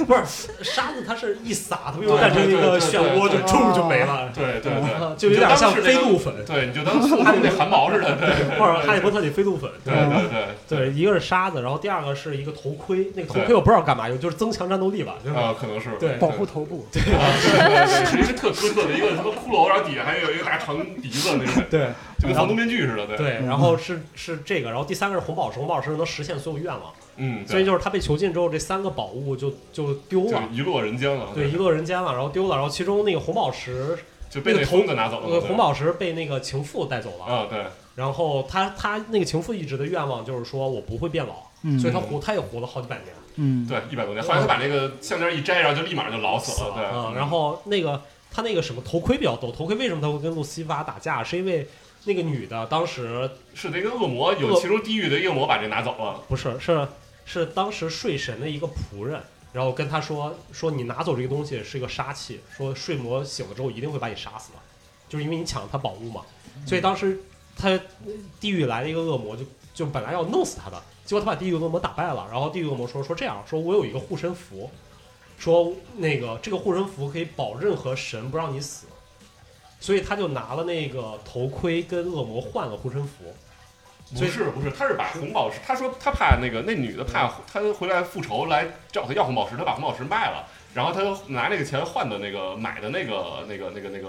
B: 不是沙子，它是一撒，它不就
D: 对
B: 变成一个
D: 对对
B: 漩
D: 对
B: 涡，就
D: 对
B: 冲就没了，啊
D: 对对对，
B: 就有
D: 你
B: 点
D: 当
B: 像
D: 是那
B: 飞
D: 个
B: 鹿粉
D: 对，你就当孙悟空那汗毛似的，对，对
B: 或者哈利
D: 对
B: 波特里飞鹿粉，
D: 对对对
B: 对，一个是沙子，然后第二个是一个头盔，那个头
D: 对
B: 盔我不知道干嘛用，就是增强战斗力吧，就是
D: 啊，可能是
B: 对
E: 嗯保护头部，
D: 啊对对对，是一个特哥特的一个什么骷髅，然后底下还有一个大长鼻子那种，
B: 对
D: 就跟防毒面具似的，对，
B: 对，然后是是这个，然后第三个是红宝石，红宝石能实现所有愿望，
D: 嗯，
B: 所以
D: 就
B: 就是他被囚禁之后，这三个宝物就就丢
D: 就
B: 了。
D: 一落人间了，
B: 对，一落人间了，然后丢了，然后其中那个红宝石，
D: 就被
B: 那
D: 那
B: 个
D: 疯
B: 头
D: 子拿走了，
B: 呃，
D: 哦对
B: 红宝石被那个情妇带走了，
D: 啊，对，
B: 然后他他那个情妇一直的愿望就是说我不会变老，
E: 嗯
B: 所以他活他也活了好几百年，
E: 嗯，
D: 对，一百多年。后来他把那个项链一摘，然后就立马就老死了。对，
B: 嗯，然后那个他那个什么头盔比较逗，头盔为什么他会跟路西法打架，是因为那个女的当时
D: 是那个恶魔有
B: 恶
D: 其中地狱的一个恶魔把这拿走了。
B: 不是是是当时睡神的一个仆人。然后跟他说说你拿走这个东西是一个杀气，说睡魔醒了之后一定会把你杀死的，就是因为你抢了他宝物嘛。
D: 嗯
B: 所以当时他地狱来了一个恶魔，就就本来要弄死他的，结果他把地狱恶魔打败了。然后地狱恶魔说说这样，说我有一个护身符，说那个这个护身符可以保任何神不让你死，所以他就拿了那个头盔跟恶魔换了护身符。
D: 不是不是，他是把红宝石，他说他怕那个那女的怕他回来复仇来找他要红宝石，他把红宝石卖了，然后他又拿那个钱换的那个买的那个那个那个那个，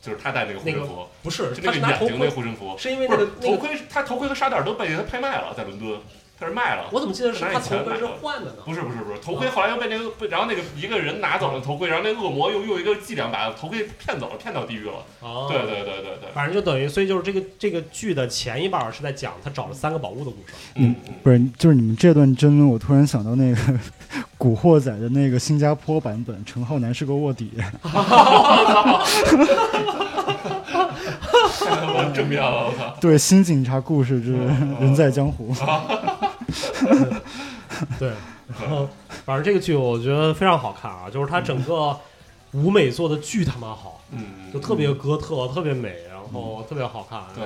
D: 就是他戴那个护身符，
B: 不是，他
D: 就那
B: 是
D: 个
B: 拿
D: 眼
B: 头
D: 睛那
B: 盔
D: 个，护身符，
B: 是因为
D: 不
B: 那
D: 是
B: 个那
D: 头
B: 个，
D: 盔是，他头盔和沙袋都被他拍卖了，在伦敦，他是卖了。
B: 我怎么记得是
D: 拿
B: 他
D: 以前
B: 头盔
D: 买
B: 是
D: 的
B: 换的呢？
D: 不是不是不是，头盔后来又被那个，被然后那个一个人拿走了头盔，然后那恶魔又用一个伎俩把头盔骗走了，骗到地狱了。
B: 哦，
D: 对对对对 对，
B: 反正就等于，所以就是这个这个剧的前一半儿是在讲他找了三个宝物的故 事。
D: 嗯，
E: 不是，就是你们这段争论，我突然想到那个 《古惑仔》的那个新加坡版本，陈浩南是个卧 底，
D: 我正面了，我操！
E: 对，新警察故事
B: 哦
E: 之人在江湖，
B: 对，然后反正这个剧我觉得非常好看啊，就是它整个舞美做的巨他妈好，
D: 嗯，
B: 就特别哥特，特别美，然后特别好看。
D: 对，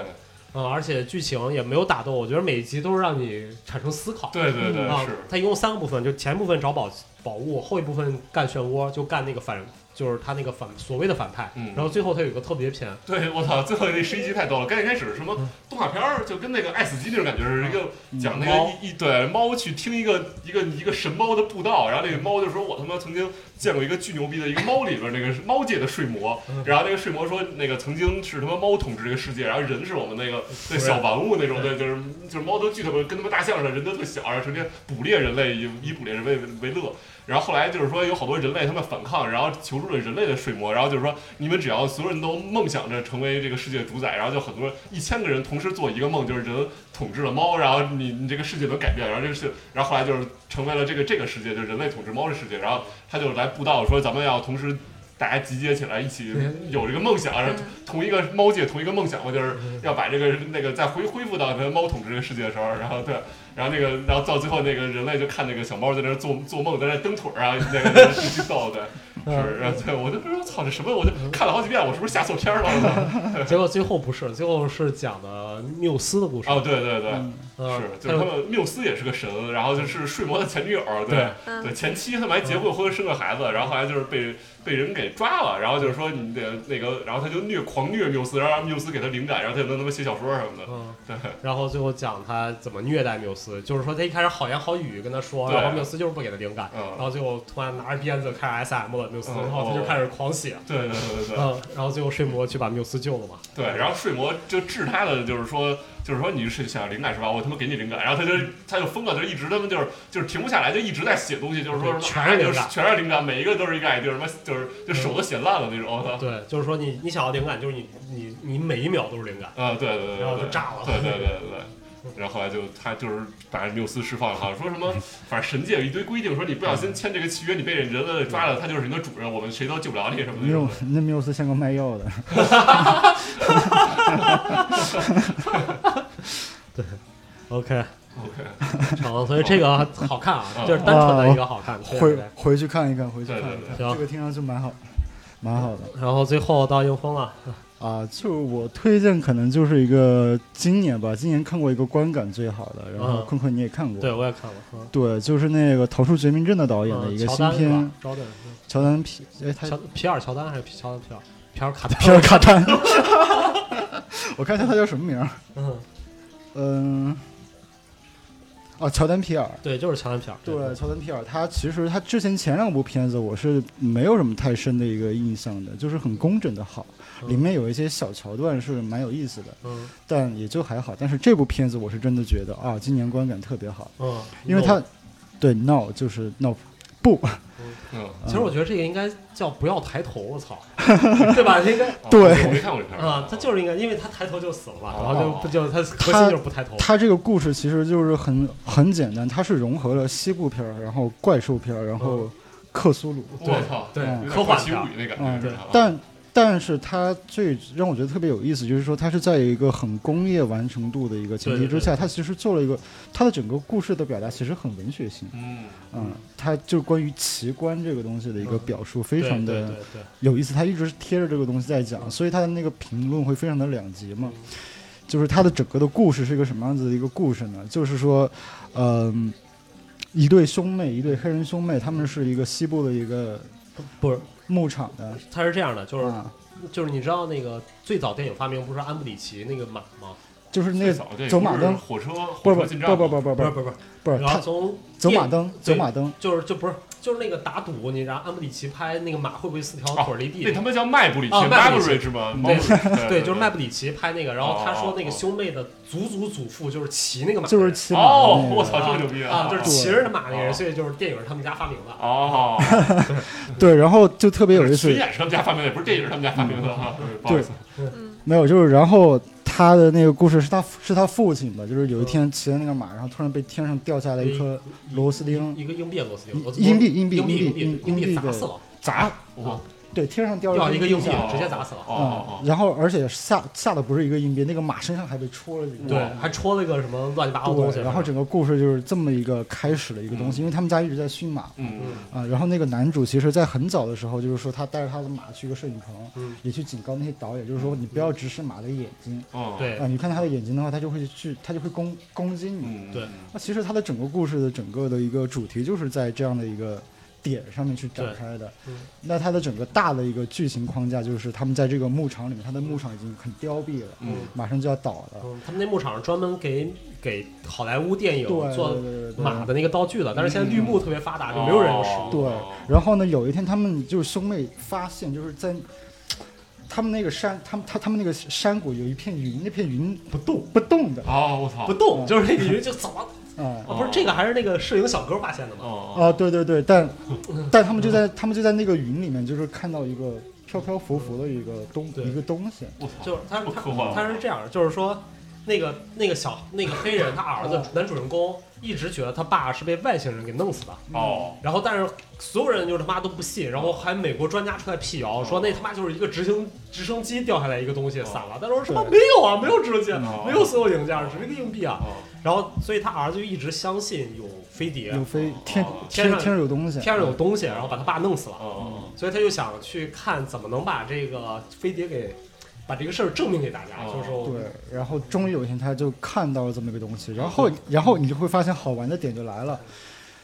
B: 嗯，而且剧情也没有打斗，我觉得每一集都是让你产生思考。
D: 对对对
B: 啊
D: 是，
B: 它一共三个部分，就前部分找宝宝物，后一部分干漩涡，就干那个反，就是他那个反所谓的反派。
D: 嗯
B: 然后最后它有一个特别篇，
D: 对我操，最后那十一集太逗了，刚一开始什么动画片儿，就跟那个爱死机那种感觉是一个讲那个一一对猫去听一个一个一个神猫的布道，然后那个猫就说我他妈曾经见过一个巨牛逼的一个猫里边那个是猫界的睡魔，然后那个睡魔说那个曾经是他妈猫统治这个世界，然后人是我们那个对小玩物那种对，就是就是猫都巨他妈跟他妈大象似的，人都特小，然后成天捕猎人类以以捕猎人类为为乐。然后后来就是说有好多人类他们反抗，然后求助了人类的睡魔，然后就是说你们只要所有人都梦想着成为这个世界主宰，然后就很多一千个人同时做一个梦，就是人统治了猫，然后你你这个世界能改变，然后这个世，然后后来就是成为了这个这个世界，就是人类统治猫的世界，然后他就来布道说咱们要同时。大家集结起来，一起有这个梦想，然后同一个猫界同一个梦想嘛，就是要把这个那个再恢恢复到那猫统治这个世界的时候，然后对，然后那个，然后到最后那个人类就看那个小猫在那儿做做梦，在那儿蹬腿儿啊，那个就去揍的，是，然后对我就不知道操这什么，我就看了好几遍，我是不是下错片儿了？
B: 结果最后不是，最后是讲的缪斯的故事。
D: 哦，对对对，
B: 嗯
D: 是，就
B: 还有
D: 是他们缪斯也是个神，然后就是睡魔的前女友，对
B: 对嗯
C: 嗯
D: 对，前妻他们还结过婚，生个孩子，然后后来就是被被人给抓了，然后就是说你得那个，然后他就虐狂虐缪斯，然后让缪斯给他灵感，然后他就能他妈写小说什么的，
B: 嗯，
D: 对
B: 然后最后讲他怎么虐待缪斯，就是说他一开始好言好语跟他说，
D: 对
B: 然后缪斯就是不给他灵感，
D: 嗯
B: 然后最后突然拿着鞭子开始 SM 了缪斯，
D: 嗯
B: 然后他就开始狂写，
D: 对对对对对。
B: 嗯，然后最后睡魔去把缪斯救了嘛，
D: 对，然后睡魔就治他的，就是说，就是说你是想要灵感是吧？我他妈给你灵感，然后他就他就疯了，就一直他妈就是就是停不下来，就一直在写东西，就是说什么
B: 全是灵感嗯
D: 啊就是全是灵感，每一个都是一个 idea，什么就是就手都写烂了那种。我操
B: 对，就是说你你想要灵感，就是你你你每一秒都是灵 感，
D: 啊，对对对对，
B: 然后就
D: 对
B: 炸了
D: 对对对对对。然后后来就他就是把缪斯释放了，好像说什 么，反正神界有一堆规定，说你不小
E: 嗯
D: 心签这个契约，你被人类抓了，他就是你的主人，我们谁都救不了你什么的。
E: 没有那缪斯像个卖药
B: 哦
E: 的，
B: ，OK，
D: OK，
B: 成，嗯所以这个好看啊，
D: 嗯
B: 就是单纯的一个好看。对对
E: 回
B: 对
E: 回去看一看，回去看
D: 对对
E: 一看，
B: 对行
E: 这个听上去蛮好，蛮好的
B: 然后最后到应峰了，
E: 啊。就我推荐，可能就是一个今年吧，今年看过一个观感最好的，然后
B: 嗯
E: 坤坤你也看过，
B: 对我也看了，嗯，
E: 对，就是那个《逃出绝命镇》的导演的
B: 嗯
E: 一个
B: 乔
E: 新
B: 丹是吧
E: 片，？
B: 乔丹，嗯
E: 乔丹皮，哎，他
B: 乔皮尔乔丹还是皮乔丹皮尔皮尔卡丹？
E: 皮尔卡丹，嗯 我看一下他叫什么名儿，
B: 嗯，
E: 嗯，哦，乔丹皮尔，
B: 对，就是乔丹皮尔。
E: 对，乔丹皮尔，他其实他之前前两部片子我是没有什么太深的一个印象的，就是很工整的好，
B: 嗯
E: 里面有一些小桥段是蛮有意思的，
B: 嗯
E: 但也就还好。但是这部片子我是真的觉得啊，今年观感特别好，
B: 嗯，
E: 因为
B: 有
E: 它对 no 就是 no 不，
D: 嗯，
B: 其实我觉得这个应该叫不要抬头，我 操，对吧？应该
D: 哦
E: 对
D: 我没看过这片儿
B: 啊，他就是应该，因为他抬头就死了，然后就
D: 哦
B: 不就他核心就是不抬头。
E: 它这个故事其实就是很很简单，它是融合了西部片儿，然后怪兽片儿，然
B: 哦
E: 后克苏鲁，
D: 我操，
B: 对
E: 嗯
B: 科幻
D: 奇
B: 片
D: 物
B: 儿
D: 语那感
E: 嗯
D: 觉，
B: 哦
D: 是吧
E: 但但是它最让我觉得特别有意思，就是说它是在一个很工业完成度的一个前提之下，它其实做了一个它的整个故事的表达其实很文学性，
D: 嗯，
E: 嗯，它就关于奇观这个东西的一个表述非
B: 对
E: 常
B: 嗯对对
E: 的
B: 对，
E: 有意思，它一直是贴着这个东西在讲，所以它的那个评论会非常的两极嘛，就是它的整个的故事是一个什么样子的一个故事呢？就是说，嗯、一对兄妹，一对黑人兄妹，他们是一个西部的一个
B: 不是，
E: 牧场的。
B: 他是这样的，就是
E: 啊
B: 就是你知道那个最早电影发明不是安布里奇那个马吗？
E: 就是那
D: 最
E: 个
D: 早这
E: 走马灯，
D: 火车火车
E: 不是不
D: 进
E: 是
D: 站吗，
E: 不不
B: 不
E: 不不不
B: 是
E: 是
B: 不是不是，
E: 不是，
B: 然后
E: 他
B: 从
E: 走马
B: 电
E: 灯
B: 对
E: 走马灯，
B: 就是就不是就是那个打赌，你让安布里奇拍那个马会不会四条
E: 哦
B: 腿儿离地？
D: 那他妈叫麦布里奇
B: 哦麦布里奇
D: Maverick 吗？
B: 对
D: Maverick，
B: 对，就是麦布里奇拍那个，然后他说那个
D: 哦哦哦
B: 兄妹的祖祖祖父就是骑那个马的人，
E: 就是骑马的
D: 哦，
E: 那
D: 我
E: 个
D: 操，这么牛逼
B: 啊，就是骑着马那个人，
D: 哦
B: 所以就是电影是他们家发明的。
D: 哦，
E: 对，然后就特别有意思
D: 巡，演是他们家发明的，也不是电影是他们家发明的哈。不好意
E: 对
D: 思，
E: 没有就是然后他的那个故事是他是他父亲吧，就是有一天骑着那个马，然后突然被天上掉下来一颗
B: 嗯
E: 螺丝钉
B: 一个硬币的螺丝钉，
E: 硬币硬币
B: 硬
E: 硬
B: 硬
E: 币
B: 币
E: 硬
B: 币
E: 币
B: 砸
E: 的
B: 死了，
E: 砸，
D: 我
E: 对，天上掉
B: 掉
E: 了
B: 一个硬币
E: 下，
B: 直接砸死了，
D: 哦
E: 啊
D: 哦，哦，
E: 然后而且下下的不是一个硬币，那个马身上还被戳了几个，
B: 对，还戳了一个什么乱七八糟的东西，
E: 嗯
B: 嗯
E: 对，然后整个故事就是这么一个开始的一个东西，因为他们家一直在驯马，
D: 嗯，
E: 啊，然后那个男主其实，在很早的时候，就是说他带着他的马去一个摄影棚，
B: 嗯
E: 也去警告那些导演，就是说你不要直视马的眼睛
D: 哦，
B: 对
E: 啊，你看他的眼睛的话，他就会去，他就会攻攻击你。
D: 嗯，
B: 对
E: 那、其实他的整个故事的整个的一个主题，就是在这样的一个点上面去展开的。
B: 嗯
E: 那他的整个大的一个剧情框架，就是他们在这个牧场里面，他的牧场已经很凋敝了，
D: 嗯
E: 马上就要倒了。
B: 嗯，他们那牧场专门给给好莱坞电影
E: 对
B: 做
E: 对对对嗯对
B: 马的那个道具的，但是现在绿幕特别发达，就
D: 嗯
B: 没有人
D: 哦
B: 用实物。
E: 对，然后呢，有一天他们就是兄妹发现，就是在他们那个山，他们他他们那个山谷有一片云，那片云不动不动的啊、
D: 哦，我操
B: 不，动，就是那个云就怎么啊？不是这个还是那个摄影小哥发现的吗？
D: 哦，
E: 啊对对 对，但但他们就在他们就在那个云里面，就是看到一个飘飘浮浮的一个东
B: 对
E: 一个东西，
D: 我操，
B: 就是他
D: 不科
B: 他
D: 幻
B: 他是这样，就是说那个那个小那个黑人他儿
E: 嗯
B: 子男主人公一直觉得他爸是被外星人给弄死的，
D: 哦，
B: 然后但是所有人就他妈都不信，然后还美国专家出来辟谣
E: 哦
B: 说那他妈就是一个直升直升机掉下来一个东西散了，他说什么没有啊，没有直升机，
D: 嗯
B: 没有所有零件，只是一个硬币啊。
D: 哦，
B: 然后所以他儿子就一直相信有飞碟，
E: 有飞嗯天
D: 哦
E: 天
B: 天上
E: 天上有东西，
B: 天上有东西，然后把他爸弄死了。
D: 哦，
B: 所以他就想去看怎么能把这个飞碟给把这个事儿证明给大家，
D: 哦
B: 就是说
E: 对，然后终于有一天他就看到了这么一个东西，然
B: 哦
E: 后然后你就会发现好玩的点就来了，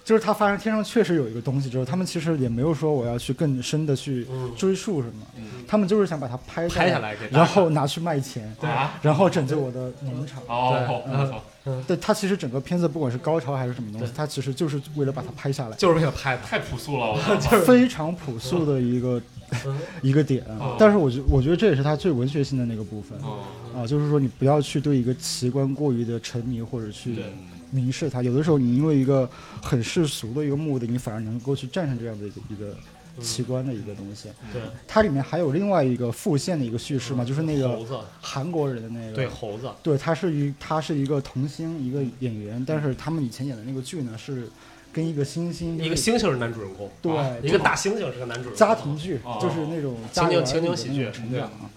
E: 就是他发现天上确实有一个东西之后，他们其实也没有说我要去更深的去
B: 嗯
E: 追溯什么，
D: 嗯
E: 他们就是想把它拍
B: 拍下来给大家
E: 然后拿去卖钱，
D: 对啊，
E: 然后拯救我的农场。
D: 哦，我操，
E: 对，他其实整个片子不管是高潮还是什么东西，他其实就是为了把它拍 下来。
B: 就是为了拍的。
D: 太朴素了，我 操，
E: 非常朴素的一个
B: 嗯
E: 一个点
D: 哦，
E: 但是我觉我觉得这也是他最文学性的那个部分
D: 哦，
E: 啊，就是说你不要去对一个奇观过于的沉迷或者去
D: 对
E: 凝视它，有的时候你因为一个很世俗的一个目的，你反而能够去战胜这样的一个一个
B: 嗯
E: 奇观的一个东西。
B: 对，
E: 它里面还有另外一个复线的一个叙事嘛，就是那个
B: 猴子，
E: 韩国人的那个
B: 嗯对猴子，
E: 对，他是一他是一个童星，一个演员，但是他们以前演的那个剧呢是跟一个星星
B: 一个
E: 就是
B: 猩猩是男主人公，
E: 对、
D: 啊
B: 一个大猩猩是个男主人公。
E: 家庭剧，
D: 哦
E: 就是那种
B: 情
E: 家
B: 景
E: 园
B: 情景
E: 里的
B: 喜
E: 那
B: 剧
E: 种成长啊。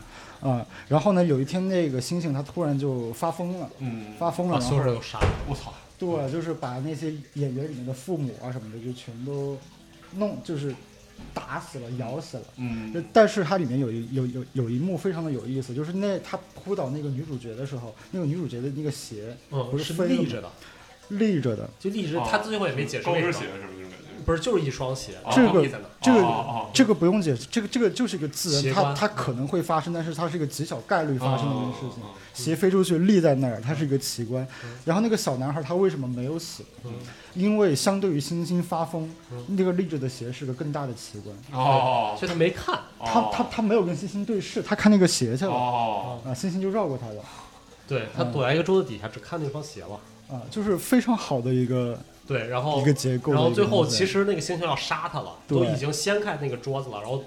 E: 啊、然后呢？有一天，那个星星他突然就发疯了，
D: 嗯，
E: 发疯了，
B: 啊，
E: 然
B: 所
E: 后
B: 有人都杀了。
D: 我操，
E: 对，就是把那些演员里面的父母啊什么的就全都弄，就是打死了、咬死了。
D: 嗯
E: 那但是它里面有一有有有一幕非常的有意思，就是那他扑倒那个女主角的时候，那个女主角的那个鞋
B: 嗯，
E: 不
B: 是
E: 飞
B: 立着的，
E: 立着的，
B: 就立着。
D: 哦
B: 他最后也没解释
D: 高
B: 为
D: 跟
B: 什
D: 鞋
B: 么，
D: 是不是那种感觉？
B: 不是就是一双鞋，
D: 哦
E: 这个
B: 立在那儿
E: 这个
D: 哦哦
E: 这个不用解释，这个这个就是一个自
B: 习
E: 然，
B: 惯
E: 它它可能会发生，但是它是一个极小概率发生的一件事情
D: 哦嗯哦哦哦。
E: 鞋飞出去立在那儿，它是一个奇观。然后那个小男孩他为什么没有死？
D: 嗯
E: 因为相对于星星发疯，那个立着的鞋是个更大的奇观。
D: 哦，
B: 所以他没看。
E: 他他他没有跟星星对视，他看那个鞋去了
D: 哦，
E: 啊，星星就绕过他了
B: 对他
E: 嗯
B: 躲在一个桌子底下，只看那双鞋了。
E: 啊，就是非常好的一个
B: 对，然后
E: 一个结构的
B: 哦然后
E: 一个
B: 最后
E: 东西
B: 其实那个猩猩要杀他了，
E: 对
B: 都已经掀开那个桌子了，然后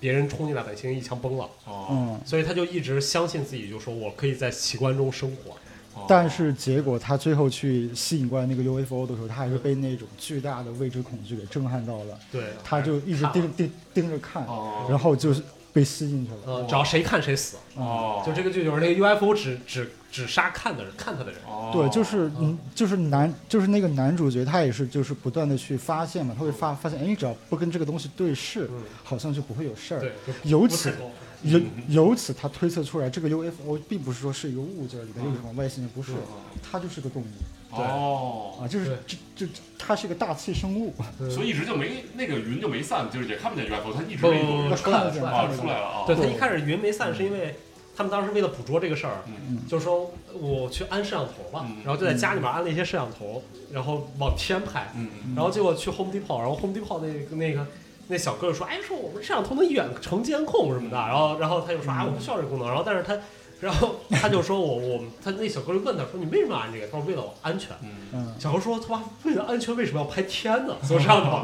B: 别人冲进来把猩猩一枪崩了，
D: 哦，
E: 嗯。
B: 所以他就一直相信自己，就说我可以在奇观中生活。
D: 哦
E: 但是结果他最后去吸引过来那个 UFO 的时候，他还是被那种巨大的未知恐惧给震撼到了。
B: 对，
E: 他就一直
B: 哦
E: 盯盯盯着看，
D: 哦
E: 然后就是被吸进去了。
B: 呃，只要谁看谁死，
D: 哦，
B: 就这个剧就是那个 UFO 只只只杀看的人，看他的人。
D: 哦，
E: 对，就是嗯，就是男，就是那个男主角，他也是就是不断的去发现嘛，他会发发现，哎，你只要不跟这个东西对视，好像就不会有事儿
B: 嗯对。，就
E: 由
B: 不
E: 此
B: 太多
E: 由由此他推测出来，这个 UFO 并不是说是一个物质里面有什么外星人，不是，
D: 嗯
E: 它就是个动物
D: 哦，
E: 啊，就是
B: 对
E: 这这这它是一个大气生物。
B: 嗯
D: 所以一直就没那个云就没散，就是也看不见 UFO，它一直
B: 不
D: 没
B: 不不，
E: 那
B: 出来了嗯
E: 看
B: 出
E: 见
B: 来
D: 啊
B: 了。
D: 出来了啊，
B: 对他一开始云没散，是因为他们当时为了捕捉这个事儿，
D: 嗯
B: 就说我去安摄像头吧，
D: 嗯
B: 然后就在家里面安了一些摄像头，然后往天拍，
D: 嗯，
B: 然后结果去 Home Depot，然后 Home Depot 那个那个那小哥就说，哎，说我们摄像头能远程监控什么
D: 嗯
B: 的，然后然后他就说啊，我不需要这个功能，然后但是他。然后他就说我我他那小哥就问他说你为什么安这个？他说为了我安全。
E: 嗯，
B: 小哥说：“他妈，为了安全，为什么要拍天呢？从摄像头。”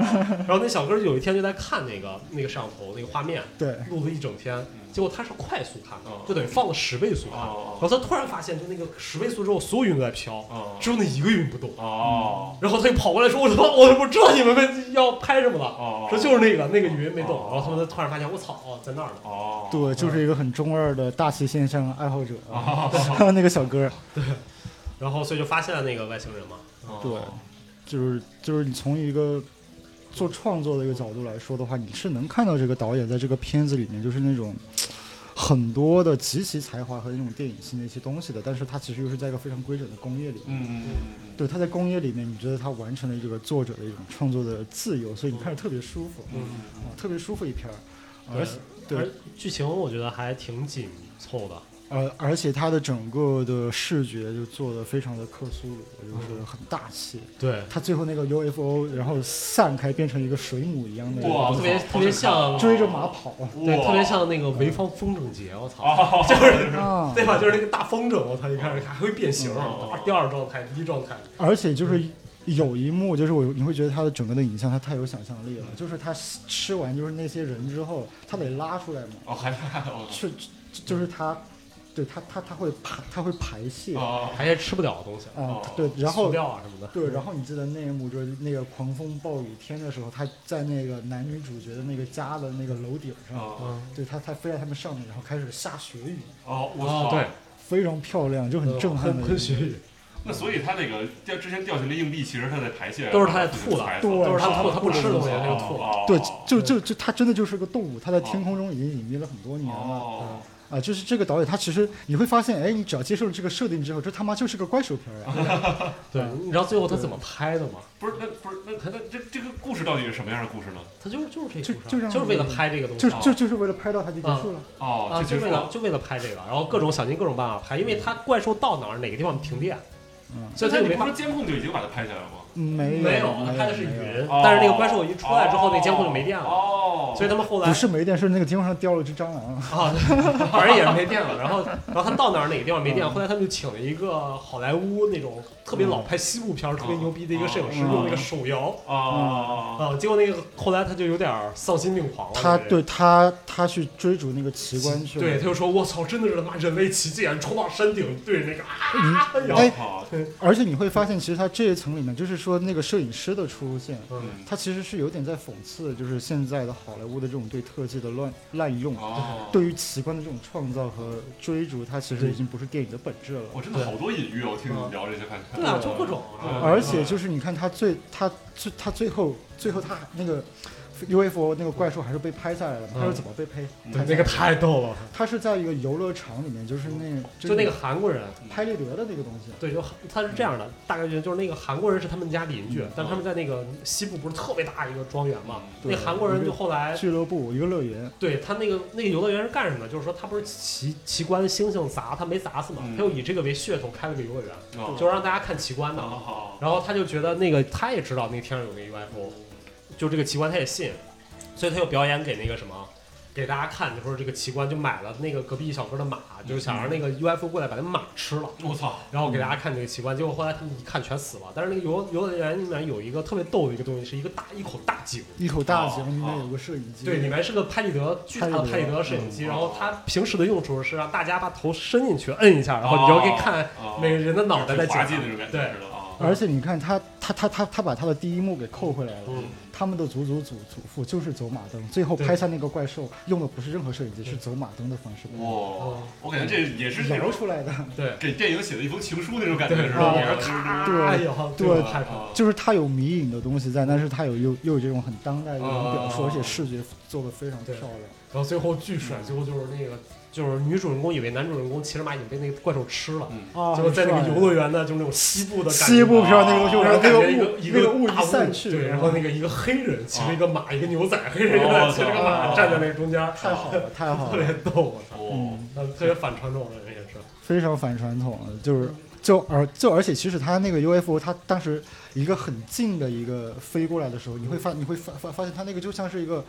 B: 然后那小哥有一天就在看那个那个摄像头那个画面，
E: 对，
B: 录了一整天，结果他是快速看的
D: 哦，
B: 就等于放了十倍速看。
D: 哦
B: 然后他突然发现，就那个十倍速之后，所有云都在飘
D: 哦，
B: 只有那一个云不动。
D: 哦，
B: 然后他就跑过来说：“我他妈，我我知道你们们要拍什么
D: 哦
B: 了，说就是那个那个云没动。
D: 哦”
B: 然后他们突然发现，我操，哦，在那儿呢。
D: 哦，
E: 对，就是一个很中二的大气现象爱好者， 啊、那个小哥。
B: 然后所以就发现了那个外星人嘛。
D: 哦
E: 对，就是就是你从一个做创作的一个角度来说的话，你是能看到这个导演在这个片子里面就是那种很多的极其才华和那种电影性的一些东西的，但是它其实又是在一个非常规整的工业里。
D: 嗯嗯嗯
E: 对，他在工业里面，你觉得他完成了这个作者的一种创作的自由，所以你看着特别舒服，
D: 嗯
E: 啊，特别舒服一片儿，而且
B: 而
E: 对，
B: 剧情我觉得还挺紧凑的。
E: 而而且他的整个的视觉就做的非常的克苏鲁，就是很大气，
D: 嗯
B: 对，
E: 它最后那个 UFO，然然后散开变成一个水母一样的，
D: 哇，
B: 特别特别像
E: 追着马跑
B: 对，特别像那个潍坊风筝节，我操，
D: 啊，
B: 就是
E: 啊！
B: 对吧？就是那个大风筝，我操，一开始还会变形啊
D: 嗯，
B: 第二状态、第一状态，
E: 而且就是有一幕，就是我你会觉得它的整个的影像它太有想象力了，就是它吃完就是那些人之后，它得拉出来嘛，
D: 哦还哦
E: 去就是它，对它它它会排它会排泄啊，
D: 哦
B: 还是吃不了的东西，啊
E: 对，然后
B: 塑料啊什么的，
E: 对，然后你记得那一幕就是那个狂风暴雨天的时候，他在那个男女主角的那个家的那个楼顶上，
B: 嗯
D: 哦
E: 对他他飞到他们上面，然后开始下雪雨，
D: 哦我操，
B: 啊对，
E: 非常漂亮，就很震撼的一幕。
B: 喷血雨，
D: 那所以他那个掉之前掉下来硬币，其实他在排泄，啊
B: 都是他在吐的
D: 排，
E: 对
B: 都是他吐，他不吃东西，他就吐
D: 啊
B: 了。
E: 对，
D: 哦
E: 就就就它真的就是个动物，它在天空中已经隐秘了很多年了。
D: 哦，
E: 啊，就是这个导演，他其实你会发现，哎，你只要接受了这个设定之后，这他妈就是个怪兽片儿啊！
B: 对，你知道最后他怎么拍的吗？
D: 不是那不是那那这这个故事到底是什么样的故事呢？
B: 他就是就是这
E: 就
B: 个故事
E: 就让
B: 就是为了拍这个东西
E: 就。就就是为了拍到它就结束了。
D: 哦，
B: 啊，
D: 这
B: 就
D: 结束
B: 为了就为了拍这个，然后各种想尽各种办法拍，因为他怪兽到哪儿哪个地方停电，
E: 嗯
B: 所
D: 这
B: 以他就
D: 他你
B: 没
D: 不
B: 法
D: 是监控就已经把它拍下来了吗？
E: 没
B: 没
E: 有，没
B: 有，他拍的是
E: 没有
B: 云，
D: 哦
B: 呃但是那个怪兽一出来之后，那监控就没电了，
D: 哦，
B: 所以他们后来
E: 不是没电，是那个天空上掉了只蟑螂。
B: 啊，反正也是没电了。然后，然后他到哪儿哪个地方没电，后来他们就请了一个好莱坞那种特别老拍西部片儿、特别牛逼的一个摄影师，
E: 嗯
B: 用那个手摇
D: 哦
B: 啊。结果那个后来他就有点儿丧心病狂了。
E: 他
B: 这个人
E: 对他他去追逐那个奇观去了。
B: 对，他就说：“我操，真的是他妈人类奇迹！”冲到山顶对着那个啊，然后
E: 哎
D: 哦，
E: 而且你会发现，其实它这一层里面，就是说那个摄影师的出现，
B: 嗯
E: 它其实是有点在讽刺，就是现在的好莱坞的这种对特技的乱滥用，
D: 哦，
E: 哎对于奇观的这种创造和追逐，它其实已经不是电影的本质了。
D: 我真的好多隐喻哦，听你聊这些看
B: 对啊，就各种
D: 嗯
E: 而且就是你看他最他最他最后最后他那个 UFO 那个怪兽还是被拍下来了嘛，
B: 嗯
E: 他是怎么被拍？
B: 对那
E: 拍下来
B: 个
E: 的
B: 太逗了，
E: 他是在一个游乐场里面，就是那
B: 就那个韩国人，
E: 拍立得的那个东西。
B: 对，就他是这样的，大概就是那个韩国人是他们家邻居，但他们在那个西部不是特别大一个庄园嘛，
E: 对
B: 那韩国人就后来
E: 俱乐部一个乐园，
B: 对他那个那个游乐园是干什么的？就是说他不是奇奇观星星砸，他没砸死嘛，
D: 嗯
B: 他又以这个为噱头开了个游乐园，
D: 哦
B: 就是让大家看奇观的。
D: 哦
B: 然后他就觉得那个他也知道那天上有那 UFO，就这个奇观他也信，所以他又表演给那个什么。给大家看，就说这个奇观，就买了那个隔壁小哥的马，就是想让那
D: 嗯
B: 个 UFO 过来把那马吃了。
D: 我操，
B: 然后给大
D: 嗯
B: 家看这个奇观，结果后来他们一看全死了。但是那个游游乐园里面有一个特别逗的一个东西，是一个大一口大井，
E: 一口大
D: 哦
E: 井里面
D: 哦
E: 有个摄影机，
B: 对，里面是个拍立得巨大的拍
E: 拍
B: 立
E: 立得
B: 得摄影机。
D: 嗯
B: 然后它平时的用处是让大家把头伸进去摁一下，然后你就可以看
D: 哦
B: 每个人的脑袋在
D: 挺滑稽
B: 井
D: 的
B: 里
D: 那
B: 面
D: 种感觉，
B: 对，
D: 是吧哦
E: 而且你看他他他他他把他的第一幕给扣回来了。
B: 嗯
E: 他们的祖祖祖祖父就是走马灯，最后
B: 对
E: 拍下那个怪兽用的不是任何摄影机，是走马灯的方式哦
D: 哇，我感觉这也是那
E: 摇
D: 种
E: 出来的。
B: 对，
D: 给电影写的一封情书那种感觉
B: 对，
D: 是
B: 然后
D: 吧？
B: 也
D: 就是是
B: 咔，
E: 对
B: 哎呦，
E: 对
B: 这个太
D: 哦
E: 哦就是它有迷影的东西在，但是它有又又有这种很当代的这种表述，
D: 哦
E: 而且视觉做的非常漂亮。
B: 然后最后巨帅，最后就是那个就是女主人公以为男主人公骑着马已经被那个怪兽吃了，
D: 嗯
E: 啊
B: 结果在那个游乐园呢，就是那种西部的感觉。
E: 西部片儿那个东西，
B: 就
E: 我
B: 是
E: 那
B: 感
E: 个
B: 觉一
E: 雾
B: 一
E: 那个
B: 雾
E: 雾
B: 大
E: 一散去，啊
B: 对，然后那个一个黑人骑着一个马，一个牛仔黑人
D: 哦
B: 骑着个马
D: 哦
B: 站在那个中间，
E: 太好了，太好
B: 特
E: 了嗯
B: 别，逗，我操，
D: 哦，
B: 那特别反传统的这也是，
E: 非常反传统了，就是。就而就而且，其实它那个 UFO，它当时一个很近的一个飞过来的时候，你会发你会发发发现它那个就像是一个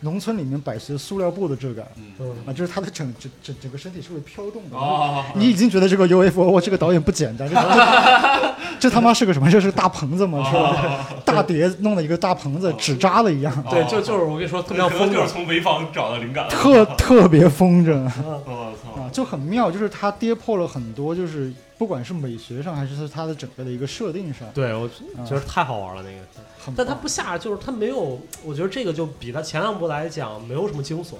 E: 农村里面摆些塑料布的质感
B: 嗯，
E: 啊，就是它的整整整整个身体是会飘动的，
D: 哦，
E: 你已经觉得这个 UFO，哇，这哦个导演不简单，这这这他妈是个什么？这是个大棚子吗？是吧？大碟弄了一个大棚子，纸扎的一样，
B: 对，就哦就是我跟你说，特
D: 可
B: 别像
D: 能
B: 风
D: 就
B: 格
D: 是，从潍坊找到灵感，
E: 特特别风筝
D: 哦我操，
E: 啊，就很妙，就是它跌破了很多，就是不管是美学上还是它的整个的一个设定上，
B: 对我
E: 嗯
B: 觉得太好玩了那个，
E: 很
B: 但它
E: 棒
B: 不下，就是它没有，我觉得这个就比它前两部来讲没有什么惊悚，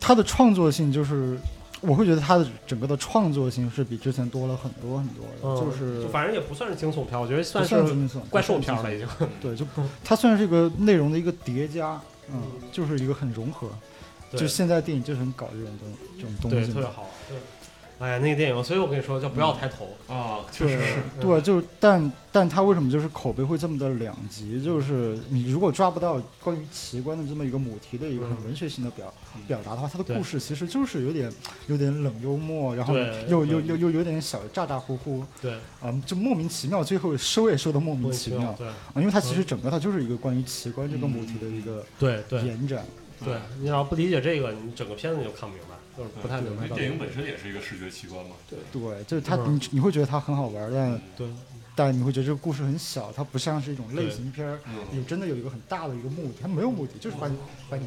E: 它的创作性就是。我会觉得它的整个的创作性是比之前多了很多很多
B: 嗯
E: 的，就是
B: 就反正也不算是惊悚片，我觉得
E: 不
B: 算
E: 算
B: 是
E: 惊悚
B: 怪嗯兽片
E: 不算惊悚
B: 了已经，
E: 对，就不，它算是一个内容的一个叠加，嗯，就是一个很融合。
B: 对
E: 就现在电影就是很搞这种东这种东
B: 对，
E: 西
B: 特别
E: 嘛，
B: 好，对，哎呀，那个电影，所以我跟你说叫不要抬头，嗯
D: 啊，确
E: 嗯对
D: 实是，
E: 对，就是但但它为什么就是口碑会这么的两极？就是你如果抓不到关于奇观的这么一个母题的一个很
B: 嗯
E: 文学性的表
D: 嗯
E: 表达的话，它的
B: 对
E: 故事其实就是有点有点冷幽默，然后
B: 对
E: 又又又又有点小咋咋呼呼
B: 对，
E: 啊，就莫名其妙，最后收也收的莫名其妙
B: 对
E: 啊，因为它其实整个它就是一个关于奇观这个母题的一个
B: 对嗯对。
E: 延展。
B: 对
E: 嗯
B: 你要不理解这个，你整个片子你就看不明白，就是不太明白到底。
D: 电影本身也是一个视觉奇观嘛，对，
E: 对，就是它，
B: 嗯
E: 你你会觉得它很好玩儿，但
B: 对
E: 但你会觉得这个故事很小，它不像是一种类
B: 对
E: 型片儿，
D: 嗯，
E: 有真的有一个很大的一个目的，它没有目的，就是把你把你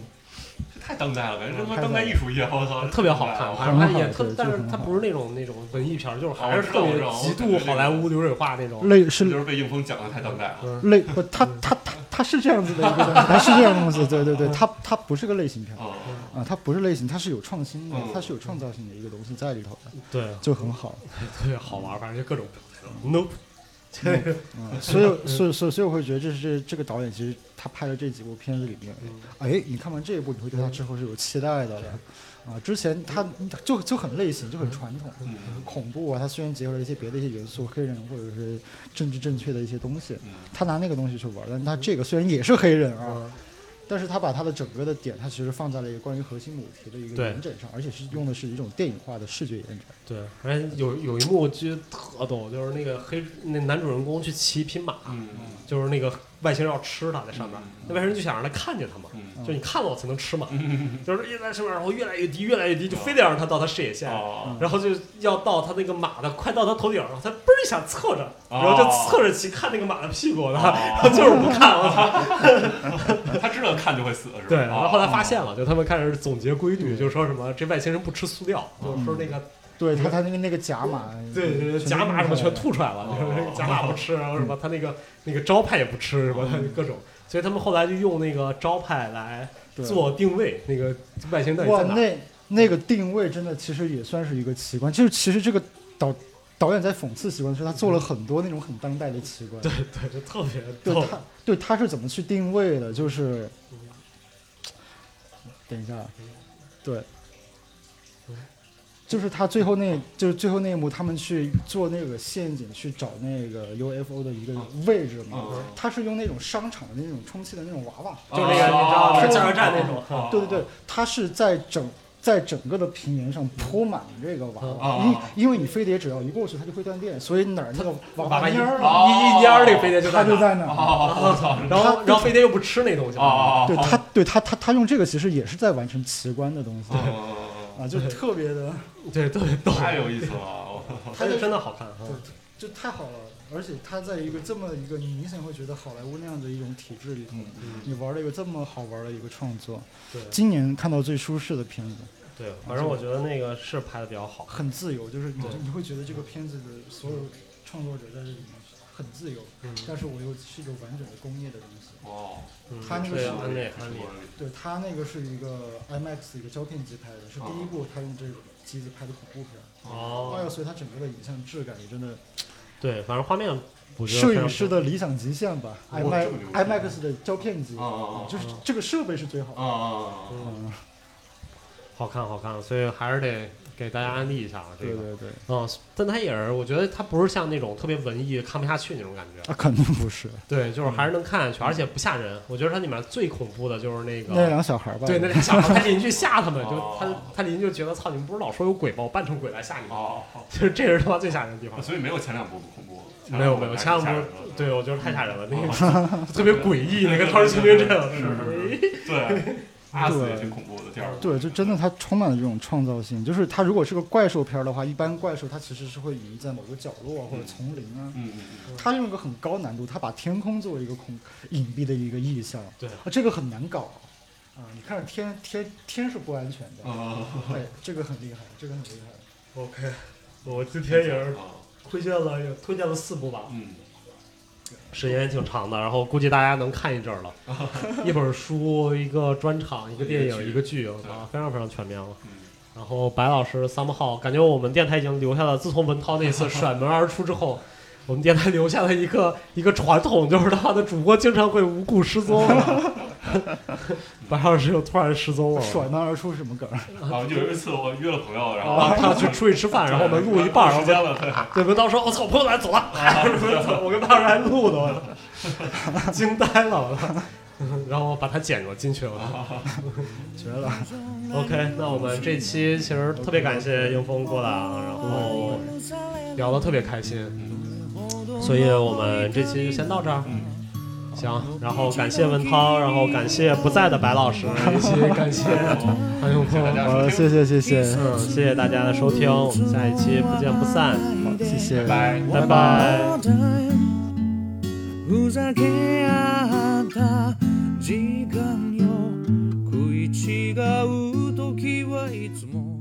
D: 这太当代了，感觉他妈嗯当代艺术一样，我操，啊
B: 特别好看，
D: 我
B: 反正它
E: 很好
B: 也特
E: 对，
B: 但
E: 就是很
B: 它
E: 好
B: 不是那种那种文艺片儿，就是还
D: 哦
B: 是
D: 我
B: 特别
D: 知道我知道
B: 极度
D: 我感觉这
B: 好莱
D: 个
B: 坞流水化那种。嗯
E: 类
D: 这
E: 是
D: 就是被硬风讲的太当代了，
E: 类不，它它它它是这样子的一个东西，它是这样的东西，对对对，它它不是个类型片儿
D: 啊，
E: 啊，它不是类型，它是有创新的
D: 嗯，
E: 它是有创造性的一个东西在里头的，
B: 对，
E: 就很好。啊
B: 特别好玩，反正就各种 nope。对，
E: 嗯，所以所以所以所以我会觉得这是这个导演其实他拍的这几部片子里面，
B: 嗯
E: 哎，你看完这一部，你会对他之后是有期待的了。啊，之前他就就很类型，就很传统，
D: 嗯
E: 恐怖啊，他虽然结合了一些别的一些元素，黑人或者是政治正确的一些东
D: 嗯
E: 西，他拿那个东西去玩，但他这个虽然也是黑人
B: 嗯
E: 啊，但是他把他的整个的点，他其实放在了一个关于核心母题的一个
B: 对
E: 延展上，而且是用的是一种电影化的视觉延展。
B: 对，而且有有一幕我觉得特逗，就是那个黑那男主人公去骑一匹马，
D: 嗯
B: 就是那个外星人要吃他在上面
D: 嗯，
B: 那外星人就想让他看见他嘛，
D: 嗯
B: 就你看了我才能吃嘛，
E: 嗯
B: 就是一直在上面，然后越来越低，越来越低，就非得让他到他视野线，
D: 哦，
B: 然后就要到他那个马的，快到他头顶上，他嘣儿一下侧着，然
D: 哦
B: 后就侧着骑看那个马的屁股，然后
D: 哦
B: 然后就是不看，我操！
D: 他知道看就会死是吧？哦
B: 对，
E: 嗯
B: 然后后来发现了，就他们开始总结规律，就说什么这外星人不吃塑料，就是说那个
E: 对他他那个那个甲马，
B: 对对对，
D: 嗯
E: 全
B: 甲马什么全
E: 弄出
B: 吐出来
D: 哦
B: 了，就是甲马不吃，然后什么他那个那个招牌也不吃，什
D: 哦
B: 么他各种，所以他们后来就用那个招牌来
E: 对
B: 做定位，那个外星到
E: 来
B: 底
E: 哇，
B: 在哪？
E: 那那个定位真的其实也算是一个奇观，就是其实这个导导演在讽刺奇观，是他做了很多那种很当代的奇观，
B: 对对，就特别
E: 对
B: 逗。
E: 他对他是怎么去定位的？就是，等一下啊，对，就是他最后那，就是最后那一幕，他们去做那个陷阱，去找那个 UFO 的一个位置
B: 哦
E: 嘛。
D: 嗯
E: 他是用那种商场的那种充气的那种娃娃，
B: 就
D: 哦
B: 那个你知道吗？加油站那种，
E: 对对
B: 哦
E: 对，他是在整。在整个的平原上铺满这个娃
B: 哦
E: 娃，
D: 嗯
E: 因因为你飞碟只要一过去它就会断电，所以哪儿那个娃
B: 娃
E: 娃
B: 娃一
E: 蔫儿
D: 哦
E: 啊，
B: 一一蔫儿那飞碟就
E: 它就
B: 在
E: 在那儿。
D: 哦，我操！
B: 那，然后
E: 它
B: 然后飞碟又不吃那东西，
D: 哦
E: 对他，对他，他他用这个其实也是在完成奇观的东西
D: 哦，
E: 啊，就特别的，
B: 对，特别逗，
D: 嗯太有意思了！
B: 它就真的好看啊。
E: 就太好了。而且他在一个这么一个你明显会觉得好莱坞那样的一种体制里头，
D: 嗯
E: 你玩了一个这么好玩的一个创作，
B: 对
E: 今年看到最舒适的片子，
B: 对，反正我觉得那个是拍的比较好。
E: 很自由，就是你
B: 对
E: 你会觉得这个片子的所有创作者在这里面很自由，
B: 嗯
E: 但是我又是一个完整的工业的东西。
D: 哦，
B: 嗯
E: 它那个
B: 对
E: 是
B: 安利安利，
E: 对他那个是一个 IMAX 的一个胶片机拍的，是第一部他用这个机子拍的恐怖片。
B: 哦
E: 哎呀，所以它整个的影像质感也真的，
B: 对，反正画面我觉得
E: 摄
B: 非常
E: 影师的理想极限吧
D: 哇这个牛逼
E: ，IMAX IMAX 的胶片机
D: 啊，啊
E: 就是这个设备是最好
D: 啊
E: 的。
D: 啊！
B: 嗯
E: 嗯，
B: 好看好看，所以还是得给大家安利一下啊这
E: 对
B: 个。
E: 对对，
B: 嗯，但它也是，我觉得它不是像那种特别文艺看不下去那种感觉。
E: 啊，肯定不是
B: 对，就是还是能看下去，而且不吓人。我觉得它里面最恐怖的就是那
E: 那
B: 个，
E: 两小孩吧？
B: 对，那俩小 孩，他邻居吓他们，就
D: 哦
B: 他他邻居就觉得操，你们不是老说有鬼吗？我扮成鬼来吓你们，
D: 哦，
B: 就是这是他妈最吓人的地方。
D: 啊所以没有前两部恐怖，
B: 没有没有，前两部对我觉得太吓人了，那 个特别诡异，那个《
D: 对
B: 超人骑兵阵》
D: 是是是，对，阿死也挺恐怖的。第二部，
E: 对，就真的它充满了这种创造性。就是它如果是个怪兽片儿的话，一般怪兽它其实是会隐匿在某个角落啊或者丛林啊。
D: 嗯
E: 它用一个很高难度，它把天空作为一个恐隐蔽的一个意象。
B: 对
E: 啊，这个很难搞啊！你看着天天天是不安全的，
D: 嗯
E: 对，这个很厉害，这个很厉害。
B: OK，我 今 天也是
D: 嗯
B: 推荐了，也推荐了四部吧，
D: 嗯，
B: 时间也挺长的，然后估计大家能看一阵儿了， 一本书，一个专场，一个电影，一
D: 啊一
B: 个
D: 个
B: 剧啊，非常非常全面了。
D: 嗯
B: 然后白老师、三木号，感觉我们电台已经留下了，自从文涛那 次甩门而出之后，我们电台留下了一个一个传统，就是他的主播经常会无故失踪。啊 白老师又突然失踪了，
E: 甩门而出是什么梗儿？
D: 啊，有一次我约了朋友，然
B: 啊！
D: 后
B: 他去出去吃饭，然后我们录一半，然后
D: 时间 了，
B: 对，
D: 对，
B: 文涛说：“我哦操，我朋友来走了。 我跟当时还录呢，我操，惊呆了，我操。 然后我把它剪了进去了。
E: 绝了！
B: OK，那我们这期其实特别感谢英峰过来啊，然后聊得特别开心，所以我们这期就先到这儿。行，然后感谢文涛，然后感谢不在的白老师，以及感谢韩永峰。
D: 大家
E: 好
D: 收听
E: 了，谢，谢谢谢，
B: 嗯，谢谢大家的收听，我们下一期不见不散，
E: 好，谢谢，
D: 拜拜。
B: 拜拜。
F: ふざけ合った時間よ食い違う時はいつも